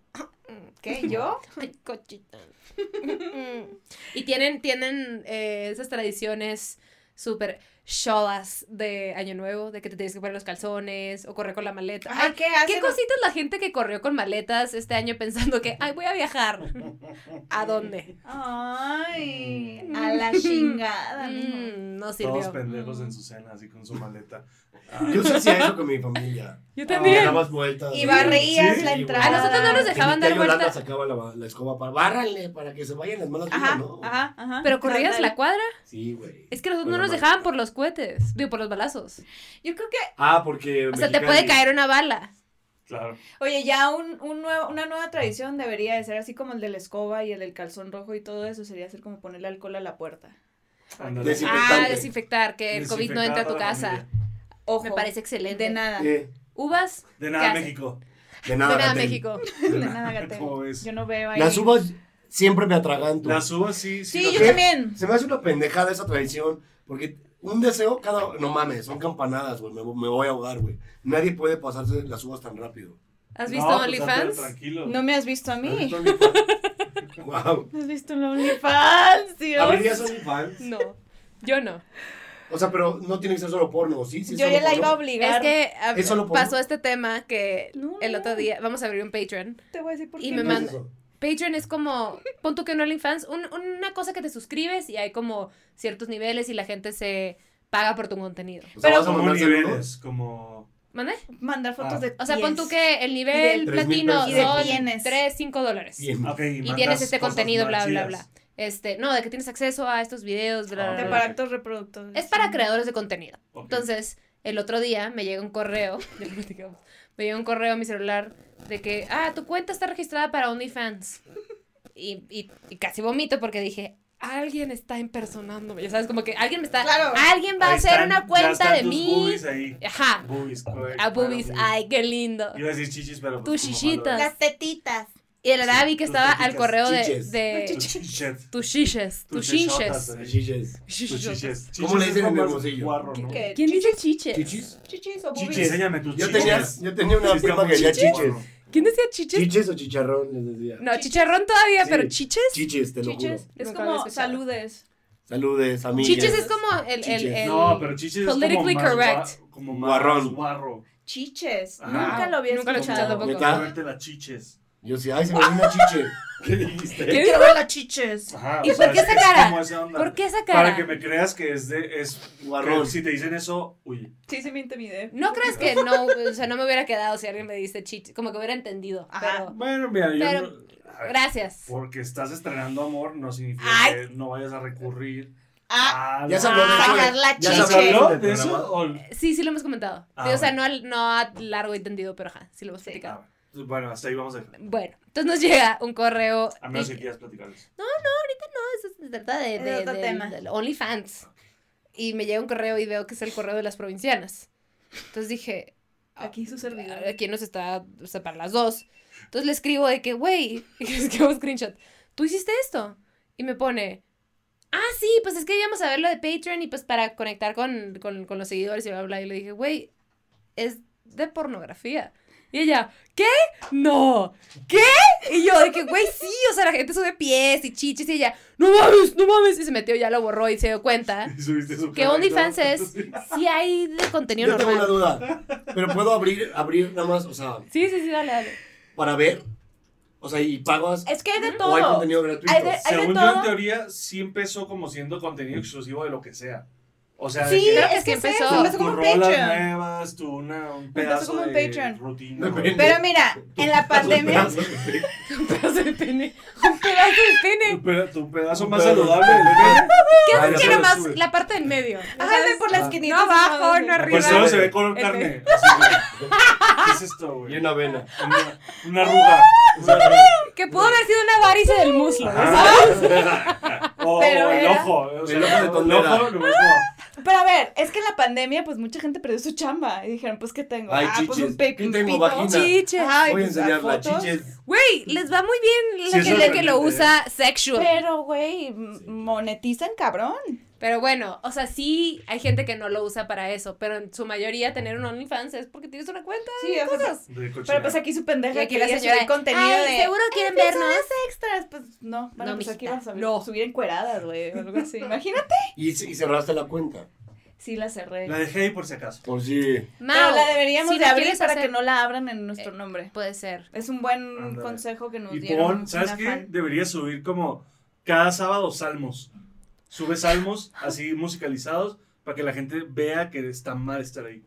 Speaker 1: ¿Qué? ¿Yo?
Speaker 2: Ay, cochita. Mm. y tienen, tienen eh, esas tradiciones súper cholas de Año Nuevo, de que te tienes que poner los calzones o correr con la maleta.
Speaker 1: Ajá,
Speaker 2: Ay,
Speaker 1: ¿qué
Speaker 2: Ah, ¿Qué
Speaker 1: hacen?
Speaker 2: cositas la gente que corrió con maletas este año pensando que, ay, voy a viajar? ¿A dónde?
Speaker 1: Ay, a la chingada, mijo.
Speaker 2: Mm, no
Speaker 3: Todos
Speaker 2: sirvió.
Speaker 3: pendejos en su cena, así con su maleta. Ah,
Speaker 4: Yo sí hacía eso con mi familia.
Speaker 2: Yo
Speaker 4: Le
Speaker 2: también.
Speaker 4: dabas vueltas.
Speaker 1: Y
Speaker 4: Sí,
Speaker 1: barrías
Speaker 4: sí,
Speaker 1: la
Speaker 4: y
Speaker 1: entrada.
Speaker 2: A nosotros no nos
Speaker 4: Que mi
Speaker 2: dejaban
Speaker 4: tía
Speaker 2: dar
Speaker 4: Yolanda
Speaker 2: vueltas.
Speaker 4: sacaba la, la escoba para. Bárranle para que se vayan las malas vidas,
Speaker 1: Ajá,
Speaker 4: ¿no?
Speaker 1: ajá, ajá.
Speaker 2: Pero corrías la
Speaker 1: Ándale.
Speaker 2: cuadra.
Speaker 4: Sí, güey.
Speaker 2: Es que nosotros
Speaker 4: Con
Speaker 2: no
Speaker 4: la
Speaker 2: nos
Speaker 4: maleta.
Speaker 2: dejaban por los cohetes, digo, por los balazos.
Speaker 1: Yo creo que
Speaker 4: Ah, porque.
Speaker 2: O sea, te puede caer una bala.
Speaker 3: Claro.
Speaker 1: Oye, ya un, un nuevo- una nueva tradición debería de ser así como el de la escoba y el del calzón rojo y todo eso. Sería hacer como ponerle alcohol a la puerta.
Speaker 3: Ándale.
Speaker 2: Ah,
Speaker 4: Desinfectante.
Speaker 2: desinfectar, que el COVID no entra a tu
Speaker 3: Desinfectar la
Speaker 2: casa.
Speaker 1: Ojo,
Speaker 2: Me parece excelente.
Speaker 1: de nada.
Speaker 4: Eh,
Speaker 2: Uvas,
Speaker 3: De
Speaker 2: ¿Qué
Speaker 3: nada,
Speaker 2: hace?
Speaker 3: México.
Speaker 4: de
Speaker 2: de
Speaker 4: nada,
Speaker 2: nada,
Speaker 4: Gatel.
Speaker 2: México.
Speaker 1: de nada, Gatel.
Speaker 3: ¿Cómo ves?
Speaker 1: Yo no veo ahí.
Speaker 4: Las uvas siempre me atraganto.
Speaker 3: Las uvas sí.
Speaker 1: Sí,
Speaker 3: lo
Speaker 1: yo
Speaker 3: que-
Speaker 1: también.
Speaker 4: Se me hace una pendejada esa tradición, porque un deseo cada... No mames, son campanadas, güey, me, me voy a ahogar, güey. Nadie puede pasarse las uvas tan rápido.
Speaker 2: ¿Has
Speaker 3: No,
Speaker 2: visto
Speaker 3: pues, ándale,
Speaker 2: OnlyFans?
Speaker 3: Tranquilo.
Speaker 1: No me has visto a mí.
Speaker 3: Ahorita OnlyFans.
Speaker 4: Wow.
Speaker 1: ¿Has visto el OnlyFans, Dios?
Speaker 4: ¿Abrirías OnlyFans?
Speaker 2: No, yo no.
Speaker 4: O sea, pero no tiene que ser solo porno, ¿sí? sí es
Speaker 1: Yo
Speaker 4: solo
Speaker 1: ya la iba a
Speaker 4: porno.
Speaker 2: Es
Speaker 1: obligar.
Speaker 2: que ah,
Speaker 4: Eso lo puedo-
Speaker 2: pasó este tema que
Speaker 1: No,
Speaker 2: el
Speaker 1: no.
Speaker 2: otro día, vamos a abrir un Patreon.
Speaker 1: te voy a decir por qué
Speaker 2: y me
Speaker 1: no.
Speaker 4: ¿Qué es
Speaker 2: manda-
Speaker 4: eso?
Speaker 2: Patreon es como, pon tú que no OnlyFans, un- una cosa que te suscribes y hay como ciertos niveles y la gente se paga por tu contenido.
Speaker 4: O sea,
Speaker 1: Pero
Speaker 4: vas a
Speaker 3: Como
Speaker 4: mandar saludos.
Speaker 3: niveles, como...
Speaker 2: ¿Mande?
Speaker 1: Mandar fotos
Speaker 3: Ah.
Speaker 1: de
Speaker 2: O sea, pon tú
Speaker 1: pies.
Speaker 2: que el
Speaker 1: Y
Speaker 2: nivel
Speaker 4: de- Tres mil
Speaker 2: platino
Speaker 4: pesos. Y de
Speaker 2: son
Speaker 1: bienes.
Speaker 2: 3, 5 dólares.
Speaker 4: Bien.
Speaker 3: Ok,
Speaker 2: Y
Speaker 3: mandas
Speaker 2: tienes este
Speaker 3: cosas
Speaker 2: contenido, bla,
Speaker 3: más
Speaker 2: bla,
Speaker 3: chidas.
Speaker 2: bla. Este, no, de que tienes acceso a estos videos, bla,
Speaker 3: Ah,
Speaker 2: bla,
Speaker 1: De
Speaker 2: bla.
Speaker 1: para actos reproductores.
Speaker 2: Es para creadores de contenido.
Speaker 3: Ok.
Speaker 2: Entonces, el otro día me llega un correo, ya lo platicamos, me llega un correo a mi celular de que, ah, tu cuenta está registrada para OnlyFans. Y, y- y casi vomito porque dije, alguien está impersonándome. Ya sabes, como que alguien me está...
Speaker 1: Claro.
Speaker 2: Alguien va a
Speaker 3: Ahí
Speaker 2: hacer
Speaker 3: están-
Speaker 2: una
Speaker 3: ya
Speaker 2: cuenta
Speaker 3: están
Speaker 2: de
Speaker 3: tus
Speaker 2: mí.
Speaker 3: Boobies ahí.
Speaker 2: Ajá.
Speaker 3: Boobies. güey.
Speaker 2: A boobies.
Speaker 3: Claro,
Speaker 2: Ay, qué lindo.
Speaker 3: Iba a decir chichis, pero... pues
Speaker 2: Tus chichitas.
Speaker 5: Las tetitas.
Speaker 2: Y de la nada
Speaker 3: Sí,
Speaker 2: vi que
Speaker 3: tus
Speaker 2: estaba al
Speaker 3: chichitas,
Speaker 2: correo de...
Speaker 4: chiches.
Speaker 2: de-
Speaker 3: Tus chichis.
Speaker 2: Tus chiches. Tus
Speaker 3: Tus chichotas,
Speaker 2: chinches.
Speaker 3: eh.
Speaker 4: Chiches.
Speaker 3: Tus chiches.
Speaker 4: ¿Cómo le
Speaker 3: Chichis es
Speaker 4: dicen en el
Speaker 3: más
Speaker 4: bolsillo?
Speaker 3: guarro, ¿no?
Speaker 1: ¿Qué?
Speaker 2: ¿Quién dice chiches?
Speaker 4: ¿Chichis?
Speaker 1: Chichis o
Speaker 3: Chichis,
Speaker 1: boobies.
Speaker 3: enséñame tus
Speaker 4: Yo
Speaker 3: chichis.
Speaker 4: tenía, yo tenía una
Speaker 3: Sí, está
Speaker 4: prima
Speaker 3: muy
Speaker 4: que decía
Speaker 3: chichis.
Speaker 4: chiches.
Speaker 2: ¿Quién decía chiches?
Speaker 4: Chiches o chicharrón, les decía.
Speaker 2: No, chicharrón todavía,
Speaker 4: Sí.
Speaker 2: pero chiches.
Speaker 4: Chiches, te lo juro.
Speaker 1: Chiches. Es
Speaker 2: Nunca lo había
Speaker 1: como
Speaker 2: escuchado.
Speaker 1: saludes.
Speaker 4: Saludes, amigas.
Speaker 2: Chiches es como el. el,
Speaker 4: Chiches.
Speaker 2: el-
Speaker 3: No, pero chichis es
Speaker 2: Politically
Speaker 3: como más
Speaker 2: correct.
Speaker 3: gua- como más
Speaker 4: Guarrón.
Speaker 3: guarro.
Speaker 1: Chiches.
Speaker 3: Ah.
Speaker 1: Nunca lo había
Speaker 2: Nunca lo he
Speaker 1: escuchado.
Speaker 2: escuchado tampoco.
Speaker 4: ¿Neta? Ah.
Speaker 3: Verte las chiches.
Speaker 4: Yo sí, ay, se me dio una chiche.
Speaker 3: ¿Qué dijiste?
Speaker 2: ¿Qué?
Speaker 1: Quiero ver las chiches.
Speaker 3: Ajá,
Speaker 2: ¿Y
Speaker 3: o
Speaker 2: por
Speaker 3: sea,
Speaker 2: qué
Speaker 3: es-
Speaker 2: esa
Speaker 3: es
Speaker 2: cara?
Speaker 3: como esa onda.
Speaker 2: ¿Por qué esa cara?
Speaker 3: Para que me creas que es de es
Speaker 4: Guarrón.
Speaker 3: que Si te dicen eso, uy.
Speaker 1: Sí, se me intimidé.
Speaker 2: No crees que no, o sea, no me hubiera quedado si alguien me dice chiches, como que hubiera entendido.
Speaker 1: Ajá.
Speaker 3: Bueno, mira, yo
Speaker 2: Pero-
Speaker 3: no- a
Speaker 2: Pero
Speaker 3: ver,
Speaker 2: gracias.
Speaker 3: porque estás estrenando amor no significa
Speaker 2: Ay.
Speaker 3: que no vayas a recurrir.
Speaker 1: Ah,
Speaker 3: a
Speaker 4: Ya
Speaker 3: la-
Speaker 4: se habló
Speaker 2: Ah,
Speaker 4: de
Speaker 5: sacar
Speaker 4: eso.
Speaker 5: la
Speaker 4: Ya
Speaker 3: ¿Ya se
Speaker 5: chiche.
Speaker 3: habló
Speaker 4: del
Speaker 3: de eso?
Speaker 4: programa.
Speaker 3: O-
Speaker 2: Sí, sí lo hemos comentado.
Speaker 3: Ah,
Speaker 2: Sí, o sea,
Speaker 3: bueno.
Speaker 2: no, al- no a largo entendido, pero ajá, sí lo hemos platicado.
Speaker 3: Ah, Bueno, hasta ahí vamos a dejar.
Speaker 2: Bueno, entonces nos llega un correo.
Speaker 3: A menos
Speaker 2: y-
Speaker 3: que quieras platicarles.
Speaker 2: eso se trata de,
Speaker 1: Es
Speaker 2: de-
Speaker 1: otro
Speaker 2: del-
Speaker 1: tema.
Speaker 2: del OnlyFans. Y me llega un correo y veo que es el correo de las provincianas. Entonces dije,
Speaker 1: Aquí su servidor.
Speaker 2: Aquí nos está, o sea, para las dos. Entonces le escribo de que, güey, y le escribo un screenshot. ¿Tú hiciste esto? Y me pone, ah, sí, pues es que íbamos a ver lo de Patreon y pues para conectar con, con, con los seguidores y bla, bla. Y le dije, güey, es de pornografía. Y ella, ¿qué? No, ¿qué? Y yo, de que, güey, sí, o sea, la gente sube pies y chiches. Y ella, no mames, no mames. Y se metió, ya lo borró y se dio cuenta
Speaker 3: Y subiste su
Speaker 2: que
Speaker 3: cara,
Speaker 2: OnlyFans
Speaker 3: ¿no?
Speaker 2: es, sí hay de contenido
Speaker 4: Yo tengo una
Speaker 2: normal.
Speaker 4: duda. Pero puedo abrir, abrir nada más, o sea,
Speaker 2: Sí, sí, sí, dale, dale.
Speaker 4: para ver. O sea, y pagas.
Speaker 1: Es que hay de
Speaker 4: O hay
Speaker 1: todo.
Speaker 4: contenido gratuito.
Speaker 1: Hay de-
Speaker 3: Según yo,
Speaker 1: todo.
Speaker 3: en teoría, sí empezó como siendo contenido exclusivo de lo que sea. O sea, de
Speaker 1: Sí,
Speaker 3: que
Speaker 2: Creo que
Speaker 1: es
Speaker 2: sí
Speaker 1: que es
Speaker 2: empezó.
Speaker 1: eso, empezó
Speaker 3: tus
Speaker 1: como un
Speaker 3: rolas
Speaker 1: Patreon.
Speaker 3: nuevas, tu una, un
Speaker 1: Empezó
Speaker 3: pedazo
Speaker 1: como un
Speaker 3: de
Speaker 1: Patreon.
Speaker 3: rutina.
Speaker 4: Depende.
Speaker 3: güey.
Speaker 1: Pero mira, en la pandemia.
Speaker 2: Un pedazo de pene. Un pedazo de pene.
Speaker 3: Tu peda- tu pedazo
Speaker 4: Un
Speaker 3: más
Speaker 4: pedazo.
Speaker 3: saludable Ah, del
Speaker 2: ¿Qué
Speaker 4: Ay,
Speaker 2: haces
Speaker 4: no
Speaker 2: que
Speaker 4: se lo
Speaker 2: nomás
Speaker 3: sube.
Speaker 2: la parte del medio?
Speaker 1: Ajá, de por la
Speaker 4: Ah.
Speaker 1: esquinita.
Speaker 2: No abajo, no
Speaker 3: pene.
Speaker 2: arriba.
Speaker 3: Pues solo se ve color
Speaker 2: Ese.
Speaker 3: carne. así, güey. ¿Qué es esto,
Speaker 4: Y
Speaker 3: güey?
Speaker 4: una vena.
Speaker 3: Una, una arruga.
Speaker 2: Que pudo haber sido una varice del muslo. ¿sabes?
Speaker 3: Ah. O
Speaker 1: Pero
Speaker 3: el
Speaker 1: era-
Speaker 3: ojo. o sea,
Speaker 4: El ojo de tondera.
Speaker 3: ojo, nomás como-
Speaker 1: Pero a ver, es que en la pandemia, pues mucha gente perdió su chamba. Y dijeron, pues, ¿qué tengo?
Speaker 4: Ay,
Speaker 1: ah, pues
Speaker 4: chiches.
Speaker 1: un pe-
Speaker 4: ¿Qué
Speaker 1: un
Speaker 4: tengo?
Speaker 1: pito.
Speaker 4: Vagina.
Speaker 2: Chiches.
Speaker 1: Ajá, y
Speaker 4: Voy a
Speaker 1: pues,
Speaker 4: enseñar las
Speaker 1: fotos.
Speaker 4: chiches.
Speaker 2: Güey, les va muy bien la
Speaker 3: Sí,
Speaker 2: gente
Speaker 3: eso
Speaker 2: que lo
Speaker 3: realmente.
Speaker 2: usa sexual.
Speaker 1: Pero, güey, m- monetizan cabrón.
Speaker 2: Pero bueno, o sea, sí hay gente que no lo usa para eso. Pero en su mayoría tener un OnlyFans es porque tienes una cuenta.
Speaker 1: Sí, o sea,
Speaker 3: de
Speaker 1: Pero
Speaker 3: cochinero.
Speaker 1: pues aquí su
Speaker 2: Y
Speaker 1: pendeja
Speaker 2: aquí
Speaker 1: que
Speaker 2: la
Speaker 1: quería
Speaker 2: señora,
Speaker 1: subir contenido
Speaker 2: "Ay,
Speaker 1: de
Speaker 2: seguro quieren
Speaker 1: "Ay, personas
Speaker 2: vernos".
Speaker 1: extras, pues no, bueno,
Speaker 2: No,
Speaker 1: pues aquí
Speaker 2: mijita,
Speaker 1: vamos a ver-
Speaker 2: no.
Speaker 1: subir encueradas, güey, o algo así. Imagínate.
Speaker 4: Y, y cerraste la cuenta.
Speaker 1: Sí la cerré.
Speaker 3: La dejé ahí por si acaso.
Speaker 4: Por si.
Speaker 1: Pero
Speaker 2: Mau,
Speaker 1: la deberíamos
Speaker 2: si
Speaker 1: de
Speaker 2: la
Speaker 1: abrir
Speaker 2: quieres
Speaker 1: para
Speaker 2: hacer- Eh.
Speaker 1: que no la abran en nuestro nombre.
Speaker 2: Puede ser.
Speaker 1: Es un buen
Speaker 3: Ándale.
Speaker 1: consejo que nos
Speaker 3: Y
Speaker 1: dieron.
Speaker 3: pon, ¿sabes
Speaker 1: una
Speaker 3: qué?
Speaker 1: fan.
Speaker 3: Deberías subir como cada sábado salmos. Sube salmos así musicalizados para que la gente vea que está mal estar ahí.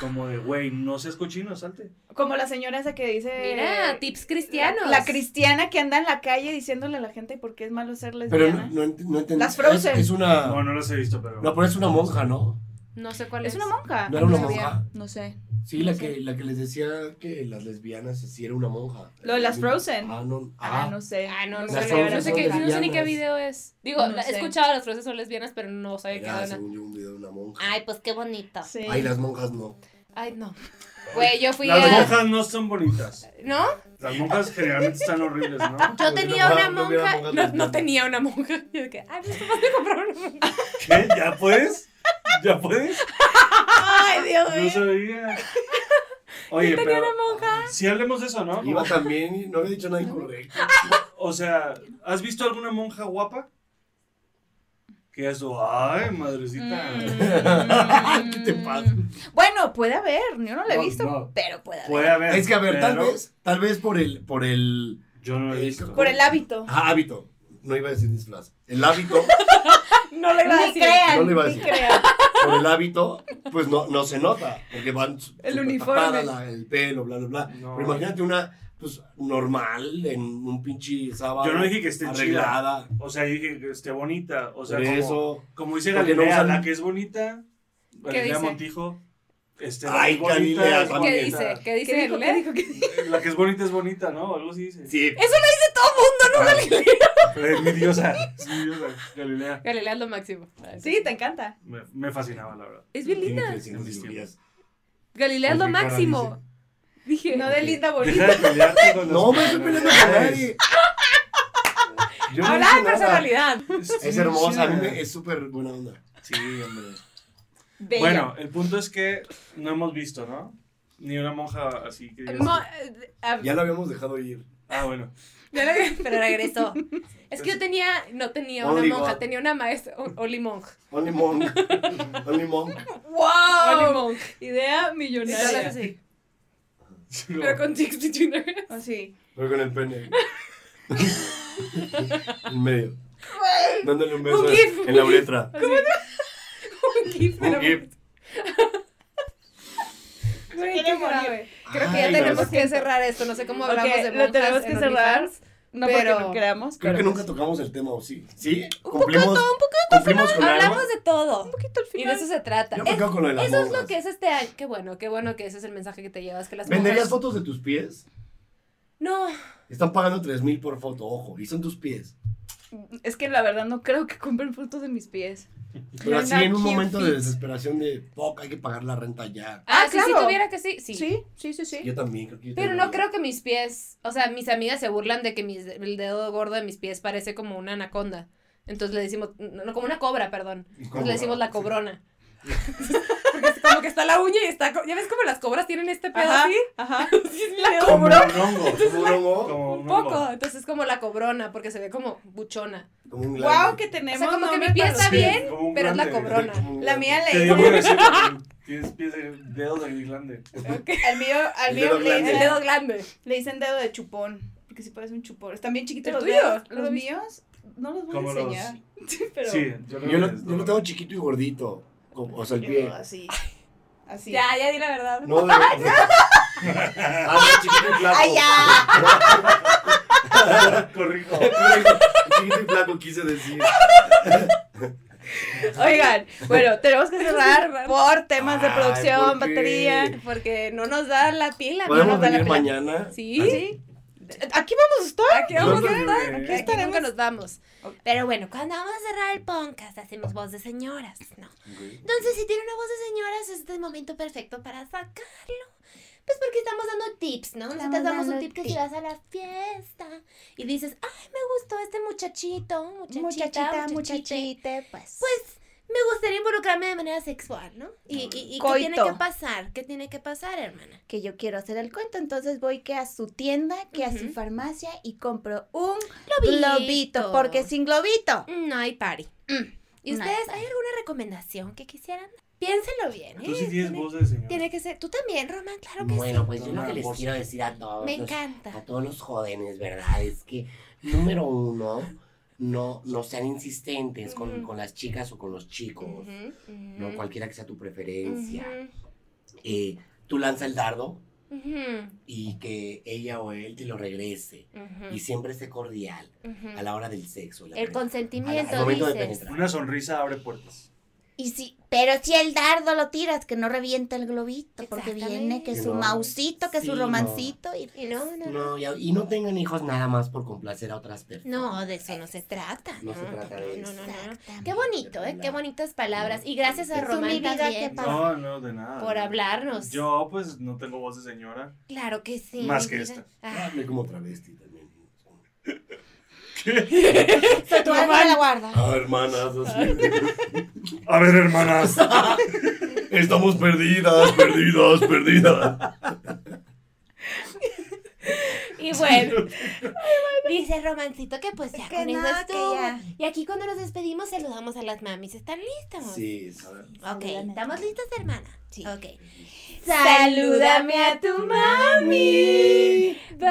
Speaker 3: Como de, güey, no seas cochino, salte.
Speaker 1: Como la señora esa que dice
Speaker 2: Mira, tips cristianos.
Speaker 1: La cristiana que anda en la calle diciéndole a la gente por qué es malo ser
Speaker 4: Pero
Speaker 1: lesbiana.
Speaker 4: no, no, ent- no entendí.
Speaker 1: Las Frozen.
Speaker 4: Es, es una.
Speaker 3: No, no las he visto, pero.
Speaker 4: No, pero es una monja, ¿no?
Speaker 2: No sé cuál es.
Speaker 1: Es una monja.
Speaker 4: ¿No era una
Speaker 2: no sabía.
Speaker 4: monja?
Speaker 1: Ah, No sé.
Speaker 4: Sí, la que, la que les decía que las lesbianas sí era una monja.
Speaker 1: Lo de las Frozen.
Speaker 4: Ah, no.
Speaker 1: Ah, no
Speaker 4: Ah,
Speaker 1: sé.
Speaker 2: Ah, no, no,
Speaker 4: Las
Speaker 2: sé, no
Speaker 4: famosas
Speaker 2: sé, qué,
Speaker 4: son
Speaker 2: no sé ni qué
Speaker 4: lesbianas.
Speaker 2: video es. Digo,
Speaker 1: No
Speaker 2: la- he
Speaker 1: sé.
Speaker 2: escuchado las frases son lesbianas, pero no sabía qué
Speaker 4: era
Speaker 2: era.
Speaker 4: según yo un video de una monja.
Speaker 5: Ay, pues qué bonito.
Speaker 1: Sí.
Speaker 4: Ay, las monjas no.
Speaker 2: Ay, no. Güey, yo fui
Speaker 3: Las
Speaker 2: a.
Speaker 3: monjas no son bonitas.
Speaker 2: ¿No?
Speaker 3: Las monjas generalmente están horribles, ¿no?
Speaker 2: Yo tenía
Speaker 4: no,
Speaker 2: una
Speaker 4: no hubiera
Speaker 2: monja.
Speaker 4: monjas
Speaker 2: No, no
Speaker 4: lesbianas.
Speaker 2: tenía una monja. Yo de que, ay, pues capaz de comprar una monja.
Speaker 3: ¿Qué? ¿Ya puedes? ¿Ya puedes?
Speaker 1: Ay, Dios
Speaker 3: No sabía. Oye,
Speaker 2: tenía
Speaker 3: pero.
Speaker 2: una monja.
Speaker 3: Si hablemos de eso, ¿no?
Speaker 4: Iba también y no había dicho nada incorrecto.
Speaker 3: O sea, ¿has visto alguna monja guapa? Que eso, ay,
Speaker 4: Mm.
Speaker 3: madrecita.
Speaker 4: Ay, ¿Qué te pasa?
Speaker 1: Bueno, puede haber. Yo no la he
Speaker 3: No,
Speaker 1: visto,
Speaker 3: no.
Speaker 1: pero puede haber.
Speaker 3: Puede haber.
Speaker 4: Es que a ver, tal
Speaker 3: pero
Speaker 4: vez, tal vez por el, por el
Speaker 3: Yo no lo he
Speaker 4: Eh,
Speaker 3: visto.
Speaker 1: Por el hábito.
Speaker 4: ah, hábito. No iba a decir disfraz. El hábito,
Speaker 2: No le iba a
Speaker 6: Ni
Speaker 2: decir.
Speaker 6: crean,
Speaker 4: No lo iba a
Speaker 6: ni
Speaker 4: decir.
Speaker 6: crean.
Speaker 4: por el hábito, pues no, no se nota. Porque van su-
Speaker 1: El
Speaker 4: súper
Speaker 1: uniforme.
Speaker 4: tapada, la- el pelo, bla, bla, bla.
Speaker 3: No.
Speaker 4: Pero imagínate una, pues, normal, en un pinche sábado.
Speaker 3: Yo no dije que esté
Speaker 4: arreglada.
Speaker 3: O sea, dije que esté bonita. O sea,
Speaker 4: por
Speaker 3: como,
Speaker 4: eso.
Speaker 3: como dice
Speaker 4: Porque no
Speaker 3: Galilea,
Speaker 4: usan-
Speaker 3: la que es bonita, Galilea
Speaker 2: dice?
Speaker 3: Montijo. Este,
Speaker 4: Ay,
Speaker 3: la que es bonita
Speaker 4: Galilea,
Speaker 3: es
Speaker 4: ¿qué
Speaker 2: ¿Qué
Speaker 3: bonita.
Speaker 2: dice? ¿Qué dice?
Speaker 1: ¿Qué dijo?
Speaker 2: Galilea?
Speaker 1: ¿Qué dijo? ¿Qué dijo?
Speaker 3: La que es bonita es bonita, ¿no? Algo así dice.
Speaker 4: Sí.
Speaker 3: no, Galilea. Es mi diosa, es mi diosa, Galilea.
Speaker 2: Galilea es lo máximo.
Speaker 1: Sí, te encanta.
Speaker 3: Me, me fascinaba, la verdad.
Speaker 2: Es bien
Speaker 4: Tiene
Speaker 2: linda.
Speaker 4: 300
Speaker 3: Sí.
Speaker 4: libras.
Speaker 2: Galilea es lo
Speaker 3: Porque ahora
Speaker 2: máximo. Dije.
Speaker 1: No de linda
Speaker 3: Deja
Speaker 1: bonita.
Speaker 3: de pelearte con las
Speaker 4: No me estoy peleando con nadie. Yo no
Speaker 2: Hablaba de
Speaker 4: dije nada.
Speaker 2: personalidad.
Speaker 4: Es hermosa, a mí me- es súper buena onda.
Speaker 3: Sí, hombre.
Speaker 1: Bella.
Speaker 3: Bueno, el punto es que no hemos visto, ¿no? Ni una monja así que digas,
Speaker 2: Mo- eh, ah,
Speaker 4: Ya lo habíamos dejado ir.
Speaker 3: Ah, bueno.
Speaker 2: ya la- Pero regresó. Es que yo tenía, no tenía una
Speaker 4: Only
Speaker 2: monja,
Speaker 4: God.
Speaker 2: tenía una maestra, o- Only Monk.
Speaker 4: Only monk. Only monk.
Speaker 2: Only
Speaker 1: ¡Wow!
Speaker 2: Monk.
Speaker 1: Idea
Speaker 2: Y
Speaker 1: millonaria.
Speaker 2: todas así. Pero con chicks between her.
Speaker 1: Así.
Speaker 4: Voy con el pene. en medio. Dándole un beso
Speaker 2: Un gif, un
Speaker 4: en la
Speaker 2: gif.
Speaker 4: uretra.
Speaker 2: Un gif,
Speaker 4: Un
Speaker 2: pero-
Speaker 4: gif.
Speaker 1: Güey,
Speaker 6: quiere
Speaker 1: qué
Speaker 6: morir.
Speaker 1: grave.
Speaker 2: Creo que ya
Speaker 4: Ay,
Speaker 2: tenemos
Speaker 4: gracias.
Speaker 2: que cerrar esto. No sé cómo
Speaker 1: Ok,
Speaker 2: hablamos de
Speaker 1: lo
Speaker 2: monjas.
Speaker 1: tenemos
Speaker 2: en
Speaker 1: que cerrar.
Speaker 2: OnlyFans.
Speaker 1: No
Speaker 2: Pero-
Speaker 1: porque no queramos.
Speaker 4: Creo que
Speaker 1: pero
Speaker 4: nunca
Speaker 1: pues,
Speaker 4: tocamos el tema, ¿o sí? ¿Sí?
Speaker 2: Un
Speaker 4: ¿Cumplimos,
Speaker 2: poquito, un
Speaker 4: ¿Cumplimos con algo?
Speaker 2: Hablamos de todo.
Speaker 1: al
Speaker 2: Y de
Speaker 1: final.
Speaker 2: eso se trata.
Speaker 4: Yo me
Speaker 2: Es-
Speaker 4: quedo con lo de las
Speaker 2: eso es lo
Speaker 4: monjas.
Speaker 2: que es este año. Qué bueno, qué bueno que ese es el mensaje que te llevas. Que las
Speaker 4: ¿Venderías
Speaker 2: monjas-
Speaker 4: fotos de tus pies?
Speaker 2: No,
Speaker 4: Están pagando 3 mil por foto, ojo, y son tus pies.
Speaker 1: Es que la verdad no creo que compren fotos de mis pies.
Speaker 4: Pero
Speaker 1: You're
Speaker 4: así
Speaker 1: not
Speaker 4: en un
Speaker 1: cute
Speaker 4: momento de
Speaker 1: feet.
Speaker 4: desesperación de, fuck, hay que pagar la renta ya.
Speaker 1: Ah,
Speaker 2: Ah, sí,
Speaker 1: claro.
Speaker 2: si tuviera que sí, sí.
Speaker 1: Sí, sí, sí, sí.
Speaker 4: Yo también creo que yo
Speaker 2: Pero
Speaker 4: también.
Speaker 2: no creo que mis pies, o sea, mis amigas se burlan de que mis- el dedo gordo de mis pies parece como una anaconda. Entonces le decimos, no, como una cobra, perdón. Entonces le decimos la cobrona. Porque es como que está la uña y está, co- ya ves como las cobras tienen este pedo
Speaker 1: Ajá,
Speaker 2: así,
Speaker 1: ajá.
Speaker 2: la
Speaker 3: Como un
Speaker 2: cobrona.
Speaker 3: hongo.
Speaker 4: Como un hongo.
Speaker 3: Como
Speaker 2: Un poco, entonces es como la cobrona, porque se ve como buchona.
Speaker 4: Como un
Speaker 1: Wow,
Speaker 4: glande.
Speaker 1: que
Speaker 2: O
Speaker 1: tenemos.
Speaker 2: sea, como que mi
Speaker 1: nombre
Speaker 2: pie
Speaker 1: para
Speaker 2: está
Speaker 1: los-
Speaker 2: bien,
Speaker 3: como un
Speaker 2: pero es la
Speaker 3: grande.
Speaker 2: cobrona.
Speaker 4: Como un
Speaker 1: La
Speaker 4: glande.
Speaker 1: mía
Speaker 3: Te
Speaker 1: le
Speaker 3: digo que sí, porque tienes pies de dedos de glande.
Speaker 1: al mío, al
Speaker 4: El
Speaker 1: mío
Speaker 4: dedo
Speaker 1: le,
Speaker 4: grande.
Speaker 2: El
Speaker 1: dicen-
Speaker 2: dedo grande.
Speaker 1: le dicen dedo de chupón, porque si parece un chupón. Están bien chiquitos
Speaker 2: ¿El
Speaker 1: los
Speaker 2: tuyo?
Speaker 1: dedos.
Speaker 2: ¿Lo
Speaker 1: Los
Speaker 2: viste?
Speaker 1: míos no los voy a
Speaker 3: Como los.
Speaker 1: enseñar. Sí, pero
Speaker 3: Sí, yo
Speaker 4: Yo
Speaker 3: creo
Speaker 4: lo,
Speaker 3: que es
Speaker 4: yo lo tengo chiquito y gordito. como- o sea, el
Speaker 1: yo
Speaker 4: pie.
Speaker 1: así. Así.
Speaker 2: Ya, ya di la verdad.
Speaker 4: No, de verdad. Ah, no, chiquito y flaco.
Speaker 6: Ay, ya.
Speaker 3: Corrijo.
Speaker 4: Chiquito y flaco quise decir.
Speaker 1: Oigan, bueno, tenemos que cerrar por temas de
Speaker 4: Ay,
Speaker 1: producción,
Speaker 4: ¿por qué?
Speaker 1: batería.
Speaker 2: Porque no nos da la pila. no
Speaker 4: ¿Podemos
Speaker 2: nos da la
Speaker 4: venir
Speaker 2: pila.
Speaker 4: mañana? ¿Ah,
Speaker 2: Sí.
Speaker 1: Aquí vamos a estar.
Speaker 2: Aquí vamos a
Speaker 3: Nosotros
Speaker 2: estar.
Speaker 3: vive-
Speaker 2: Aquí
Speaker 1: estaremos.
Speaker 2: nunca nos vamos.
Speaker 5: Pero bueno, cuando vamos a cerrar el podcast, hacemos voz de señoras, ¿no? Entonces, si tiene una voz de señoras, este es el momento perfecto para sacarlo. Pues porque estamos dando tips, ¿no? Nosotros
Speaker 6: Estamos
Speaker 5: damos un
Speaker 6: dando
Speaker 5: tip que si vas a la fiesta y dices, ay, me gustó este muchachito, muchachita,
Speaker 6: Muchachita,
Speaker 5: muchachite".
Speaker 6: muchachite, pues.
Speaker 5: Pues me gustaría involucrarme de manera sexual, ¿no? Y, y, y ¿qué tiene
Speaker 1: Coito.
Speaker 5: que pasar? ¿Qué tiene que pasar, hermana?
Speaker 6: que yo quiero hacer el cuento, entonces voy que a su tienda, que a su
Speaker 2: Ujú.
Speaker 6: farmacia y compro un
Speaker 5: Globito.
Speaker 6: globito, porque sin globito.
Speaker 5: No hay party.
Speaker 2: Mm,
Speaker 5: ¿Y
Speaker 6: No hay
Speaker 5: ustedes,
Speaker 6: party.
Speaker 5: hay alguna recomendación que quisieran? Piénsenlo bien, ¿eh?
Speaker 3: Tú Pues sí tienes
Speaker 5: Tiene-
Speaker 3: voz de señor.
Speaker 5: Tiene que ser. Tú también, Román, claro que
Speaker 8: Bueno, pues yo lo
Speaker 3: Ah,
Speaker 8: que les
Speaker 3: por-
Speaker 8: quiero decir a todos,
Speaker 5: Me
Speaker 8: los-
Speaker 5: encanta.
Speaker 8: a todos los jóvenes, ¿verdad? Es que, número uno, no, no sean insistentes con,
Speaker 2: Ujú.
Speaker 8: con las chicas o con los chicos,
Speaker 2: Ujú.
Speaker 8: ¿no? Cualquiera que sea tu preferencia.
Speaker 2: Ujú.
Speaker 8: Eh, tú lanza el dardo
Speaker 2: Ujú.
Speaker 8: y que ella o él te lo regrese.
Speaker 2: Ujú.
Speaker 8: Y siempre esté cordial
Speaker 2: Ujú.
Speaker 8: a la hora del sexo. la
Speaker 5: El
Speaker 8: verdad.
Speaker 5: consentimiento,
Speaker 8: Al momento de
Speaker 5: dices.
Speaker 8: penetrar.
Speaker 3: Una sonrisa abre puertas.
Speaker 2: Y si, pero si el dardo lo tiras, que no revienta el globito, porque viene que
Speaker 9: Exactamente.
Speaker 2: su
Speaker 9: No.
Speaker 2: mausito, que
Speaker 9: Sí,
Speaker 2: su
Speaker 9: no.
Speaker 2: romancito. Y, no, no, no.
Speaker 9: No, y, y no tengan hijos nada más por complacer a otras personas.
Speaker 2: No, de eso no se trata.
Speaker 9: No se trata de
Speaker 2: no,
Speaker 9: eso.
Speaker 2: no, no, no. Qué bonito, ¿eh? Qué bonitas palabras. Y gracias a
Speaker 9: Tú,
Speaker 2: Román mi vida, también ¿qué pasa?
Speaker 3: No, no, de nada.
Speaker 2: por hablarnos.
Speaker 3: Yo, pues, no tengo voz de señora.
Speaker 2: Claro que sí.
Speaker 3: Más
Speaker 2: mi
Speaker 3: que
Speaker 2: vida.
Speaker 3: esta.
Speaker 2: Ah,
Speaker 4: Hablé como travesti también.
Speaker 2: soy tu ángel de la guarda.
Speaker 4: Ah, hermanas, así.
Speaker 2: Ah.
Speaker 3: A ver, hermanas.
Speaker 4: Estamos perdidas, perdidas, perdidas.
Speaker 2: Y bueno, dice Romancito que pues ya
Speaker 1: que
Speaker 2: con eso
Speaker 1: no, que
Speaker 2: estuvo.
Speaker 1: ya.
Speaker 2: Y aquí cuando nos despedimos saludamos a las mamis. ¿Están listas?
Speaker 4: Sí, ¿sabes?
Speaker 2: Ok, ¿estamos listas, hermana? Sí. Ok.
Speaker 1: Salúdame a tu mami. Bye.